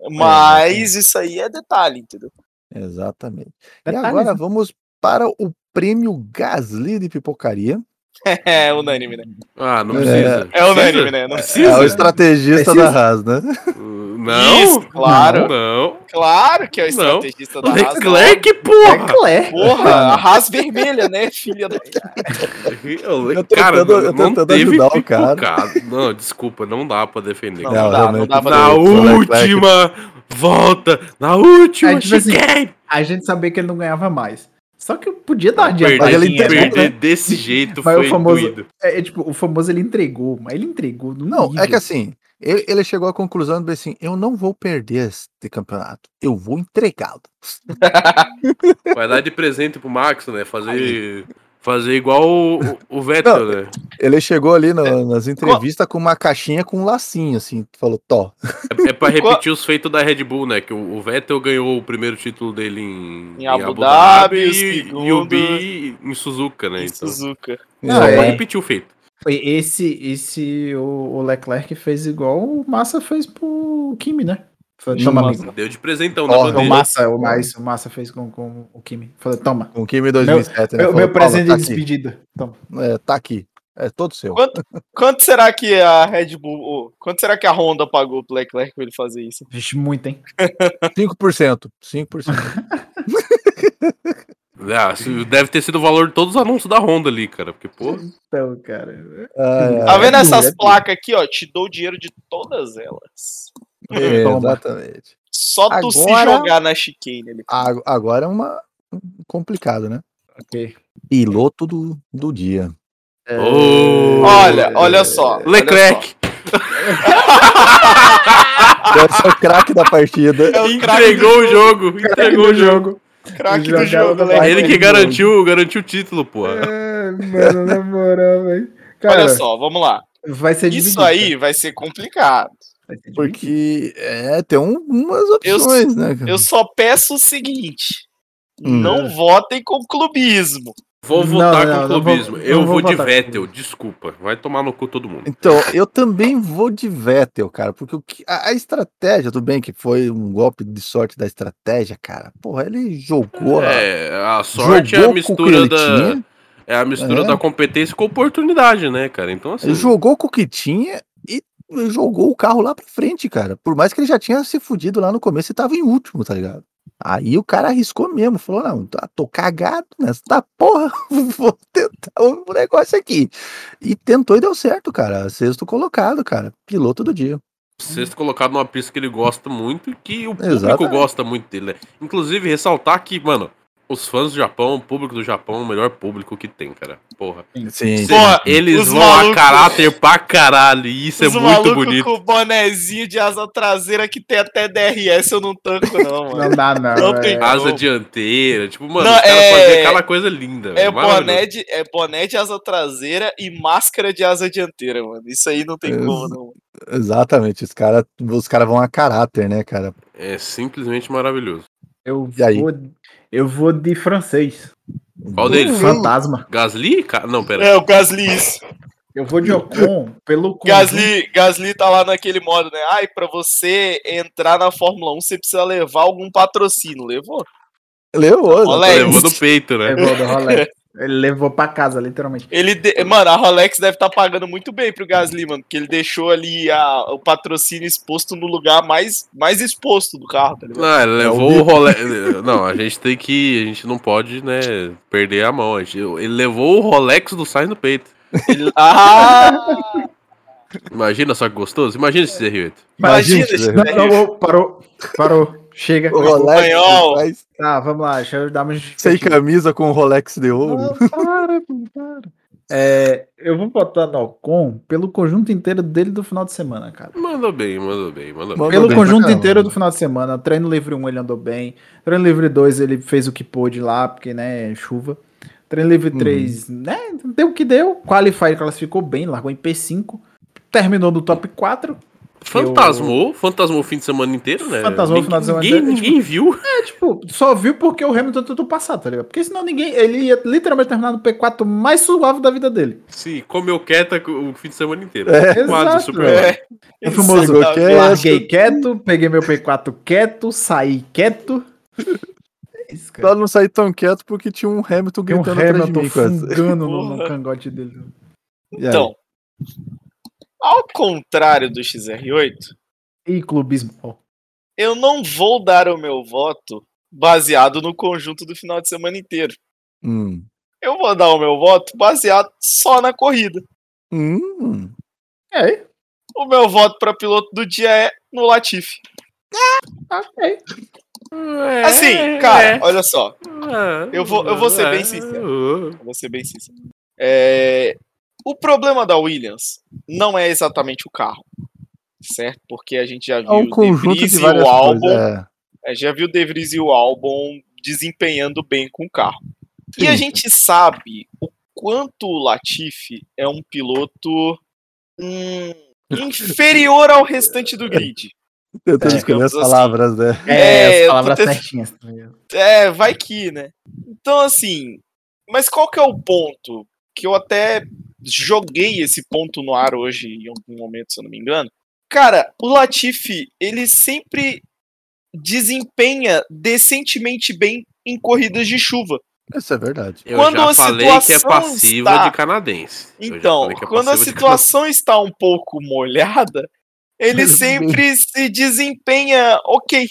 Speaker 5: Mas isso aí é detalhe, entendeu?
Speaker 2: Exatamente. E
Speaker 4: Detalhes,
Speaker 2: agora
Speaker 4: né?
Speaker 2: vamos para o prêmio Gasly de pipocaria.
Speaker 5: É unânime, né?
Speaker 3: Ah, não
Speaker 2: É.
Speaker 3: precisa.
Speaker 5: É unânime,
Speaker 3: unânime,
Speaker 5: né? Não
Speaker 2: É
Speaker 3: precisa.
Speaker 2: o estrategista
Speaker 4: Precisa?
Speaker 2: da Haas, né?
Speaker 3: Não.
Speaker 5: Isso, claro.
Speaker 3: Não.
Speaker 5: Claro que é o
Speaker 3: Não.
Speaker 5: estrategista da Haas. né?
Speaker 3: Leclerc, porra.
Speaker 4: Leclerc.
Speaker 5: Porra, a Haas vermelha, né, filha da...
Speaker 2: Eu tô tentando- eu tô tentando ajudar o cara.
Speaker 3: pipocada. Não, desculpa, não dá pra defender.
Speaker 5: Não,
Speaker 3: cara.
Speaker 5: dá,
Speaker 2: É, realmente,
Speaker 5: não dá pra
Speaker 2: o
Speaker 3: na
Speaker 2: Leclerc-
Speaker 3: última volta, na última
Speaker 4: É, tipo assim,
Speaker 3: chicane.
Speaker 4: A gente sabia que ele não ganhava mais. Só que podia dar dia
Speaker 2: mas ele
Speaker 3: Perder,
Speaker 2: entregou,
Speaker 3: perder desse jeito
Speaker 4: Mas o
Speaker 3: foi
Speaker 4: famoso-
Speaker 3: doído.
Speaker 4: É, é, tipo, o famoso ele entregou, mas ele entregou. num
Speaker 2: Não, é
Speaker 4: nível.
Speaker 2: que assim, ele, ele chegou à conclusão de assim, eu não vou perder este campeonato, eu vou entregá-lo.
Speaker 3: Vai dar de presente pro Max, né? Fazer, fazer igual o, o Vettel, né?
Speaker 2: Ele chegou ali
Speaker 4: É,
Speaker 2: no- nas entrevistas com uma caixinha com um lacinho, assim, falou, Tó,
Speaker 3: É, é pra repetir os feitos da Red Bull, né? Que o, o Vettel ganhou o primeiro título dele em,
Speaker 5: Em Abu Dhabi, o
Speaker 3: e, e o
Speaker 5: segundo-
Speaker 3: Bi em Suzuka, né? Então,
Speaker 5: Suzuka.
Speaker 4: Não,
Speaker 3: só
Speaker 4: é.
Speaker 3: pra repetir o feito.
Speaker 4: Foi esse, esse o, o Leclerc fez igual o Massa fez pro Kimi, né? Foi, toma,
Speaker 2: Massa.
Speaker 4: amigo.
Speaker 3: Deu de presentão
Speaker 2: Porra,
Speaker 3: na
Speaker 4: O
Speaker 3: bandeira.
Speaker 4: Massa, o, mas, o Massa fez com, com o Kimi. Falou, toma.
Speaker 2: com o Kimi 2007, né?
Speaker 4: Meu,
Speaker 2: Falou,
Speaker 4: meu
Speaker 2: "Toma,
Speaker 4: presente
Speaker 2: tá
Speaker 4: de
Speaker 2: aqui,
Speaker 4: despedida. Toma.
Speaker 2: é, tá aqui, é todo seu.
Speaker 5: Quanto, quanto será que a Red Bull. ô, quanto será que a Honda pagou pro Leclerc pra ele fazer isso?
Speaker 4: Vixe, muito, hein?
Speaker 2: 5%, 5%.
Speaker 3: Ah, isso deve ter sido o valor de todos os anúncios da Honda ali, cara. Porque, pô,
Speaker 4: Então, cara.
Speaker 2: Ah,
Speaker 5: Tá vendo
Speaker 4: é
Speaker 5: essas
Speaker 4: duro, é
Speaker 5: placas aqui, ó? Te dou o dinheiro de todas elas.
Speaker 2: é,
Speaker 4: Toma.
Speaker 2: exatamente.
Speaker 5: Só tu se
Speaker 2: Agora-
Speaker 5: jogar na chicane ali.
Speaker 2: A- Agora é uma complicado, né?
Speaker 4: Ok.
Speaker 2: Piloto do, do dia.
Speaker 3: Ô,
Speaker 5: Olha, olha só. olha
Speaker 3: Leclerc
Speaker 2: Esse é o craque da partida.
Speaker 5: só. É o craque
Speaker 3: entregou o jogo, entregou o jogo.
Speaker 5: do- craque do
Speaker 4: Jogada
Speaker 5: jogo,
Speaker 4: do
Speaker 5: Leclerc.
Speaker 3: Ele que garantiu, garantiu o título, pô.
Speaker 4: É, mano, na moral, velho. Cara, é
Speaker 5: Olha só, vamos lá.
Speaker 4: vai ser
Speaker 5: Isso
Speaker 4: dividido,
Speaker 5: aí vai ser complicado.
Speaker 4: cara. Vai ser dividido.
Speaker 2: Porque é, tem um- umas
Speaker 5: Eu-
Speaker 2: opções, né? cara?
Speaker 5: Eu só peço o seguinte:
Speaker 2: Hum.
Speaker 5: não votem com clubismo.
Speaker 3: Vou
Speaker 4: Não,
Speaker 3: votar
Speaker 4: não,
Speaker 3: com
Speaker 4: não
Speaker 3: o clubismo.
Speaker 4: vou-
Speaker 3: eu
Speaker 4: não
Speaker 3: vou,
Speaker 4: vou
Speaker 3: de
Speaker 4: votar com
Speaker 3: Vettel, desculpa. Vai tomar no cu todo mundo.
Speaker 2: Então, eu também vou de Vettel, cara, porque o que, a, a estratégia, tudo bem que foi um golpe de sorte da estratégia, cara. Porra, ele jogou.
Speaker 3: É, a sorte é a
Speaker 2: jogou com o que
Speaker 3: mistura
Speaker 2: ele
Speaker 3: da.
Speaker 2: tinha,
Speaker 3: É a mistura
Speaker 2: É.
Speaker 3: da competência com oportunidade, né, cara? Então, assim.
Speaker 2: ele jogou com o que tinha e jogou o carro lá pra frente, cara. Por mais que ele já tinha se fudido lá no começo e tava em último, tá ligado? Aí o cara arriscou mesmo, falou: não, tá- tô cagado nessa tá porra, vou tentar o negócio aqui. E tentou e deu certo, cara. Sexto colocado, cara. Piloto do dia.
Speaker 3: Sexto colocado numa pista que ele gosta muito e que o público
Speaker 2: Exatamente.
Speaker 3: gosta muito dele, né? Inclusive, ressaltar que, mano, Os fãs do Japão, o público do Japão, é o melhor público que tem, cara. Porra.
Speaker 2: Sim.
Speaker 3: é
Speaker 5: Porra,
Speaker 3: Eles
Speaker 5: Os
Speaker 3: vão
Speaker 5: malucos-
Speaker 3: a caráter pra caralho. E isso
Speaker 5: Os
Speaker 3: é muito
Speaker 5: maluco
Speaker 3: bonito.
Speaker 5: com o bonezinho de asa traseira que tem até DRS, eu não tanco, não, mano.
Speaker 4: Não dá, não. é.
Speaker 5: Não tem
Speaker 4: velho.
Speaker 3: Asa
Speaker 5: Não.
Speaker 3: dianteira. Tipo, mano,
Speaker 5: Não,
Speaker 3: os caras
Speaker 5: é-
Speaker 3: faziam aquela coisa linda.
Speaker 5: É
Speaker 3: velho, maravilhoso.
Speaker 5: boné, de, é boné de asa traseira e máscara de asa dianteira, mano. Isso aí não tem
Speaker 2: Ex-
Speaker 5: como, não.
Speaker 2: Exatamente, os caras os cara vão a caráter, né, cara?
Speaker 3: É simplesmente maravilhoso.
Speaker 4: Eu
Speaker 2: E aí?
Speaker 4: vou, eu vou de francês.
Speaker 3: Qual deles?
Speaker 4: Uhum. Fantasma.
Speaker 3: Gasly? Ca- Não, pera.
Speaker 5: É, o Gasly, isso.
Speaker 4: Eu vou de Ocon pelo conjunto-
Speaker 5: Gasly, Gasly tá lá naquele modo, né? Ai, pra você entrar na Fórmula 1, você precisa levar algum patrocínio. Levou?
Speaker 2: Leu hoje.
Speaker 5: Olé.
Speaker 2: exatamente.
Speaker 3: Levou no peito, né?
Speaker 4: Levou É do Rolex. Ele levou pra casa, literalmente.
Speaker 5: Ele de- Mano, a Rolex deve estar pagando muito bem pro Gasly, mano, porque ele deixou ali a- o patrocínio exposto no lugar mais, mais exposto do carro, tá ligado?
Speaker 3: Não, ele
Speaker 4: É
Speaker 3: levou
Speaker 2: Não.
Speaker 3: o Rolex. Não, a gente tem que. A gente não pode, né? Perder a mão. A gente- Ele levou o Rolex do Sainz no peito.
Speaker 5: Ah!
Speaker 3: Imagina só que gostoso. Imagina esse R8.
Speaker 5: Imagina,
Speaker 2: Imagina,
Speaker 5: né?
Speaker 4: Não, não, parou. Parou. Chega.
Speaker 2: O Rolex
Speaker 5: Espanhol.
Speaker 2: faz
Speaker 4: Tá, vamos lá. Deixa eu dar uma
Speaker 2: sem
Speaker 4: justificativa.
Speaker 2: camisa com o Rolex de ouro.
Speaker 4: Não, para, pô, para. É, eu vou botar no Ocon pelo conjunto inteiro dele do final de semana, cara.
Speaker 3: Mandou bem, mandou bem, mandou bem.
Speaker 2: Mandou
Speaker 4: Pelo
Speaker 2: bem pra
Speaker 4: conjunto
Speaker 2: caramba.
Speaker 4: inteiro do final de semana, treino livre 1 ele andou bem, treino livre 2 ele fez o que pôde lá, porque né, chuva. Treino livre
Speaker 2: Uhum.
Speaker 4: 3, né, deu o que deu. Qualifier classificou bem, largou em P5, terminou no top 4.
Speaker 3: Fantasmou, fantasmou o fim de semana inteiro, né?
Speaker 4: Fantasmou o
Speaker 3: Ninguém-
Speaker 4: final de semana
Speaker 3: ninguém,
Speaker 4: inteiro, tipo-
Speaker 3: ninguém viu.
Speaker 4: É, tipo, só viu porque o Hamilton tentou passar, tá ligado? Porque senão ninguém, ele ia literalmente terminar no P4 mais suave da vida dele.
Speaker 3: Se comeu quieta o fim de semana inteiro.
Speaker 2: É.
Speaker 3: Quase
Speaker 4: Exato,
Speaker 3: super.
Speaker 4: velho.
Speaker 3: É.
Speaker 4: O famoso
Speaker 5: Exatamente.
Speaker 2: qualquer-
Speaker 4: larguei quieto, peguei meu P4 quieto, saí quieto. É isso, cara.
Speaker 2: Só não saí tão quieto porque tinha um Tá Hamilton
Speaker 4: Tem um
Speaker 2: gritando atrás de
Speaker 4: Hamilton
Speaker 2: mim. quase.
Speaker 4: fungando no, no
Speaker 5: Porra.
Speaker 4: cangote dele.
Speaker 2: E aí?
Speaker 5: Então, ao contrário do XR8,
Speaker 4: E clubismo. Ó,
Speaker 5: eu não vou dar o meu voto baseado no conjunto do final de semana inteiro.
Speaker 2: Hum.
Speaker 5: Eu vou dar o meu voto baseado só na corrida.
Speaker 2: Hum.
Speaker 4: É,
Speaker 5: O meu voto pra piloto do dia é no Latifi.
Speaker 4: ok.
Speaker 5: Assim, cara, olha só.
Speaker 3: Ah,
Speaker 5: eu vou- eu vou ser bem
Speaker 3: É.
Speaker 5: sincero. Vou ser bem sincero. É, O problema da Williams não é exatamente o carro, certo? Porque a gente já viu
Speaker 2: É um
Speaker 5: o De
Speaker 2: conjunto
Speaker 5: Vries
Speaker 2: de
Speaker 5: e o
Speaker 2: várias
Speaker 5: álbum,
Speaker 2: coisas. é.
Speaker 5: já viu o De Vries e o álbum desempenhando bem com o carro. E a
Speaker 2: Sim.
Speaker 5: gente sabe o quanto o Latifi é um piloto hum, inferior ao restante do grid.
Speaker 2: Tentando
Speaker 4: É,
Speaker 2: escolher as
Speaker 5: digamos assim.
Speaker 2: palavras, né?
Speaker 5: É,
Speaker 4: É,
Speaker 5: eu
Speaker 4: as
Speaker 5: tô
Speaker 4: palavras
Speaker 5: tentando-
Speaker 4: certinhas. tá ligado?
Speaker 5: É, vai que, né? Então, assim, mas qual que é o ponto? Que eu até joguei esse ponto no ar hoje em algum momento, se eu não me engano. Cara, o Latifi, ele sempre desempenha decentemente bem em corridas de chuva.
Speaker 2: Isso é verdade.
Speaker 3: Eu
Speaker 5: Quando
Speaker 3: já
Speaker 5: a
Speaker 3: falei que é
Speaker 5: situação
Speaker 3: passiva
Speaker 5: está-
Speaker 3: de canadense. Eu já
Speaker 5: Então,
Speaker 3: falei que é
Speaker 5: quando a
Speaker 3: passiva de
Speaker 5: situação está um pouco molhada, ele
Speaker 2: Mas
Speaker 5: sempre se desempenha ok.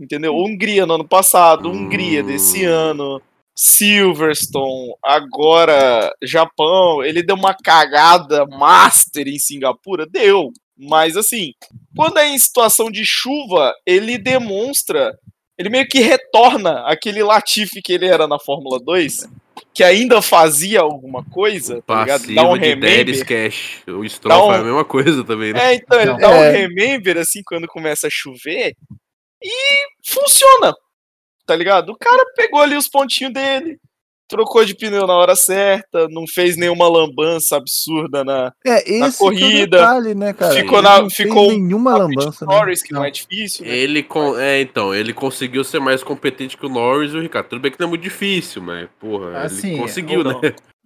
Speaker 5: Entendeu? Hungria no ano passado,
Speaker 3: Hum.
Speaker 5: Hungria desse ano, Silverstone, agora Japão. Ele deu uma cagada master em Singapura? Deu. Mas assim, quando é em situação de chuva, ele demonstra. Ele meio que retorna aquele Latifi que ele era na Fórmula 2, que ainda fazia alguma coisa, tá ligado? Dá um
Speaker 3: Passiva de Daddy's
Speaker 5: remember.
Speaker 3: Cash. O Stroll
Speaker 5: um-
Speaker 3: faz a mesma coisa também, né?
Speaker 5: É, então, ele
Speaker 4: Não.
Speaker 5: dá
Speaker 2: É.
Speaker 5: um remember assim quando começa a chover e funciona, tá ligado? O cara pegou ali os pontinhos dele, trocou de pneu na hora certa, não fez nenhuma lambança absurda na
Speaker 2: É, esse que é o
Speaker 5: corrida,
Speaker 2: detalhe, né, cara?
Speaker 5: ficou
Speaker 2: Ele
Speaker 5: na-
Speaker 2: não
Speaker 5: ficou
Speaker 2: fez nenhuma
Speaker 5: na pit
Speaker 2: lambança, né?
Speaker 5: Norris, que não.
Speaker 4: Não.
Speaker 5: é difícil, né?
Speaker 3: Ele con- é, então, ele conseguiu ser mais competente que o Norris e o Ricardo. Tudo bem que não é muito difícil, mas, porra,
Speaker 4: Assim,
Speaker 3: ele conseguiu,
Speaker 4: ou
Speaker 3: né?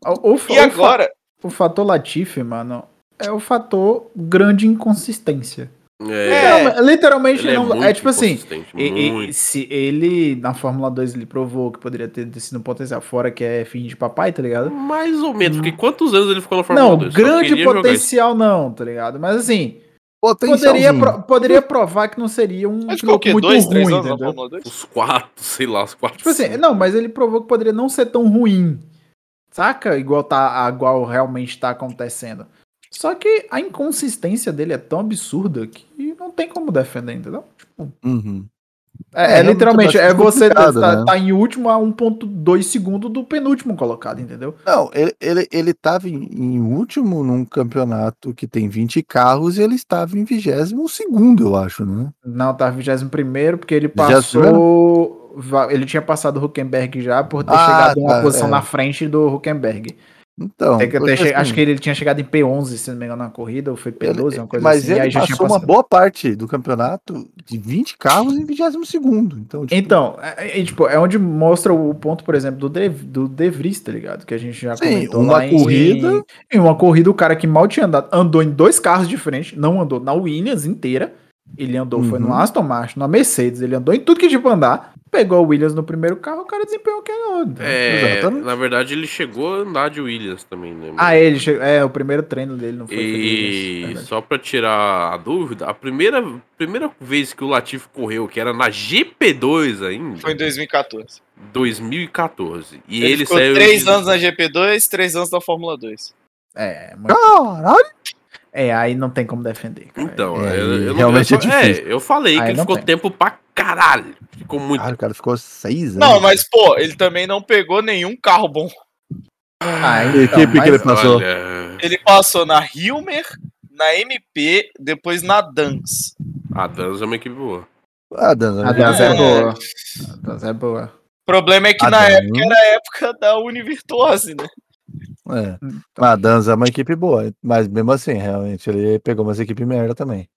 Speaker 4: não. O, o, fa-
Speaker 5: E
Speaker 4: o, fa-
Speaker 5: agora,
Speaker 4: o fator Latifi, mano, é o fator grande inconsistência.
Speaker 3: É,
Speaker 4: Literalmente- literalmente,
Speaker 3: ele é,
Speaker 4: não,
Speaker 3: muito
Speaker 4: é, tipo assim,
Speaker 3: inconsistente,
Speaker 4: E- e-
Speaker 3: muito.
Speaker 4: se ele, na Fórmula 2, ele provou que poderia ter sido um potencial fora, que é fim de papai, tá ligado?
Speaker 3: Mais ou menos, porque quantos anos ele ficou na Fórmula
Speaker 4: Hum. não,
Speaker 3: 2? Só
Speaker 4: grande
Speaker 3: queria jogar isso.
Speaker 4: potencial não, tá ligado? Mas assim, poderia,
Speaker 2: Potencialzinho.
Speaker 4: pro- poderia provar que não seria um
Speaker 5: mas
Speaker 4: piloto
Speaker 5: qualquer
Speaker 4: muito
Speaker 5: é dois,
Speaker 4: ruim,
Speaker 5: três anos na
Speaker 4: entendeu?
Speaker 5: Fórmula 2?
Speaker 3: Os quatro, sei lá, os quatro.
Speaker 4: Tipo assim, não, mas ele provou que poderia não ser tão ruim. Saca? Igual tá igual realmente tá acontecendo. Só que a inconsistência dele é tão absurda que não tem como defender, entendeu?
Speaker 2: Uhum.
Speaker 4: É, é
Speaker 2: É,
Speaker 4: literalmente,
Speaker 2: realmente,
Speaker 4: é
Speaker 2: bastante
Speaker 4: você tá,
Speaker 2: complicado, né?
Speaker 4: tá em último a 1.2 segundo do penúltimo colocado, entendeu?
Speaker 2: Não, ele, ele, ele tava em, em último num campeonato que tem 20 carros e ele estava em 22 segundo, eu acho, né?
Speaker 4: Não, tá 21 porque ele
Speaker 2: 21º?
Speaker 4: passou. va- Ele tinha passado o Huckenberg já por ter
Speaker 2: Ah,
Speaker 4: chegado uma
Speaker 2: tá,
Speaker 4: posição
Speaker 2: é.
Speaker 4: na frente do Huckenberg.
Speaker 2: Então.
Speaker 4: Tem É que
Speaker 2: porque
Speaker 4: ter che-
Speaker 2: assim,
Speaker 4: Acho que ele tinha chegado em P11, se não me engano, na corrida, ou foi
Speaker 2: ele-
Speaker 4: P12, uma coisa
Speaker 2: mas
Speaker 4: assim. e
Speaker 2: ele
Speaker 4: aí já tinha
Speaker 2: passou uma
Speaker 4: passado.
Speaker 2: boa parte do campeonato de 20 carros em 22 segundo. Então, tipo,
Speaker 4: Então, é, é, tipo, é onde mostra o ponto, por exemplo, do De, do de Vries, tá ligado? Que a gente já
Speaker 2: Sim,
Speaker 4: comentou
Speaker 2: uma
Speaker 4: lá em-
Speaker 2: corrida.
Speaker 4: Em uma corrida, o cara que mal tinha andado, andou em dois carros diferentes, não andou na Williams inteira. Ele andou, foi no
Speaker 2: Uhum.
Speaker 4: Aston Martin, na Mercedes, ele andou em tudo que tipo andar. Pegou o Williams no primeiro carro, o cara desempenhou que era.
Speaker 3: É,
Speaker 2: Exatamente.
Speaker 3: na verdade ele chegou a andar de Williams também, né?
Speaker 4: Ah, ele chegou, é, o primeiro treino dele não foi foi Williams,
Speaker 3: E
Speaker 4: verdade.
Speaker 3: só pra tirar a dúvida, a primeira, primeira vez que o Latifi correu, que era na GP2 ainda,
Speaker 5: Foi em 2014.
Speaker 3: 2014. E
Speaker 5: Ele,
Speaker 3: ele,
Speaker 5: ficou
Speaker 3: saiu.
Speaker 5: três
Speaker 3: de-
Speaker 5: anos na GP2, três anos na Fórmula 2.
Speaker 4: É, mas-
Speaker 2: Caralho!
Speaker 4: é, aí não tem como defender. cara.
Speaker 3: Então,
Speaker 2: É,
Speaker 3: eu, eu não-
Speaker 2: realmente
Speaker 3: eu-
Speaker 2: é difícil.
Speaker 3: eu falei
Speaker 4: Aí
Speaker 3: que ele
Speaker 4: Ah, não
Speaker 3: ficou
Speaker 4: tem. Ah,
Speaker 3: tempo pra caralho. Ficou muito.
Speaker 2: Cara, o cara ficou
Speaker 3: Hum.
Speaker 2: seis anos.
Speaker 5: Não, mas pô, ele também não pegou nenhum carro bom.
Speaker 4: Ah,
Speaker 2: Que
Speaker 4: então,
Speaker 2: equipe que ele
Speaker 4: mas-
Speaker 2: passou?
Speaker 3: Olha,
Speaker 5: Ele passou na Hilmer, na MP, depois na Dance.
Speaker 3: a Danza é uma equipe boa.
Speaker 2: Ah, Dan,
Speaker 4: A das é
Speaker 5: É.
Speaker 4: boa. A das é boa.
Speaker 5: O problema é que
Speaker 2: Ah,
Speaker 5: na
Speaker 2: Dan.
Speaker 5: época era a época da Univirtuose, né?
Speaker 2: É.
Speaker 4: então.
Speaker 2: A Danza é uma equipe boa, mas mesmo assim, realmente, ele pegou umas equipes merda também.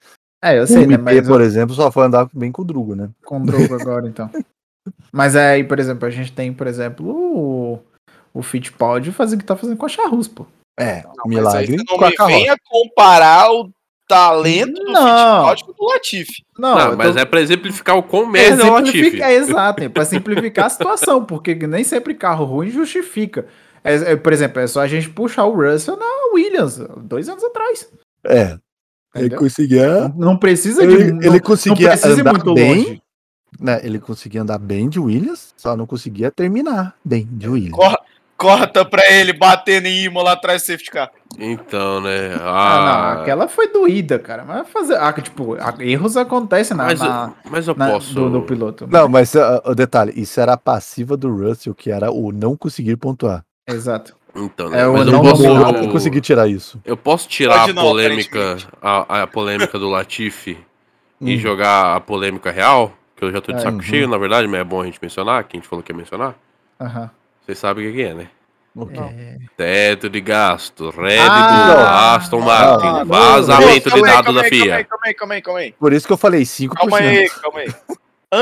Speaker 4: É, eu
Speaker 2: O
Speaker 4: sei, né?
Speaker 2: MP,
Speaker 4: Mas
Speaker 2: por exemplo, só foi andar bem com o Drugo, né?
Speaker 4: com o Drogo agora, então. Mas aí, por exemplo, a gente tem, por exemplo, o, o Fittipaldi fazer o que tá fazendo com a Charrus, pô.
Speaker 2: É,
Speaker 3: Um
Speaker 5: Mas aí
Speaker 2: milagre
Speaker 5: você
Speaker 2: com
Speaker 5: não
Speaker 2: a
Speaker 5: me
Speaker 2: carroça.
Speaker 5: venha comparar o talento do
Speaker 4: Não.
Speaker 5: Fittipaldi com o do Latifi.
Speaker 4: Não,
Speaker 3: Não,
Speaker 4: eu
Speaker 3: mas
Speaker 4: tô-
Speaker 3: é pra exemplificar o quão merda é o Latifi.
Speaker 4: exemplifica- é, exato, é pra simplificar a situação, porque nem sempre carro ruim justifica. É, é, por exemplo, é só a gente puxar o Russell na Williams, dois anos atrás.
Speaker 2: É, ele
Speaker 4: entendeu?
Speaker 2: conseguia.
Speaker 4: Não, não precisa de.
Speaker 2: Ele,
Speaker 4: não-
Speaker 2: ele
Speaker 4: não
Speaker 2: conseguia
Speaker 4: precisa ir
Speaker 2: andar
Speaker 4: muito longe.
Speaker 2: bem, né? Ele conseguia andar bem de Williams, só não conseguia terminar bem
Speaker 5: É,
Speaker 2: de Williams.
Speaker 5: Cor- Corta pra ele batendo em Imola atrás do safety car.
Speaker 3: Então, né?
Speaker 4: Ah,
Speaker 3: Ah,
Speaker 4: não, aquela foi doída, cara. Mas fazer. ah, tipo, a- erros acontecem na,
Speaker 3: mas, eu-
Speaker 4: na-
Speaker 3: mas eu
Speaker 4: na-
Speaker 3: posso.
Speaker 4: do, do piloto.
Speaker 2: Não, mas ah, o detalhe, isso era a passiva do Russell, que era o não conseguir pontuar.
Speaker 4: Exato.
Speaker 3: Então,
Speaker 4: É,
Speaker 3: né?
Speaker 4: eu
Speaker 3: mas eu,
Speaker 4: não
Speaker 3: posso,
Speaker 4: vou-
Speaker 2: eu
Speaker 3: eu,
Speaker 2: não consegui tirar isso.
Speaker 3: eu posso tirar
Speaker 5: Pode
Speaker 3: a
Speaker 5: não,
Speaker 3: polêmica, a, a polêmica do Latifi e
Speaker 2: Hum.
Speaker 3: jogar a polêmica real, que eu já tô de
Speaker 4: É,
Speaker 3: saco
Speaker 2: uhum.
Speaker 3: cheio, na verdade, mas é bom a gente mencionar, que a gente falou que ia mencionar.
Speaker 4: Aham.
Speaker 3: Vocês sabem o que que é, né?
Speaker 2: Ok.
Speaker 4: É.
Speaker 3: Teto de gasto, Red Bull,
Speaker 4: Ah,
Speaker 3: Aston
Speaker 2: ah,
Speaker 3: Martin,
Speaker 2: não.
Speaker 3: vazamento de
Speaker 5: Calma aí,
Speaker 3: dados
Speaker 5: calma
Speaker 3: da
Speaker 5: aí, Calma aí,
Speaker 3: FIA.
Speaker 5: calma aí, calma aí, calma aí.
Speaker 2: Por isso que eu falei 5%.
Speaker 5: Calma aí, calma aí.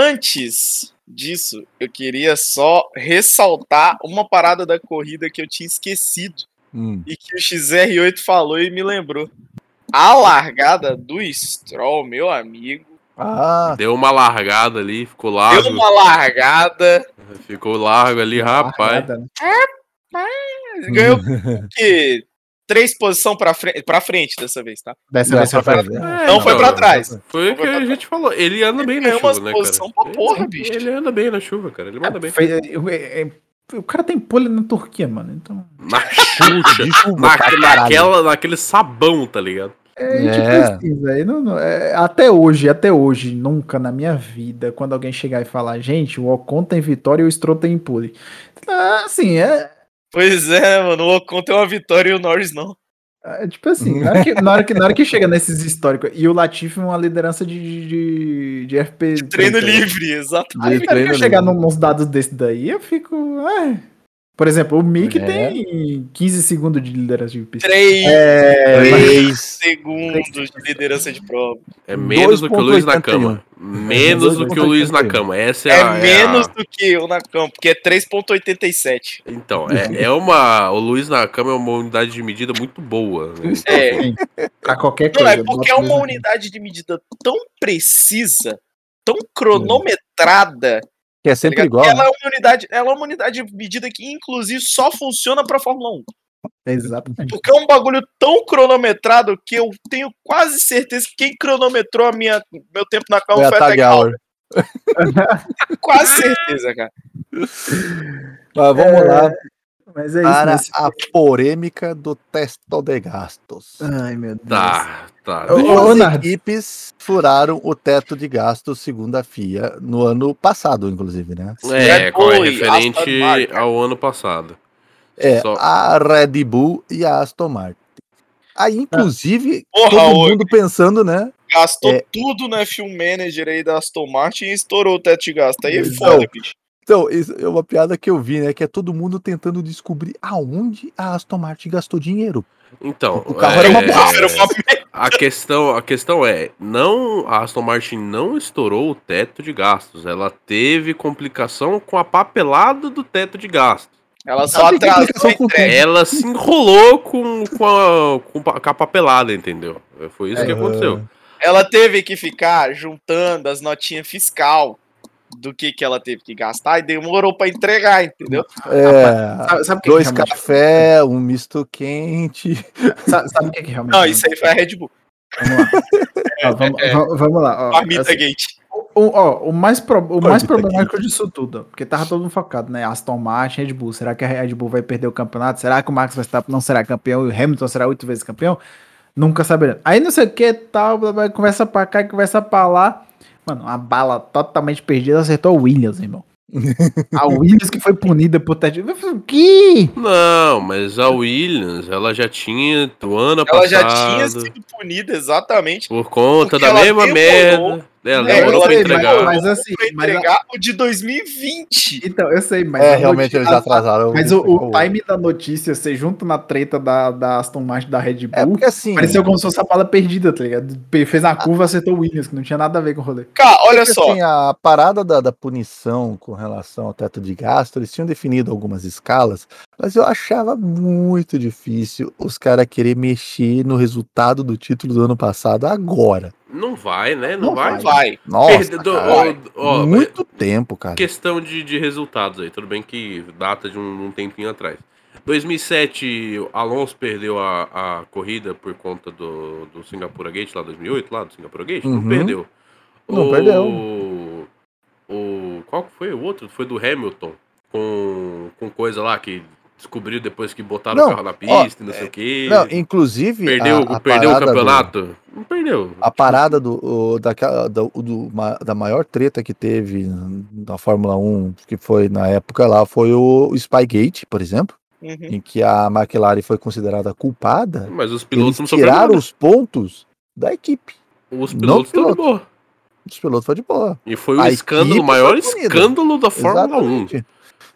Speaker 5: Antes disso, eu queria só ressaltar uma parada da corrida que eu tinha esquecido
Speaker 2: Hum.
Speaker 5: e que o XR8 falou e me lembrou. A largada do Stroll, meu amigo,
Speaker 2: Ah,
Speaker 3: Deu uma largada ali, ficou
Speaker 5: deu
Speaker 3: largo,
Speaker 5: uma largada,
Speaker 3: ficou largo ali, rapaz.
Speaker 4: Largada, né?
Speaker 5: ganhou o quê? Três posição pra frente, pra frente dessa vez, tá?
Speaker 4: Dessa
Speaker 2: Não,
Speaker 4: vez
Speaker 2: pra
Speaker 4: foi pra
Speaker 2: frente,
Speaker 4: frente.
Speaker 3: É,
Speaker 5: Não foi pra
Speaker 3: então,
Speaker 5: trás.
Speaker 3: Foi o que a gente falou. Ele anda bem na
Speaker 5: ganhou umas
Speaker 3: chuva, né,
Speaker 5: posição
Speaker 3: cara?
Speaker 5: pra porra, bicho.
Speaker 3: Ele anda bem na chuva, cara. Ele manda bem.
Speaker 4: Fez- é, é, é, o cara tem pole na Turquia, mano. Então.
Speaker 3: Na chuva.
Speaker 2: de chuva
Speaker 3: na,
Speaker 2: pra caralho.
Speaker 3: naquela, naquele sabão, tá ligado?
Speaker 4: É, a
Speaker 2: É.
Speaker 4: gente precisa. aí não- não- é, até hoje, até hoje, nunca na minha vida, quando alguém chegar e falar, gente, o Ocon tem vitória e o Stroll tem pole. Ah, Assim, é,
Speaker 5: Pois é, mano, o Ocon tem uma vitória e o Norris não.
Speaker 4: é tipo assim, na hora, que, na, hora que, na hora que chega nesses históricos e o Latifi uma liderança de, de, de FP.
Speaker 5: Treino
Speaker 4: tá ligado?
Speaker 5: livre, exato.
Speaker 4: Aí
Speaker 2: De
Speaker 4: na hora que eu
Speaker 2: treino
Speaker 4: chegar
Speaker 2: livre.
Speaker 4: num- nos dados desse daí, eu fico. ah. Por exemplo, o Mick
Speaker 2: É.
Speaker 4: tem 15 segundos de liderança de pista.
Speaker 5: Três
Speaker 2: É, Três.
Speaker 5: segundos de liderança de prova.
Speaker 3: É menos do que o Luiz na
Speaker 2: 2,81.
Speaker 3: cama. Menos do que o Luiz na cama. Essa é,
Speaker 5: É
Speaker 2: Ah,
Speaker 3: a- é a-
Speaker 5: menos do que o Nakam, porque é 3.87.
Speaker 3: Então, é, é uma. O Luiz na cama é uma unidade de medida muito boa. né? Então,
Speaker 5: É.
Speaker 3: assim,
Speaker 4: Pra qualquer
Speaker 5: Não,
Speaker 4: coisa.
Speaker 5: é porque é uma unidade de medida tão precisa, tão cronometrada.
Speaker 2: Que é
Speaker 5: tá
Speaker 2: sempre
Speaker 5: ligado?
Speaker 2: igual.
Speaker 5: Ela é uma unidade, ela é uma unidade de medida que inclusive só funciona pra Fórmula 1.
Speaker 4: Exatamente.
Speaker 5: Porque é um bagulho tão cronometrado que eu tenho quase certeza que quem cronometrou a minha, meu tempo na
Speaker 2: Foi
Speaker 5: calma
Speaker 2: a
Speaker 5: foi a
Speaker 2: Tag
Speaker 5: Tag Heuer.
Speaker 2: Hour.
Speaker 5: Quase certeza, cara.
Speaker 2: Mas vamos lá.
Speaker 4: Mas é isso.
Speaker 2: para
Speaker 4: nesse-
Speaker 2: a polêmica do testo de gastos.
Speaker 4: Ai, meu Deus.
Speaker 3: Tá, tá.
Speaker 4: É,
Speaker 2: É
Speaker 4: Ô, ô,
Speaker 2: Duas
Speaker 4: Nardo.
Speaker 2: equipes furaram o teto de gastos segundo a FIA no ano passado, inclusive, né?
Speaker 3: É,
Speaker 5: Red
Speaker 3: qual é
Speaker 5: Bull e
Speaker 3: referente
Speaker 5: Aston Martin.
Speaker 3: ao ano passado.
Speaker 2: É,
Speaker 3: Só-
Speaker 2: a Red Bull e a Aston Martin.
Speaker 4: É.
Speaker 2: Aí, inclusive,
Speaker 5: Porra,
Speaker 2: todo
Speaker 5: ô,
Speaker 2: mundo pensando, né?
Speaker 5: Gastou
Speaker 2: É.
Speaker 5: tudo no F1 Manager aí da Aston Martin e estourou o teto de gasto. Aí é
Speaker 2: Não.
Speaker 5: foda, bicho.
Speaker 2: Então, isso é uma piada que eu vi, né? Que é todo mundo tentando descobrir aonde a Aston Martin gastou dinheiro.
Speaker 3: Então,
Speaker 2: O carro era uma bosta.
Speaker 5: É, Era uma
Speaker 3: a questão, a questão é, não, a Aston Martin não estourou o teto de gastos. Ela teve complicação com a papelada do teto de gastos.
Speaker 5: Ela só
Speaker 2: Sabe que
Speaker 5: atrasou
Speaker 2: explicação
Speaker 5: a entrega.
Speaker 3: É, Ela se enrolou com, com, a, com pa- com a papelada, entendeu? Foi isso que
Speaker 2: É.
Speaker 3: aconteceu.
Speaker 5: Ela teve que ficar juntando as notinhas fiscal do que, que ela teve que gastar e demorou pra entregar, entendeu?
Speaker 2: É,
Speaker 4: Sabe, sabe o que
Speaker 2: dois
Speaker 4: que realmente-
Speaker 2: café, um misto quente.
Speaker 4: Sabe, sabe o que, que realmente. é?
Speaker 5: Não, isso aí foi a Red Bull.
Speaker 4: Vamos lá. Ó, vamos, vamos- vamos lá. ó.
Speaker 5: Marmita
Speaker 4: Assim,
Speaker 5: Gate.
Speaker 4: o, ó, o mais, pro- o
Speaker 2: Marmita
Speaker 4: mais problemático disso tudo, ó, porque tava todo mundo focado, né? Aston Martin, Red Bull. Será que a Red Bull vai perder o campeonato? Será que o Max Verstappen não será campeão e o Hamilton será oito vezes campeão? Nunca saberemos. Aí não sei o que tal, blá, blá, conversa pra cá, conversa pra lá. Mano, uma bala totalmente perdida acertou a Williams, irmão. a Williams que foi punida por teste. O quê?
Speaker 3: Não, mas a Williams, ela já tinha do ano
Speaker 5: Ela já tinha
Speaker 3: passado
Speaker 5: sido punida exatamente
Speaker 3: por conta
Speaker 5: Porque
Speaker 3: da
Speaker 5: ela
Speaker 3: mesma
Speaker 5: demorou.
Speaker 3: merda. Ela
Speaker 5: É,
Speaker 3: demorou
Speaker 5: ela
Speaker 3: pra
Speaker 5: demorou,
Speaker 3: entregar.
Speaker 4: Mas, mas assim,
Speaker 5: pra
Speaker 4: mas a-
Speaker 5: entregar o de 2020.
Speaker 4: então, eu sei, mas.
Speaker 2: É,
Speaker 4: a
Speaker 2: realmente
Speaker 4: noti-
Speaker 2: eles
Speaker 4: a-
Speaker 2: atrasaram.
Speaker 4: Mas
Speaker 2: um
Speaker 4: o, o
Speaker 2: pouco.
Speaker 4: time da notícia, você junta na treta da, da Aston Martin e da Red
Speaker 2: É
Speaker 4: Bull,
Speaker 2: porque assim.
Speaker 4: pareceu como se fosse a bala perdida, tá ligado? Pe- Fez uma curva, acertou o Williams, que não tinha nada a ver com o rolê.
Speaker 5: Cara, olha
Speaker 2: Porque,
Speaker 5: só.
Speaker 2: assim, a parada da, da punição com relação ao teto de gasto, eles tinham definido algumas escalas, mas eu achava muito difícil os caras querer mexer no resultado do título do ano passado agora.
Speaker 3: Não vai, né? Não,
Speaker 2: Não
Speaker 3: vai.
Speaker 5: Vai.
Speaker 2: Nossa,
Speaker 3: Perde- do-
Speaker 2: cara,
Speaker 3: ó, ó,
Speaker 2: muito tempo, cara.
Speaker 3: Questão de, de resultados aí, tudo bem que data de um, um tempinho atrás. 2007, o Alonso perdeu a, a corrida por conta do, do Singapura Gate, lá 2008, lá do Singapura Gate,
Speaker 2: Uhum.
Speaker 3: não perdeu.
Speaker 2: Não
Speaker 3: o,
Speaker 2: perdeu.
Speaker 3: O, qual que foi o outro? Foi do Hamilton, com, com coisa lá que descobriu depois que botaram
Speaker 2: Não, é,
Speaker 3: o carro na pista, não sei o quê.
Speaker 2: Não, inclusive.
Speaker 3: perdeu
Speaker 2: a- a
Speaker 3: perdeu o
Speaker 2: parada do- Ah,
Speaker 3: campeonato? Não perdeu.
Speaker 2: A parada do, o- daquela- da, o- do- ma- da maior treta que teve na Fórmula 1, que foi na época lá, foi o Spygate, por exemplo,
Speaker 5: Uhum.
Speaker 2: em que a McLaren foi considerada culpada.
Speaker 3: Mas os
Speaker 2: Eles
Speaker 3: pilotos não sofreram
Speaker 2: tiraram
Speaker 3: nada.
Speaker 2: os pontos da equipe.
Speaker 3: Os
Speaker 2: não
Speaker 3: pilotos estão de
Speaker 2: pilotos.
Speaker 3: boa.
Speaker 2: Os pilotos foram de boa.
Speaker 3: E foi o
Speaker 2: A
Speaker 3: escândalo, o
Speaker 2: equipe
Speaker 3: maior
Speaker 2: foi punida.
Speaker 3: escândalo da Fórmula 1.
Speaker 2: Exatamente.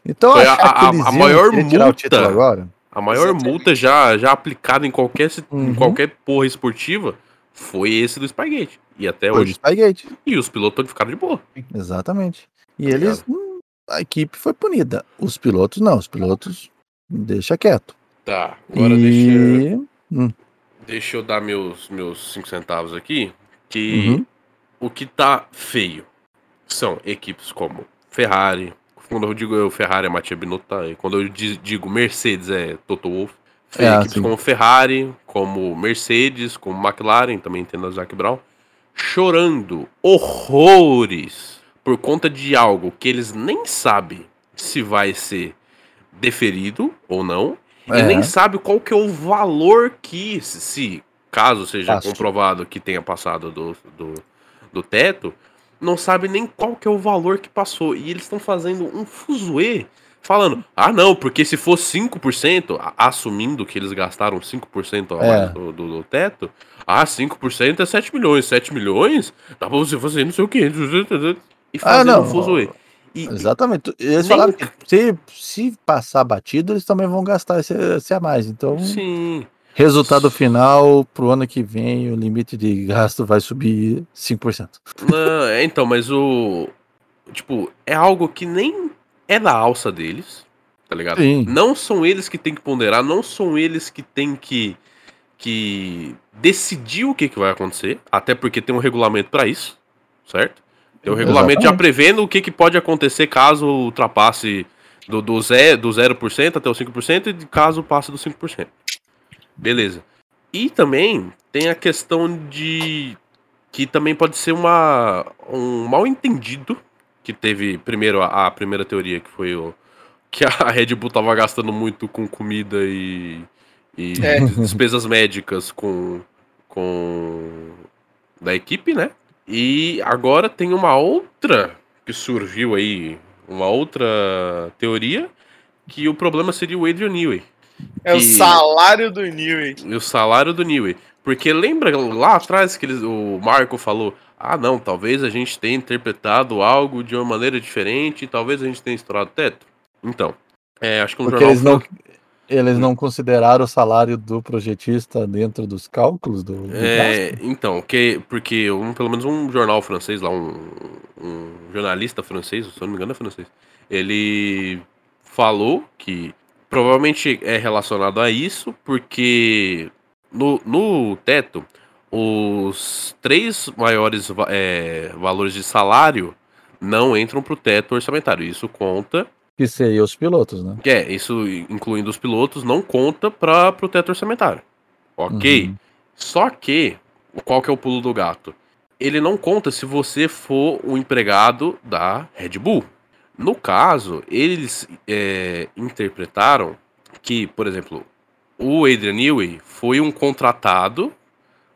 Speaker 2: Então,
Speaker 3: Foi
Speaker 2: achar
Speaker 3: a-
Speaker 2: que
Speaker 3: a-
Speaker 2: eles
Speaker 3: a
Speaker 2: iam
Speaker 3: maior
Speaker 2: querer tirar o
Speaker 3: multa.
Speaker 2: título agora.
Speaker 3: A maior
Speaker 5: Exatamente.
Speaker 3: multa já, já aplicada em qualquer, se- em
Speaker 2: Uhum.
Speaker 3: qualquer porra esportiva foi esse do Spygate. E até
Speaker 2: Foi o
Speaker 3: é hoje.
Speaker 2: Spygate.
Speaker 3: E os pilotos ficaram de boa.
Speaker 2: Exatamente.
Speaker 3: Tá
Speaker 2: E eles. hum, A equipe foi punida. Os pilotos não. Os pilotos deixa quieto.
Speaker 3: Tá, agora deixa, eu-
Speaker 2: e.
Speaker 3: deixa eu dar meus 5 meus cinco centavos aqui. Que
Speaker 2: Uhum.
Speaker 3: o que tá feio são equipes como Ferrari. Quando eu digo eu, Ferrari é Matia Binotto. tá? E Quando eu di- digo Mercedes é Toto Wolff. Fe-
Speaker 2: É,
Speaker 3: equipes
Speaker 2: sim.
Speaker 3: como Ferrari, como Mercedes, como McLaren, também tendo a Zac Brown, chorando horrores por conta de algo que eles nem sabem se vai ser deferido ou não. E
Speaker 2: É.
Speaker 3: nem sabe qual que é o valor que, se- se caso seja
Speaker 2: Passo.
Speaker 3: comprovado que tenha passado do, do, do teto, não sabe nem qual que é o valor que passou. E eles estão fazendo um fuzuê, falando, ah não, porque se for 5%, a- assumindo que eles gastaram 5% a mais
Speaker 2: É.
Speaker 3: do, do, do teto, ah, 5% é 7 milhões, 7 milhões, dá pra você fazer não sei o que, e fazendo
Speaker 2: Ah, não.
Speaker 3: um fuzuê. E, e-
Speaker 2: Exatamente. Eles
Speaker 3: Nem-
Speaker 2: falaram que se, se passar batido, eles também vão gastar esse, esse a mais. Então,
Speaker 3: sim,
Speaker 2: resultado final, pro ano que vem, o limite de gasto vai subir 5%.
Speaker 3: Não, é, então, mas o. Tipo, é algo que nem é da alça deles, tá ligado?
Speaker 2: Sim.
Speaker 3: Não são eles que tem que ponderar, não são eles que tem que. que decidir o que, que vai acontecer, até porque tem um regulamento pra isso, certo? Tem um regulamento já
Speaker 2: Exatamente.
Speaker 3: prevendo o que, que pode acontecer caso ultrapasse do, do, ze, do 0% até o 5% e de caso passe do 5%. Beleza. E também tem a questão de que também pode ser uma um mal entendido que teve primeiro a, a primeira teoria que foi o, que a Red Bull tava gastando muito com comida e, e
Speaker 5: É.
Speaker 3: despesas médicas com, com da equipe, né? E agora tem uma outra que surgiu aí, uma outra teoria, que o problema seria o Adrian Newey.
Speaker 5: É o
Speaker 3: Que-
Speaker 5: salário do Newey.
Speaker 3: E o salário do Newey. Porque lembra lá atrás que eles, o Marco falou: ah, não, talvez a gente tenha interpretado algo de uma maneira diferente, talvez a gente tenha estourado o teto. Então, é, acho que um
Speaker 2: Porque
Speaker 3: jornal.
Speaker 2: eles não, eles não consideraram o salário do projetista dentro dos cálculos do, do gasto.
Speaker 3: É, então, que, porque um, pelo menos um jornal francês lá, um, um jornalista francês, se eu não me engano é francês, ele falou que provavelmente é relacionado a isso, porque no, no teto, os três maiores va- é, valores de salário não entram para o teto orçamentário. Isso conta
Speaker 2: que seria os pilotos, né?
Speaker 3: que É, isso incluindo os pilotos, não conta para o teto orçamentário. Ok?
Speaker 2: Uhum.
Speaker 3: Só que, qual que é o pulo do gato? Ele não conta se você for um empregado da Red Bull. No caso, eles é, interpretaram que, por exemplo, o Adrian Newey foi um contratado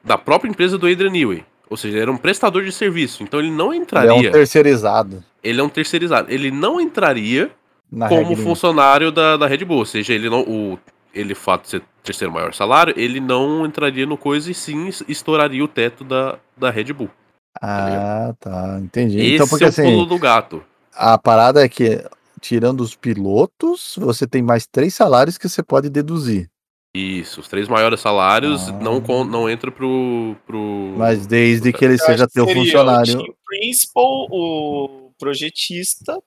Speaker 3: da própria empresa do Adrian Newey. Ou seja, ele era um prestador de serviço. Então ele não
Speaker 2: Ele
Speaker 3: entraria.
Speaker 2: é um terceirizado.
Speaker 3: ele é um terceirizado. Ele não entraria
Speaker 2: Na
Speaker 3: como
Speaker 2: regra.
Speaker 3: funcionário da, da Red Bull. Ou seja, ele não. O, ele, fato de ser terceiro maior salário, ele não entraria no coisa e sim es- estouraria o teto da, da Red Bull.
Speaker 2: Ah, tá. Entendi.
Speaker 3: Esse
Speaker 2: então, porque
Speaker 3: é o
Speaker 2: assim,
Speaker 3: pulo do gato.
Speaker 2: a parada é que, tirando os pilotos, você tem mais três salários que você pode deduzir.
Speaker 3: Isso, os três maiores salários
Speaker 2: Ah.
Speaker 3: não, con- não entram pro. pro...
Speaker 2: Mas desde que ele
Speaker 5: Eu acho
Speaker 2: seja
Speaker 5: que
Speaker 2: teu
Speaker 5: seria
Speaker 2: funcionário.
Speaker 5: O team principal, o projetista.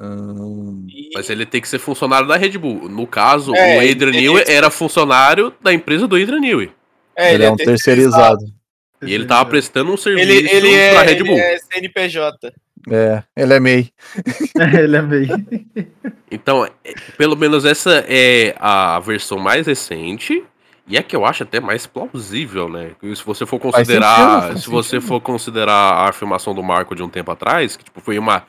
Speaker 2: Hum,
Speaker 5: E...
Speaker 3: Mas ele tem que ser funcionário da Red Bull. No caso,
Speaker 5: É,
Speaker 3: o Adrian
Speaker 5: ele-
Speaker 3: Newey era funcionário da empresa do Adrian Newey.
Speaker 5: é,
Speaker 2: ele é um terceirizado.
Speaker 3: E ele tava prestando um serviço
Speaker 5: Ele, ele, é,
Speaker 3: pra Red
Speaker 5: ele
Speaker 3: Bull.
Speaker 5: é CNPJ.
Speaker 2: É, ele é MEI.
Speaker 4: Ele é meio.
Speaker 3: Então, é- pelo menos essa é a versão mais recente e é que eu acho até mais plausível, né? E Se você for
Speaker 2: Faz sentido,
Speaker 3: considerar,
Speaker 2: faz
Speaker 3: se você for considerar a afirmação do Marco de um tempo atrás, que tipo foi uma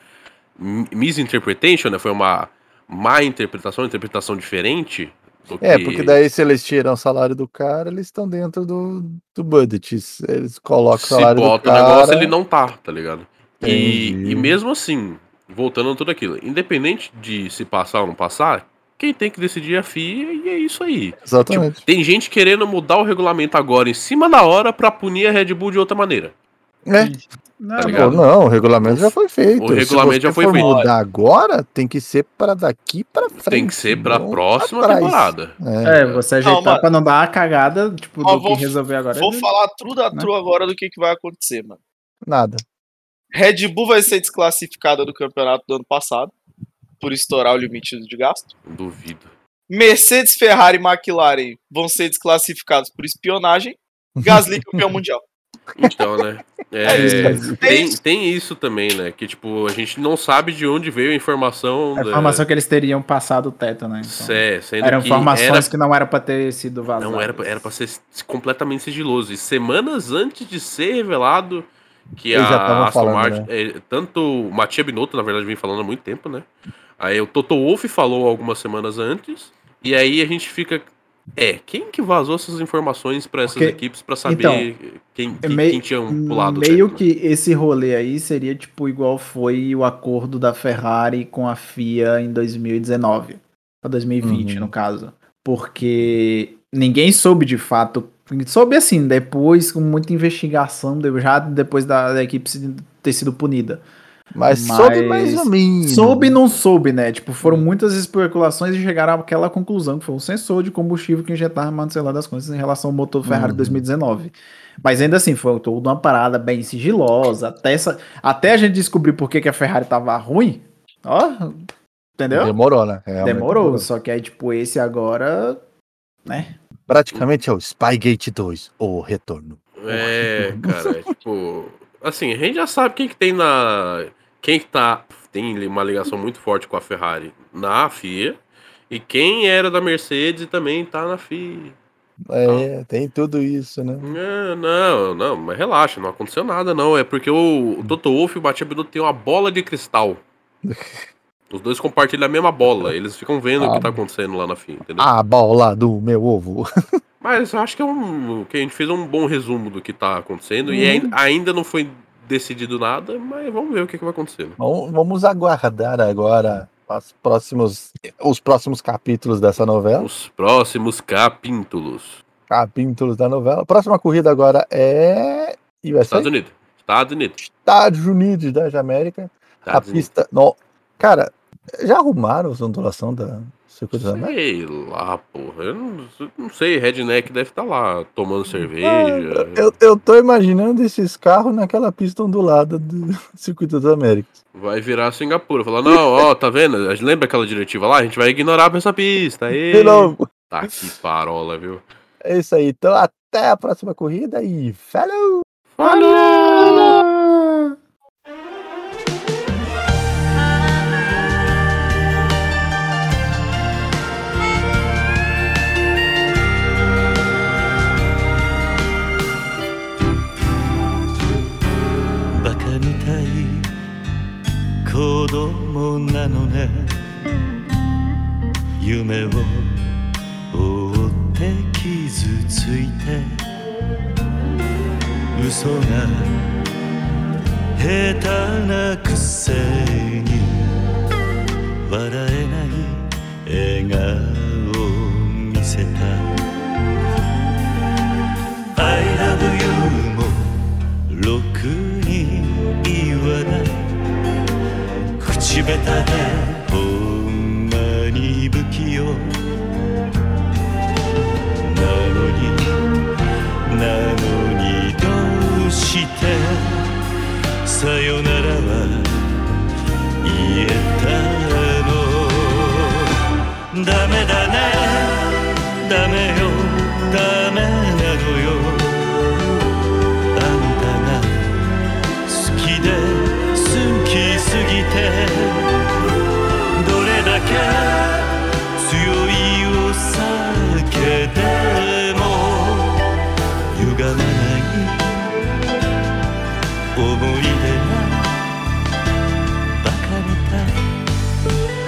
Speaker 3: mi- misinterpretation, né? Foi uma má interpretação, interpretação diferente. do
Speaker 2: É,
Speaker 3: que-
Speaker 2: porque daí se eles tiram o salário do cara, eles estão dentro do, do budget. Se Eles colocam o
Speaker 3: se
Speaker 2: salário do
Speaker 3: bota o
Speaker 2: cara.
Speaker 3: negócio, ele não tá, tá ligado? E,
Speaker 2: Entendi.
Speaker 3: e mesmo assim, voltando a tudo aquilo, independente de se passar ou não passar, quem tem que decidir é a FIA e é isso aí.
Speaker 2: Exatamente.
Speaker 3: Tem gente querendo mudar o regulamento agora em cima da hora pra punir a Red Bull de outra maneira.
Speaker 2: É.
Speaker 4: Não,
Speaker 3: Tá
Speaker 2: Pô,
Speaker 3: ligado?
Speaker 2: não, o regulamento já foi feito.
Speaker 3: O
Speaker 2: Se
Speaker 3: regulamento
Speaker 2: você
Speaker 3: já foi
Speaker 2: for
Speaker 3: feito.
Speaker 2: mudar agora, tem que ser para daqui para frente.
Speaker 3: Tem que ser pra
Speaker 2: não
Speaker 3: próxima
Speaker 2: pra trás.
Speaker 3: temporada.
Speaker 2: É.
Speaker 4: É, você ajeitar
Speaker 5: mano.
Speaker 4: pra não dar uma cagada, tipo,
Speaker 5: Ó,
Speaker 4: do
Speaker 5: vou-
Speaker 4: que resolver agora.
Speaker 5: Vou falar true da
Speaker 4: Né?
Speaker 5: true agora do que, que vai acontecer, mano.
Speaker 2: Nada.
Speaker 5: Red Bull vai ser desclassificada do campeonato do ano passado, por estourar o limite de gasto.
Speaker 3: Duvido.
Speaker 5: Mercedes, Ferrari e McLaren vão ser desclassificados por espionagem. Gasly campeão mundial.
Speaker 3: Então, né?
Speaker 4: É
Speaker 3: É,
Speaker 4: isso.
Speaker 3: tem, tem isso também, né? Que, tipo, a gente não sabe de onde veio a informação.
Speaker 4: é A informação que eles teriam passado o teto, né?
Speaker 3: da...
Speaker 4: Então,
Speaker 3: Sé, sendo
Speaker 4: eram
Speaker 3: que
Speaker 4: informações
Speaker 3: era-
Speaker 4: que não era pra ter sido vazadas.
Speaker 3: Não, era, pra- era pra ser s- completamente sigiloso. E semanas antes de ser revelado que
Speaker 2: Eles já
Speaker 3: a
Speaker 2: tavam
Speaker 3: Aston
Speaker 2: falando,
Speaker 4: né?
Speaker 3: Martin. é, tanto o Matia Binotto, na verdade, vem falando há muito tempo, né? Aí o Toto Wolff falou algumas semanas antes. E aí a gente fica. É, quem que vazou essas informações pra essas
Speaker 4: Porque-
Speaker 3: equipes pra saber
Speaker 4: então,
Speaker 3: quem,
Speaker 4: é
Speaker 3: que-
Speaker 4: meio-
Speaker 3: quem tinha pulado? o
Speaker 4: Meio
Speaker 3: teto, né?
Speaker 4: que esse rolê aí seria tipo igual foi o acordo da Ferrari com a FIA em 2019, pra 2020
Speaker 2: Uhum.
Speaker 4: no caso, porque ninguém soube de fato, soube assim depois com muita investigação, de- já depois da, da equipe se- ter sido punida.
Speaker 2: Mas,
Speaker 4: Mas-
Speaker 2: soube mais ou menos.
Speaker 4: Soube e não soube, né? Tipo, foram muitas especulações e chegaram àquela conclusão que foi um sensor de combustível que injetava mas não sei lá das coisas em relação ao motor Ferrari
Speaker 2: Uhum.
Speaker 4: 2019. Mas ainda assim, foi toda uma parada bem sigilosa. Até, essa, até a gente descobrir por que, que a Ferrari tava ruim, ó, entendeu?
Speaker 2: Demorou, né? Realmente
Speaker 4: Demorou. Só que aí, tipo, esse agora. né?
Speaker 2: Praticamente é o Spygate 2, o retorno.
Speaker 3: É, cara, é tipo. Assim, a gente já sabe quem que tem na. Quem que tá. Tem uma ligação muito forte com a Ferrari na FIA. E quem era da Mercedes também tá na FIA.
Speaker 2: É, tem tudo isso, né?
Speaker 3: É, não, não, mas relaxa, não aconteceu nada, não. É porque o, o Toto Wolff e o Batia Binotto tem uma bola de cristal. Os dois compartilham a mesma bola, eles ficam vendo o
Speaker 2: Ah.
Speaker 3: que tá acontecendo lá na fim, entendeu?
Speaker 2: A bola do meu ovo.
Speaker 3: Mas eu acho que é um. Que a gente fez um bom resumo do que tá acontecendo. E
Speaker 2: Uhum.
Speaker 3: ai- ainda não foi decidido nada, mas vamos ver o que, que vai acontecer. né?
Speaker 2: Vamos, vamos aguardar agora as próximos, os próximos capítulos dessa novela.
Speaker 3: Os próximos capítulos.
Speaker 2: Capítulos da novela. Próxima corrida agora é. USA,
Speaker 3: Estados Unidos. Estados Unidos.
Speaker 2: Estados Unidos das Américas. A
Speaker 3: Estados Unidos.
Speaker 2: pista. No... Cara, já arrumaram a ondulação da Circuito da América?
Speaker 3: Sei lá, porra. Eu não, não sei, Redneck deve estar lá tomando cerveja.
Speaker 2: Ah, Eu, eu tô imaginando esses carros naquela pista ondulada do Circuito das Américas.
Speaker 3: Vai virar Singapura. Falar, não, ó, tá vendo? A gente lembra aquela diretiva lá? A gente vai ignorar pra essa pista. Aê.
Speaker 2: De novo.
Speaker 3: Tá que parola, viu?
Speaker 2: É isso aí. Então, até a próxima corrida e falou!
Speaker 1: バカみたい子供なのね夢を追って傷ついて嘘が下手なくせに笑えない笑顔を見せた I love you もろくに言わない口下手でほんまに不器用なのになのにどうしてさよならは言えたのダメだねダメよダメなのよあんたが好きで好きすぎてどれだけ強いお酒でも歪まない思い出がバカみたい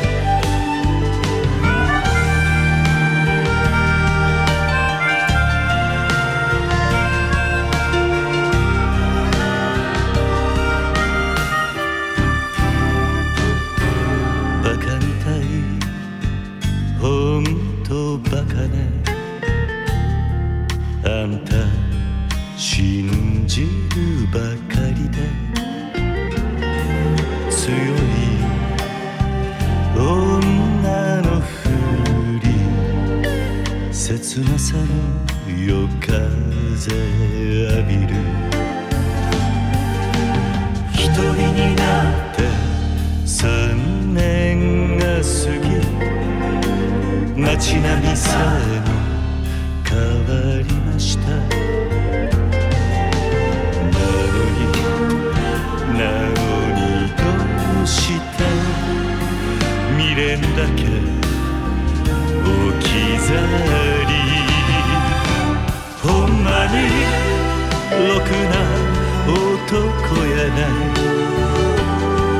Speaker 1: バカみたいほんとバカねあんた信じるばかりで強い女のふり切なさの夜風浴びる一人になって三年が過ぎ街並みさえも変わりましたなのになのにどうして未練だけ置き去りほんまにろくな男やない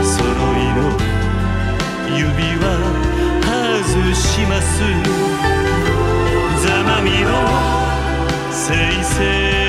Speaker 1: その色指は外しますざまみろせいせい